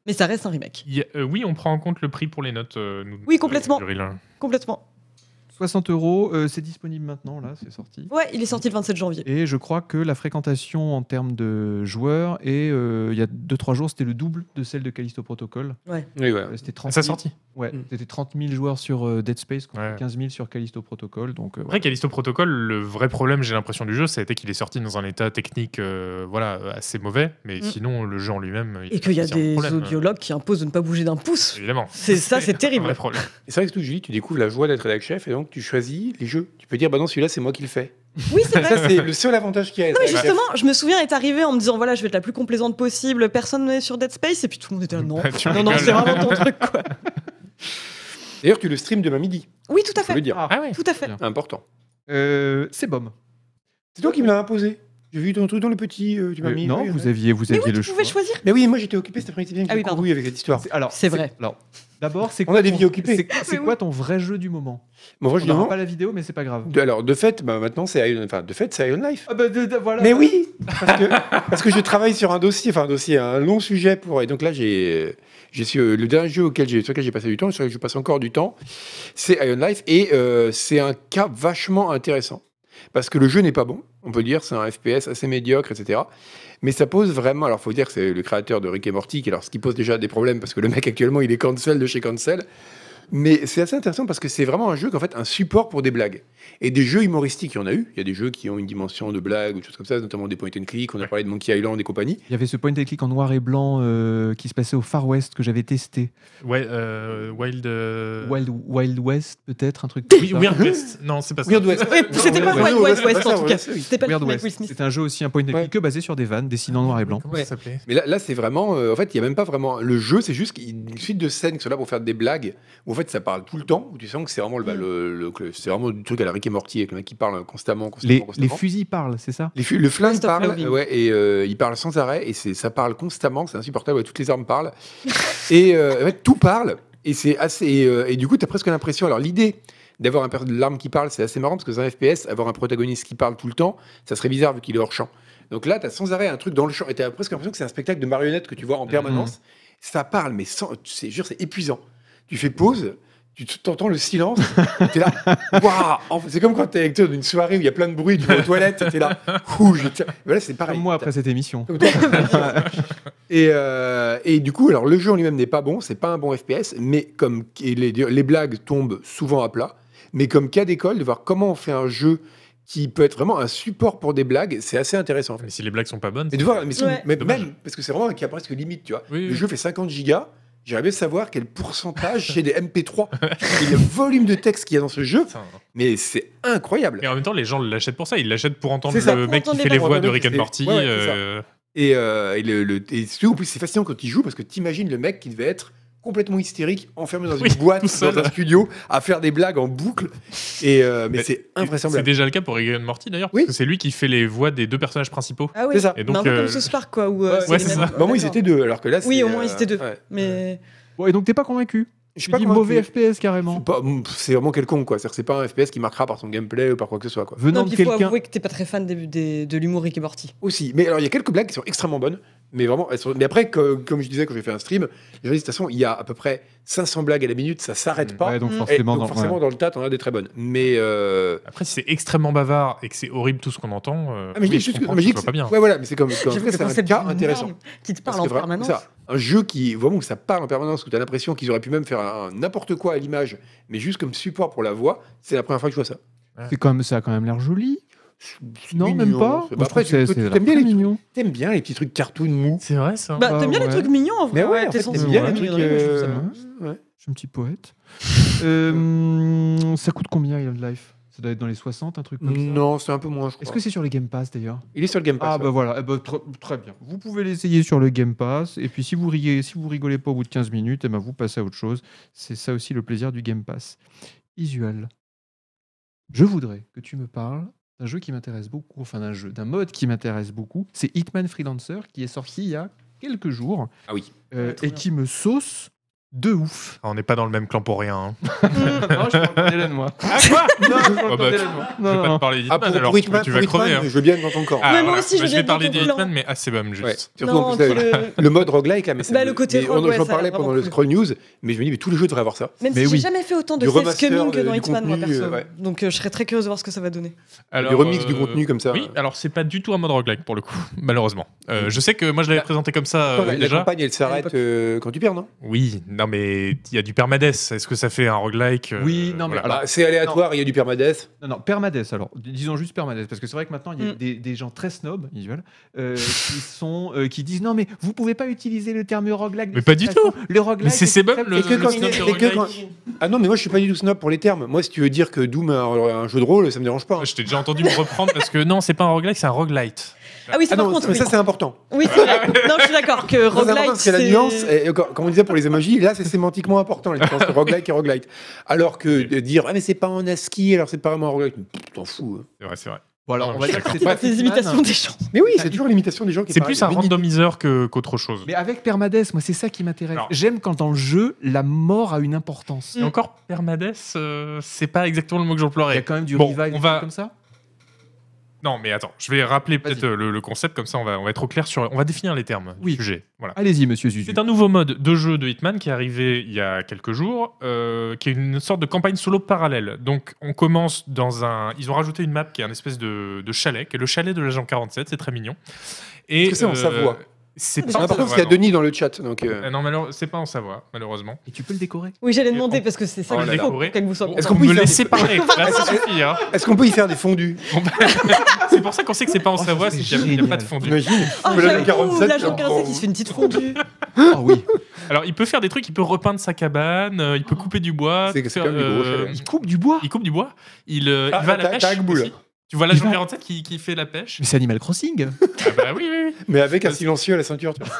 B: Mais ça reste un remake.
C: il y a- euh, oui, on prend en compte le prix pour les notes. euh, nous-
B: Oui, complètement.
C: du Reel.
B: Complètement.
A: 60 euros, euh, c'est disponible maintenant, là, c'est sorti.
B: Ouais, il est sorti le 27 janvier.
A: Et je crois que la fréquentation en termes de joueurs, et euh, il y a 2-3 jours, c'était le double de celle de Callisto Protocol.
D: Oui, voilà.
A: Euh, C'était 30
C: À sa
A: 000.
C: sortie.
A: Ouais,
D: Mm.
A: c'était 30 000 joueurs sur euh, Dead Space contre
C: Ouais.
A: 15 000 sur Callisto Protocol. Donc, euh,
C: Après, Callisto Protocol, le vrai problème, j'ai l'impression, du jeu, ça a été qu'il est sorti dans un état technique euh, voilà, assez mauvais. Mais
B: Mm.
C: sinon, le jeu en lui-même.
B: Et qu'il y a
C: c'est un
B: des
C: problème, hein. euh,
B: audiologues qui imposent de ne pas bouger d'un pouce.
C: Évidemment.
B: C'est ça, c'est
C: Un
B: terrible.
C: vrai problème.
D: Et c'est vrai que tout, Julie, tu découvres la joie d'être rédac chef et donc tu choisis les jeux. Tu peux dire, bah non, celui-là, c'est moi qui le fais.
B: Oui, c'est
D: (laughs)
B: vrai.
D: Bah, Ça, c'est le seul avantage qu'il y a.
B: Non, mais
D: C'est-
B: justement, je me souviens être arrivé en me disant voilà, je vais être la plus complaisante possible, personne n'est sur Dead Space, et puis tout le monde était là, non.
C: Tu
B: Non, non,
C: rigoles.
B: c'est vraiment ton truc, quoi.
D: D'ailleurs, tu le stream demain midi.
B: Oui, tout à
D: Je veux
B: fait.
D: dire,
C: Ah ouais.
B: Tout à fait.
D: important.
A: euh, c'est bomb.
D: C'est toi qui me l'as imposé. J'ai vu ton truc dans le petit. euh, tu m'as
A: Euh,
D: mis-
A: non,
D: oui,
A: vous
D: ouais.
A: aviez, vous
B: Mais
A: aviez
B: oui,
A: le
B: tu
A: choix.
B: pouvais choisir.
D: Mais oui, moi j'étais occupé cet après-midi. bien que
B: Ah oui,
D: j'ai
B: pardon.
D: couru avec cette histoire.
A: C'est- Alors,
B: C'est (laughs) vrai.
A: Alors, d'abord, c'est
D: On
A: quoi
D: a des
A: ton-
D: vies occupées.
A: c'est- C'est
B: Oui,
A: quoi ton vrai jeu du moment
D: Mon vrai
A: On
D: jeu
A: n'aura
D: de
A: pas la vidéo, mais c'est pas grave.
D: De- alors, de fait, bah, maintenant, c'est Iron... enfin, de fait, c'est Iron Life.
A: Ah bah, de- de- voilà.
D: Mais oui parce que, (laughs) parce que je travaille sur un dossier, enfin un dossier, un long sujet pour. Et donc là, j'ai, j'ai su- euh, le dernier jeu auquel j'ai, sur lequel j'ai passé du temps, sur lequel je passe encore du temps, c'est Iron Life. Et euh, c'est un cas vachement intéressant. Parce que le jeu n'est pas bon, on peut dire, c'est un FPS assez médiocre, etc. Mais ça pose vraiment. Alors, faut dire que c'est le créateur de Rick et Morty, qui, alors, ce qui pose déjà des problèmes, parce que le mec actuellement, il est cancel de chez cancel. Mais c'est assez intéressant parce que c'est vraiment un jeu qu'en fait un support pour des blagues. Et des jeux humoristiques, il y en a eu. Il y a des jeux qui ont une dimension de blague ou des choses comme ça, notamment des point and click. On a parlé de Monkey Island et compagnie.
A: Il y avait ce point and click en noir et blanc euh, qui se passait au Far West que j'avais testé.
C: Ouais, euh, Wild. euh,
A: Wild, Wild West, peut-être, un truc. comme
C: Oui,
A: ça.
C: Weird West. Non, c'est pas ça.
D: Weird West.
B: Ouais, C'était pas
A: Ouais,
B: Wild
D: ouais,
B: West,
D: ouais,
B: West,
D: ouais,
B: en tout
D: ouais,
B: cas.
D: ouais, oui.
B: C'était pas le
A: Weird
B: truc
A: West.
B: avec Will Smith.
A: C'est un jeu aussi, un point and click
D: Ouais.
A: que basé sur des vannes dessinées en noir et blanc.
C: Comment ça s'appelait
D: Mais là, là c'est vraiment. euh, en fait, il n'y a même pas vraiment. Le jeu, c'est juste qu'il- une suite de scènes qui sont là pour faire des blagues. Où en fait, ça parle tout le temps. Où tu sens que c'est vraiment,
A: Mm.
D: le, bah, le- le- que c'est vraiment du truc à la Rick et Morty avec le mec qui parle constamment, constamment,
A: Les, les
D: constamment.
A: fusils parlent, c'est ça
D: Les fu- le flingue
B: Last of
D: parle,
B: Loving.
D: ouais, et euh, il parle sans arrêt, et c'est, ça parle constamment, c'est insupportable, ouais, toutes les armes parlent. et euh, en fait, tout parle, et c'est assez. Et, euh, et du coup, tu as presque l'impression. Alors, l'idée d'avoir un per- de l'arme qui parle, c'est assez marrant, parce que dans un FPS, avoir un protagoniste qui parle tout le temps, ça serait bizarre vu qu'il est hors champ. Donc là, tu as sans arrêt un truc dans le champ, et tu as presque l'impression que c'est un spectacle de marionnettes que tu vois en permanence. Ça parle, mais sans, c'est, jure, c'est épuisant. Tu fais pause. Tu t- t'entends le silence, t'es là, waouh! En fait, C'est comme quand t'es avec toi d'une soirée où il y a plein de bruit, tu vas aux toilettes, t'es là, Ouh, je tiens- Voilà, c'est pareil.
A: Comme moi après cette émission.
D: et, euh, et du coup, alors le jeu en lui-même n'est pas bon, c'est pas un bon FPS, mais comme et les, les blagues tombent souvent à plat, mais comme cas d'école, de voir comment on fait un jeu qui peut être vraiment un support pour des blagues, c'est assez intéressant. En fait.
C: Mais Ah, si les blagues sont pas bonnes.
D: Et de
C: c'est-
D: voir, mais c'est-
B: Ouais.
D: mais
C: Dommage.
D: même, parce que c'est vraiment un cas presque limite, tu vois.
C: Oui,
D: Le
C: oui.
D: jeu fait 50 gigas, J'aimerais bien savoir quel pourcentage chez les MP3 et le volume de texte qu'il y a dans ce jeu,
C: Putain.
D: mais c'est incroyable.
C: Et en même temps, les gens l'achètent pour ça. Ils l'achètent pour entendre
D: C'est ça,
C: le
B: pour
C: mec qui
B: entendre
C: fait
B: les
C: les
D: paroles.
C: voix de Rick and
D: C'est-
C: Morty.
D: ouais, ouais, c'est
C: euh,
D: Et, euh, et le, le- et surtout, en plus, c'est fascinant quand il joue parce que t'imagines le mec qui devait être complètement hystérique, enfermé dans une
C: Oui,
D: boîte,
C: tout seul.
D: dans un studio, à faire des blagues en boucle. Et, euh, mais
C: Mais
D: c'est
C: C'est
D: invraisemblable.
C: déjà le cas pour Rick and Morty d'ailleurs,
D: Oui.
C: parce que c'est lui qui fait les voix des deux personnages principaux.
B: Ah oui.
D: C'est ça.
C: Et
B: Mais un
C: donc,
B: peu comme
C: euh,
B: ce Spark, quoi. Où, euh, les
C: ouais, c'est
B: mêmes.
C: ça.
D: Bah, au moins, ils
B: D'accord.
D: étaient deux, alors que là,
B: Oui,
D: c'est,
B: au moins, ils
D: euh,
B: étaient deux.
D: ouais.
B: Mais
A: Bon, et donc t'es pas convaincu
D: Je suis
A: Tu
D: pas
A: dis
D: convaincu.
A: mauvais FPS
D: C'est
C: hein.
A: carrément.
D: pas- mm, C'est vraiment quelconque, quoi. C'est-à-dire que C'est pas un FPS qui marquera par son gameplay ou par quoi que ce soit, quoi.
A: Venant
B: non,
A: de
B: puis il faut
A: quelqu'un.
B: avouer que t'es pas très fan des- des- de l'humour Rick et Morty.
D: Aussi. Mais alors, il y a quelques blagues qui sont extrêmement bonnes, mais vraiment, elles sont... Mais après, que- comme je disais quand j'ai fait un stream, les gens disent, de toute façon, il y a à peu près 500 blagues à la minute, ça s'arrête
C: Mm.
D: pas.
A: Ouais, donc
B: Mm.
D: Et
A: forcément,
D: donc,
A: dans-
D: forcément,
A: ouais.
D: dans le tas, t'en as des très bonnes. Mais. euh,
C: Après, si c'est extrêmement bavard et que c'est horrible tout ce qu'on entend, euh,
D: Ah, mais je
C: oui,
D: dis juste que-
C: comprends
D: mais je
C: que
D: dis
C: ce
D: que
C: soit pas bien.
D: Ouais, voilà, mais c'est comme. comme- en
B: J'avoue
D: tout
B: que
D: cas,
B: le
D: c'est un
B: concept
D: cas
B: d'une
D: intéressant.
B: norme Qui te
D: Parce
B: parle en
D: que vraiment,
B: permanence.
D: ça, un jeu qui, vraiment, où ça parle en permanence, où tu as l'impression qu'ils auraient pu même faire un un n'importe quoi à l'image, mais juste comme support pour la voix, c'est la première fois que je vois ça.
A: C'est quand même, ça a quand même l'air joli.
D: C'est
A: Non, même
D: mignon,
A: pas. Moi,
D: c'est- bah
A: je
D: après,
A: trouve que
D: tu-
A: c'est
D: tu-
A: c'est
D: t'aimes bien,
A: très
D: les trucs-
A: mignon.
D: t'aimes bien les petits trucs cartoons mous.
C: C'est vrai ça.
B: Bah, t'aimes bien
A: ouais.
B: les trucs mignons en vrai.
D: Mais ouais, en
B: t'es
D: fait, t'aimes
B: sensible.
D: bien
B: Ouais,
D: les trucs.
B: mais moi, je trouve ça
D: euh,
B: bien.
D: ouais.
A: Je suis un petit poète. (laughs) Euh, ça coûte combien Island Life Ça doit être dans les 60, un truc comme ça.
D: Non, c'est un peu moins, je crois.
A: Est-ce que c'est sur les Game Pass d'ailleurs
D: Il est sur le Game Pass.
A: Ah
D: ouais.
A: bah voilà, Eh bah, tr- très bien. Vous pouvez l'essayer sur le Game Pass et puis si vous riez, si vous rigolez pas au bout de 15 minutes, eh ben vous passez à autre chose. C'est ça aussi le plaisir du Game Pass. Isual, je voudrais que tu me parles d'un jeu qui m'intéresse beaucoup, enfin d'un jeu, d'un mode qui m'intéresse beaucoup. C'est Hitman Freelancer qui est sorti il y a quelques jours.
D: Ah oui.
A: Euh,
B: Ouais, trop
A: et
B: bien.
A: qui me sauce de ouf.
C: Ah, On n'est pas dans le même clan pour rien. hein.
A: non, je parle d'Hélène, moi. Ah quoi (laughs) Non, je parle
C: Oh, bah,
A: d'Hélène, moi.
C: je vais
A: Non,
C: pas
A: non,
C: te parler d'Hitman
D: Ah, pour,
C: alors
D: pour Hitman,
C: tu
D: pour
C: vas
D: Hitman,
C: crever. hein.
D: je veux bien dans ton corps.
C: Ah,
B: Mais moi
C: voilà.
B: aussi, je
C: Bah,
B: viens
C: vais
B: de
C: parler
B: ton
C: de
B: clan.
C: Hitman, mais assez juste.
D: Ouais. Surtout, en
B: Non,
D: plus,
B: entre
D: le...
B: le-
D: le mode roguelike, là, mais ça
B: Bah,
D: me-
B: le côté
D: mais
B: rogue,
D: on en
B: ouais, ça a
D: parlais
B: l'air
D: pendant
B: vraiment
D: le scroll news, mais je me dis, mais tous les jeux devraient avoir ça.
B: Même
A: Mais
B: si
A: oui.
B: j'ai jamais fait autant de
D: Du
B: self-scumming
D: remaster,
B: que dans
D: du
B: Hitman, moi,
D: contenu,
B: perso.
D: euh, ouais.
B: Donc euh, je serais très curieuse de voir ce que ça va donner.
D: du remix du contenu comme ça.
C: euh, Oui, alors c'est pas du tout un mode roguelike pour le coup, (laughs) malheureusement. Euh, je sais que moi je l'avais
D: Mm. La-
C: présenté comme ça
D: Attends,
C: euh,
D: la, la
C: déjà.
D: campagne, elle s'arrête euh, quand tu perds, non
C: Oui, non mais il y a du permades. Est-ce que ça fait un roguelike euh,
A: Oui, non, mais
C: voilà.
A: Alors,
D: Bah, C'est aléatoire, il y a du permadeath.
A: Non, non, Permades, alors. D- Disons juste Permades, parce que c'est vrai que maintenant, il y a
B: Mm.
A: des, des gens très snobs, visuels,
B: (laughs)
A: euh, qui, sont, euh, qui disent non, mais vous pouvez pas utiliser le terme roguelike. de
C: Mais pas
A: cette
C: du
A: façon. Le roguelike.
C: Mais c'est
A: c'est
C: c'est même
A: très-
C: le,
D: Et que
C: le
D: quand
C: snob
D: il est-
C: de
D: et que
C: roguelike.
D: quand- Ah non, mais moi je suis pas du tout snob pour les termes. Moi, si tu veux dire que Doom est un, un jeu de rôle, ça me dérange pas. hein.
C: Je t'ai déjà entendu me reprendre parce que non, c'est pas un roguelike, c'est un roguelite.
B: Ah oui,
D: Ah
B: c'est par
D: non,
B: contre.
D: mais
B: Oui,
D: ça c'est important.
B: Oui, c'est vrai. Non, je suis d'accord que
D: Ça, C'est important
B: roguelite,
D: parce que la nuance, et encore, comme on disait pour les emojis, là c'est sémantiquement important la différence entre roguelike et roguelite. Alors que de dire ah mais c'est pas en ASCII, alors c'est pas vraiment un roguelite, Pff, t'en fous. hein.
C: C'est vrai, c'est vrai.
A: Bon, alors, on va
C: Je suis
A: dire que
B: (laughs)
C: d'accord.
A: c'est pas
B: des
A: Hitman,
B: imitations des gens.
D: Mais oui, c'est toujours l'imitation des gens qui
C: C'est
D: parlent
C: plus un
D: des mini-
C: randomiseur que- qu'autre chose.
A: Mais avec Permades, moi, c'est ça qui m'intéresse.
C: Alors-
A: J'aime quand dans le jeu, la mort a une importance.
B: Mm.
C: Et encore, permades, euh, c'est pas exactement le mot que
A: Il y a
C: j'emploierais.
A: quand même du
C: Bon,
A: revive,
C: on
A: des
C: va-
A: trucs comme ça.
C: Non, mais attends, je vais rappeler
A: Vas-y.
C: peut-être euh, le, le concept, comme ça on va, on va être au clair sur. On va définir les termes
A: Oui.
C: du sujet. Voilà.
A: Allez-y, monsieur Zuzu.
C: C'est un nouveau mode de jeu de Hitman qui est arrivé il y a quelques jours, euh, qui est une sorte de campagne solo parallèle. Donc on commence dans un... Ils ont rajouté une map qui est un espèce de, de chalet, qui est le chalet de l'agent 47, c'est très mignon. Et euh,
D: Est-ce que c'est en Savoie
C: C'est
D: C'est
C: pas en
D: important parce
C: Savoie,
D: qu'il y a
C: non.
D: Denis dans le chat. Donc, euh,
C: Euh, non, malheure- c'est pas en Savoie, malheureusement.
A: Et tu peux le décorer.
B: Oui, j'allais
C: Et
B: demander
C: on-
B: parce que c'est ça
C: on
B: que
C: l'a
B: je faut
C: décoré.
B: que vous soyez.
D: Est-ce
C: On
D: qu'on peut
C: me
D: y Ah, faire (laughs)
C: laisser
D: des-
C: parler Là, ça suffit, hein.
D: Est-ce qu'on peut y faire des fondus
C: Bon, bah, (laughs) C'est pour ça qu'on sait que c'est pas en
A: Oh, ça,
C: Savoie,
A: c'est
C: c'est qu'il n'y a, il y a pas de
A: génial.
C: fondue.
D: Imagine.
B: Oh,
D: Mais l'agent
B: j'avoue,
D: 47,
B: l'agent
D: bon.
B: 47, il se fait une petite fondue.
A: Ah oui.
C: Alors il peut faire des trucs, il peut repeindre sa cabane, euh, il peut couper du bois.
D: C'est- c'est
C: faire, euh,
D: quand même du gros chalet, hein.
A: Il coupe du bois.
C: Il coupe du bois, il, euh,
D: Ah,
C: il va à
D: t'as-
C: la pêche.
D: t'as Agboul.
C: aussi. Tu vois
A: Il
C: l'agent
A: va-
C: 47 qui, qui fait la pêche
A: (laughs) Mais c'est Animal Crossing.
C: Ah bah oui, oui, oui.
D: Mais avec un silencieux à la ceinture. tu vois.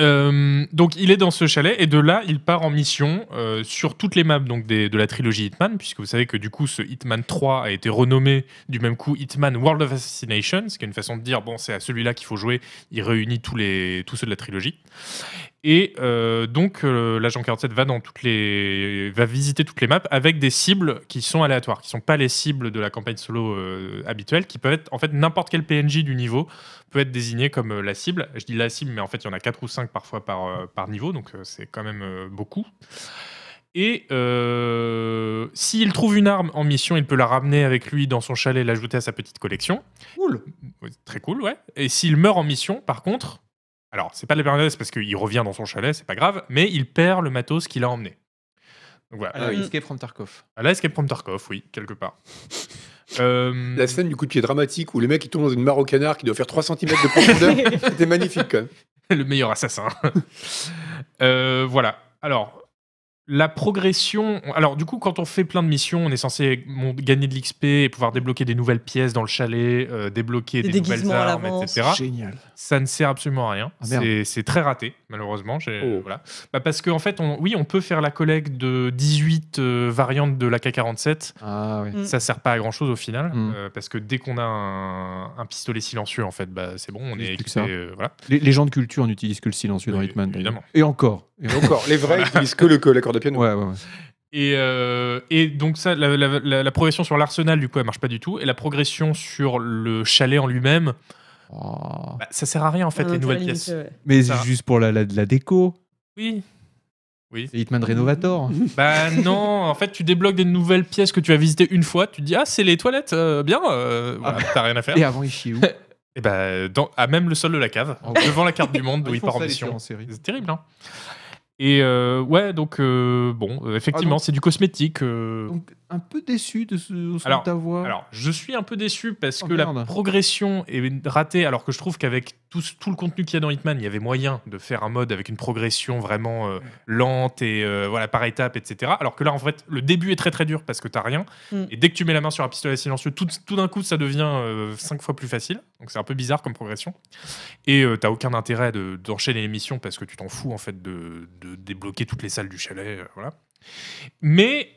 C: Euh, donc il est dans ce chalet et de là il part en mission euh, sur toutes les maps donc des- de la trilogie Hitman puisque vous savez que du coup ce Hitman 3 a été renommé du même coup Hitman World of Assassination ce qui est une façon de dire bon c'est à celui-là qu'il faut jouer il réunit tous les tous ceux de la trilogie et euh, donc euh, l'agent 47 va dans toutes les va visiter toutes les maps avec des cibles qui sont aléatoires qui sont pas les cibles de la campagne solo euh, habituelle qui peuvent être en fait n'importe quel PNJ du niveau peut être désigné comme euh, la cible. Je dis la cible, mais en fait, il y en a 4 ou 5 parfois par, euh, par niveau, donc euh, c'est quand même euh, beaucoup. Et euh, s'il trouve une arme en mission, il peut la ramener avec lui dans son chalet, l'ajouter à sa petite collection.
A: Cool.
C: Ouais, Très cool, ouais. Et s'il meurt en mission, par contre, alors c'est pas de la permanence parce qu'il revient dans son chalet, c'est pas grave, mais il perd le matos qu'il a emmené. Donc voilà.
A: Alors,
B: oui.
A: Ah Escape from Tarkov.
D: Ah.
C: À la Escape from Tarkov, oui, quelque
D: (laughs)
C: part. Euh,
D: La scène du coup de pied dramatique où le mec il tombe dans une mare au canard qui doit faire 3 cm de profondeur, c'était magnifique quand même.
C: le meilleur assassin. (laughs) Euh, voilà. Alors, la progression. Alors, du coup, quand on fait plein de missions, on est censé mon- gagner de l'XP et pouvoir débloquer des nouvelles pièces dans le chalet, euh, débloquer
B: Des
C: des, nouvelles
B: déguisements à
C: armes,
B: l'avance.
C: etc.
B: Mm.
A: Génial.
C: Ça ne sert absolument à rien.
A: Ah, merde.
C: C'est- c'est très raté, malheureusement. J'ai-
D: Oh.
C: voilà. Bah, parce qu'en en fait, on- oui, on peut faire la collecte de 18 euh, variantes de l'AK-47
A: Ah oui.
B: Mm.
C: ça sert pas à grand chose au final
A: Mm.
C: euh, parce que dès qu'on a un, un pistolet silencieux en fait bah c'est bon on
A: Juste
C: est
A: plus que
C: équipé
A: ça.
C: euh, voilà
A: Les, les gens de culture n'utilisent que le silencieux dans
C: Oui,
A: Hitman. d'ailleurs.
C: évidemment.
A: Et
B: (laughs)
A: encore. Et encore.
D: Encore, les vrais, ils utilisent que le que l'accord de piano.
A: Ouais, ouais, ouais.
C: et, euh, et donc ça la, la- la- la progression sur l'arsenal du coup elle marche pas du tout et la progression sur le chalet en lui-même
A: Oh.
C: bah, ça sert à rien en fait
B: Un
C: les nouvelles
B: intérêt
C: pièces
B: limité, ouais.
A: Mais
C: Ça
A: c'est
C: va.
A: juste pour la, la, la déco.
C: oui
A: C'est Hitman Renovator.
C: bah non en fait tu débloques des nouvelles pièces que tu as visitées une fois tu te dis ah c'est les toilettes euh, bien euh, voilà, t'as rien à faire
A: Ah. Et
C: et,
A: avant, il (laughs) chiait où
C: bah dans- à même le sol de la cave
A: Oh, ouais.
C: devant la carte du monde
A: (laughs)
C: d'où
A: Ils
C: il
A: font
C: part en
A: ça, les
C: mission
A: tueurs en série.
C: C'est terrible, hein Et euh, ouais, donc euh, bon, euh,
A: Ah,
C: effectivement,
A: donc-
C: c'est du cosmétique. euh.
A: Donc, un peu déçu de ce son
C: Alors-
A: de ta voix.
C: Alors, je suis un peu déçu parce
A: Oh,
C: que la
A: merde.
C: progression est ratée, alors que je trouve qu'avec tout, ce- tout le contenu qu'il y a dans Hitman, il y avait moyen de faire un mode avec une progression vraiment euh, lente et euh, voilà par étape, etc. Alors que là, en fait, le début est très très dur parce que t'as rien,
B: Mm.
C: et dès que tu mets la main sur un pistolet silencieux, tout, tout d'un coup, ça devient euh, cinq fois plus facile. Donc c'est un peu bizarre comme progression. Et euh, t'as aucun intérêt de- d'enchaîner les missions parce que tu t'en fous en fait de, de débloquer toutes les salles du chalet. euh, voilà. Mais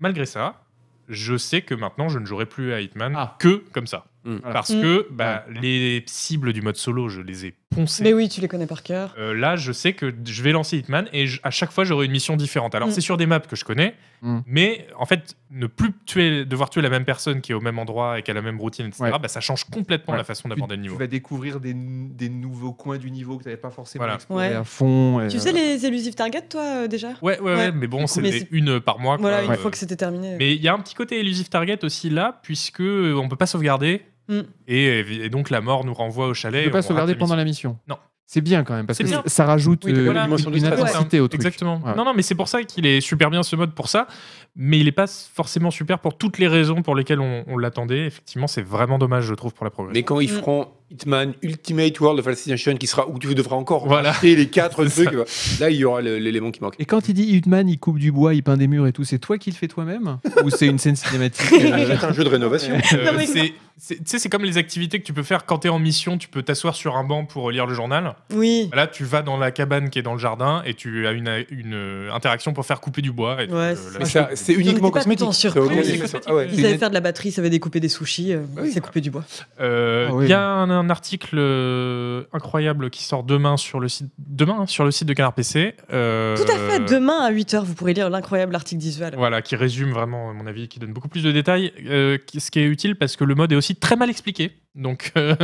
C: malgré ça, je sais que maintenant je ne jouerai plus à Hitman
A: Ah.
C: que comme ça.
D: Mm.
C: Parce
B: Mm.
C: que bah, les cibles du mode solo, je les ai poncées.
B: Mais oui, tu les connais par cœur.
C: Euh, là, je sais que je vais lancer Hitman et je- à chaque fois, j'aurai une mission différente. Alors,
B: Mm.
C: c'est sur des maps que je connais,
A: Mm.
C: mais en fait, ne plus tuer, devoir tuer la même personne qui est au même endroit et qui a la même routine, etc.,
A: Ouais.
C: bah, ça change complètement
A: Ouais.
C: la
A: tu,
C: façon d'aborder le
A: tu
C: niveau.
A: vas bah, découvrir des, des nouveaux coins du niveau que tu n'avais pas forcément
C: Voilà.
A: exploré
B: Ouais.
A: à fond. et,
B: Tu
A: euh,
B: sais les élusives target, toi, euh, déjà
C: Ouais, ouais, ouais,
B: Ouais.
C: mais bon,
B: Mais
C: c'est
B: c'est-
C: une par mois. quoi.
B: Voilà, une
C: Euh,
B: fois que c'était terminé.
C: Mais il y a un petit côté élusif target aussi là, puisque euh, on peut pas sauvegarder.
B: Mm.
C: Et, et donc la mort nous renvoie au chalet.
A: Tu peux
C: on
A: pas
C: rate
A: sauvegarder
C: les
A: pendant
C: missions.
A: la mission.
C: Non.
A: C'est bien quand même, parce
C: C'est
A: que
C: bien.
A: ça rajoute
B: Oui, t'as
A: euh,
B: pas une
D: dimension
A: une,
D: du
A: une
D: stress.
A: intensité au truc.
C: Exactement.
A: Ouais.
C: Non, non, mais c'est pour ça qu'il est super bien ce mode pour ça. Mais il est pas forcément super pour toutes les raisons pour lesquelles on, on l'attendait. Effectivement, c'est vraiment dommage, je trouve, pour la progression.
D: Mais quand ils
B: Mm.
D: feront Hitman Ultimate World of Assassination, qui sera où tu devras encore
C: Voilà.
D: acheter les (laughs) quatre
C: C'est
D: trucs, là il y aura le- l'élément qui manque.
A: Et quand il dit Hitman, il coupe du bois, il peint des murs et tout, c'est toi qui le fais toi-même Ou c'est une scène cinématique euh,
D: C'est un jeu de rénovation.
C: Euh,
B: Non, mais-
C: c'est- c'est- tu sais, c'est comme les activités que tu peux faire quand t'es en mission. Tu peux t'asseoir sur un banc pour lire le journal.
B: Oui.
C: Là, tu vas dans la cabane qui est dans le jardin et tu as une, une, euh, interaction pour faire couper du bois. Et tu,
B: Ouais,
C: euh,
B: c'est
C: la-
D: Mais ça,
B: On
D: c'est uniquement
B: était pas tout
D: cosmétique.
B: en
D: C'est
B: surprise.
D: aucun-
C: Oui, c'est
D: c'est-
C: cosmétique.
D: ah ouais.
B: Ils savaient faire de la batterie, ils savaient découper des sushis, euh,
D: Oui.
B: c'est couper du bois.
C: Euh,
A: Ah
C: Il
A: oui.
C: y a un, un article euh, incroyable qui sort demain sur le site, demain, hein, sur le site de Canard PC. euh,
B: Tout à fait, demain à 8h, vous pourrez lire l'incroyable article visuel.
C: Voilà, qui résume vraiment à mon avis, qui donne beaucoup plus de détails, euh, qui- ce qui est utile parce que le mode est aussi très mal expliqué. Donc (laughs) euh,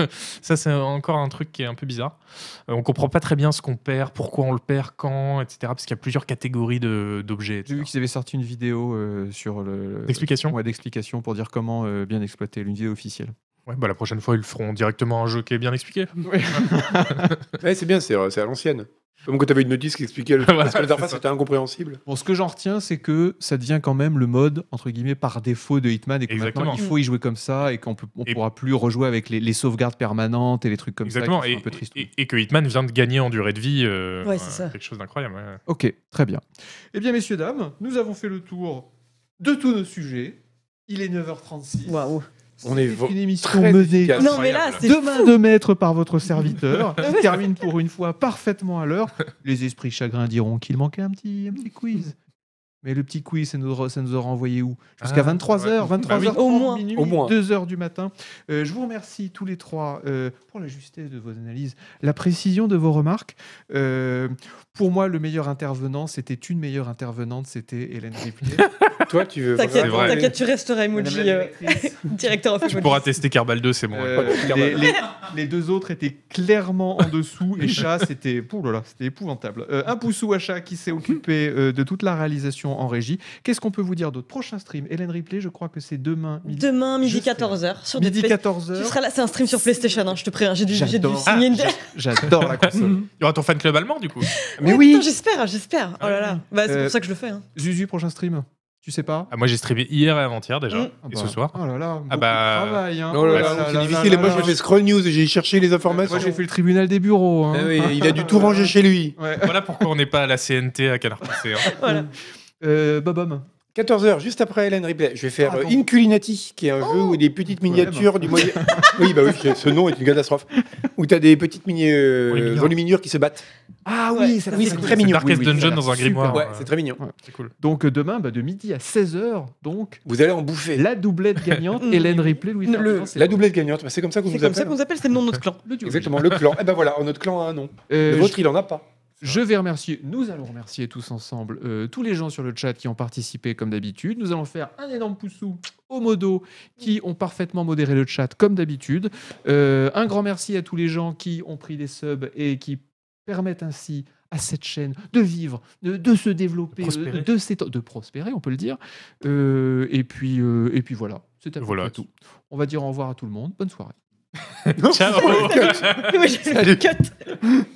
C: ça c'est encore un truc qui est un peu bizarre. Euh, on comprend pas très bien ce qu'on perd, pourquoi on le perd, quand, etc. Parce qu'il y a plusieurs catégories de- d'objets.
A: J'ai vu qu'ils avaient sorti une vidéo euh, sur le.
C: D'explication
A: Ouais, d'explication pour dire comment euh, bien exploiter une vidéo officielle.
C: Ouais, bah, la prochaine fois ils le feront directement à un jeu qui est bien expliqué.
D: (laughs) Ouais, c'est bien, c'est c'est à l'ancienne. Comme quand tu avais une notice qui (laughs) expliquait le
C: Voilà,
D: parce que l'interface
C: c'est ça.
D: était incompréhensible.
A: Bon, ce que j'en retiens, c'est que ça devient quand même le mode, entre guillemets, par défaut de Hitman et que
C: Exactement.
A: maintenant il faut y jouer comme ça et qu'on peut, on
C: Et-
A: pourra plus rejouer avec les, les sauvegardes permanentes et les trucs comme
C: Exactement.
A: ça. qui sont
C: Et,
A: un peu triste.
C: et- et que Hitman vient de gagner en durée de vie. euh,
B: Ouais, c'est
C: euh,
B: ça.
C: Quelque chose d'incroyable. ouais.
A: Ok, très bien. Eh bien, messieurs, dames, nous avons fait le tour de tous nos sujets. Il est 9h36.
B: Waouh.
D: On est
A: C'était
D: vo-
A: une émission
D: très
A: menée
D: efficace.
B: Non, mais là,
C: Incroyable.
B: c'est
A: de main
B: fou.
A: de maître par votre serviteur. qui termine pour une fois parfaitement à l'heure. Les esprits chagrins diront qu'il manquait un petit, un petit quiz. Mais le petit quiz, ça nous, ça nous aura envoyé où Jusqu'à
C: Ah,
A: 23h,
C: ouais. Bah
A: 23h,
C: oui.
B: Au moins.
A: minuit,
D: Au moins.
A: 2h du matin. Euh, je vous remercie tous les trois euh, pour la justesse de vos analyses, la précision de vos remarques. Euh, pour moi, le meilleur intervenant, c'était une meilleure intervenante, c'était Hélène
B: (laughs)
A: Ripley.
D: Toi, tu veux.
B: T'inquiète,
D: vraiment-
C: vrai.
B: t'inquiète, tu resteras
A: Madame la
B: emoji, euh,
A: directrice.
B: directeur of
C: Tu
B: emoji.
C: pourras tester Kerbal 2, c'est bon. ouais.
A: Euh,
D: pas de carte
A: les, les- les deux autres étaient clairement en dessous et Chat, c'était (laughs) pouh là là, c'était épouvantable. Euh, un poussou à Chat qui s'est occupé euh, de toute la réalisation en régie. Qu'est-ce qu'on peut vous dire d'autre Prochain stream, Hélène Ripley, je crois que c'est demain midi,
B: Demain, midi
A: Je serai là.
B: 14h, sur
A: midi
B: Dead Space.
A: 14h.
B: Tu seras là, c'est un stream sur PlayStation, hein, je te préviens, j'ai dû, j'ai dû
A: J'adore.
B: signer une date.
A: J'adore la console.
C: Il y aura ton fan club allemand du coup.
A: Mais
B: Ouais,
A: oui
B: putain, J'espère, j'espère. Oh là là. Bah, c'est
A: Euh,
B: pour ça que je le fais. hein.
A: Zuzu, prochain stream Tu sais pas
C: Ah, moi, j'ai streamé hier et avant-hier déjà,
B: Mm.
A: Ah
C: et
A: bah.
C: ce soir.
A: Oh là là, beaucoup de
C: bah.
A: travail. hein.
D: Oh là
A: Oh
D: là,
A: là
D: c'est
A: là
D: difficile.
A: là
D: Et moi,
A: là
D: j'ai
A: là.
D: fait scroll news et j'ai cherché les informations.
A: Moi, j'ai fait le tribunal des bureaux. hein.
D: Ah oui, il a dû tout ranger chez lui.
A: Ouais.
C: (laughs) voilà pourquoi on n'est pas à la CNT à Canard PC. hein.
B: Voilà.
A: Euh, Bobom.
D: 14h, juste après Hélène Ripley, je vais faire
A: Attends.
D: euh, Inculinati, qui est un
B: Oh
D: jeu où des petites miniatures du moyen. (laughs) oui, bah oui, ce nom est une catastrophe. Où tu as des petites mini euh,
C: Voluminures.
D: voluminures qui se battent.
A: Ah
B: Ouais,
A: oui,
B: ça,
A: ça
B: c'est
A: fait
B: cool.
A: cool.
D: Très mignon.
A: Oui,
C: Darkest
A: oui, ça a
C: Dungeon
A: l'air
C: dans un
A: super.
C: grimoire.
A: Ah,
D: ouais,
C: euh,
D: c'est très mignon.
A: (laughs)
C: c'est cool.
A: Donc euh, demain, bah, de midi à 16h, donc
D: Vous allez en bouffer. La,
A: la doublette
D: (laughs)
A: gagnante,
D: Mm.
A: Hélène Ripley, Louis
B: Le-
A: Ferdinand, c'est bon.
D: doublette gagnante, bah, c'est comme ça qu'on
B: C'est
D: vous
B: comme ça
D: appelle.
B: qu'on nous appelle, c'est le nom de notre clan.
A: Le duo.
D: Exactement, le clan. Eh ben voilà, notre clan a un nom.
A: Euh,
D: le vôtre, il en a pas.
A: Je vais remercier, nous allons remercier tous ensemble euh, tous les gens sur le chat qui ont participé comme d'habitude. Nous allons faire un énorme poussou aux modos qui ont parfaitement modéré le chat comme d'habitude. Euh, un grand merci à tous les gens qui ont pris des subs et qui permettent ainsi à cette chaîne de vivre, de, de se développer,
C: De prospérer.
A: euh, de, s'étendre- de prospérer, on peut le dire. Euh, et, puis, euh, et puis voilà, c'est à peu
C: Voilà.
A: près tout. On va dire au revoir à tout le monde. Bonne soirée.
C: Ciao.
B: Moi, j'ai le cut.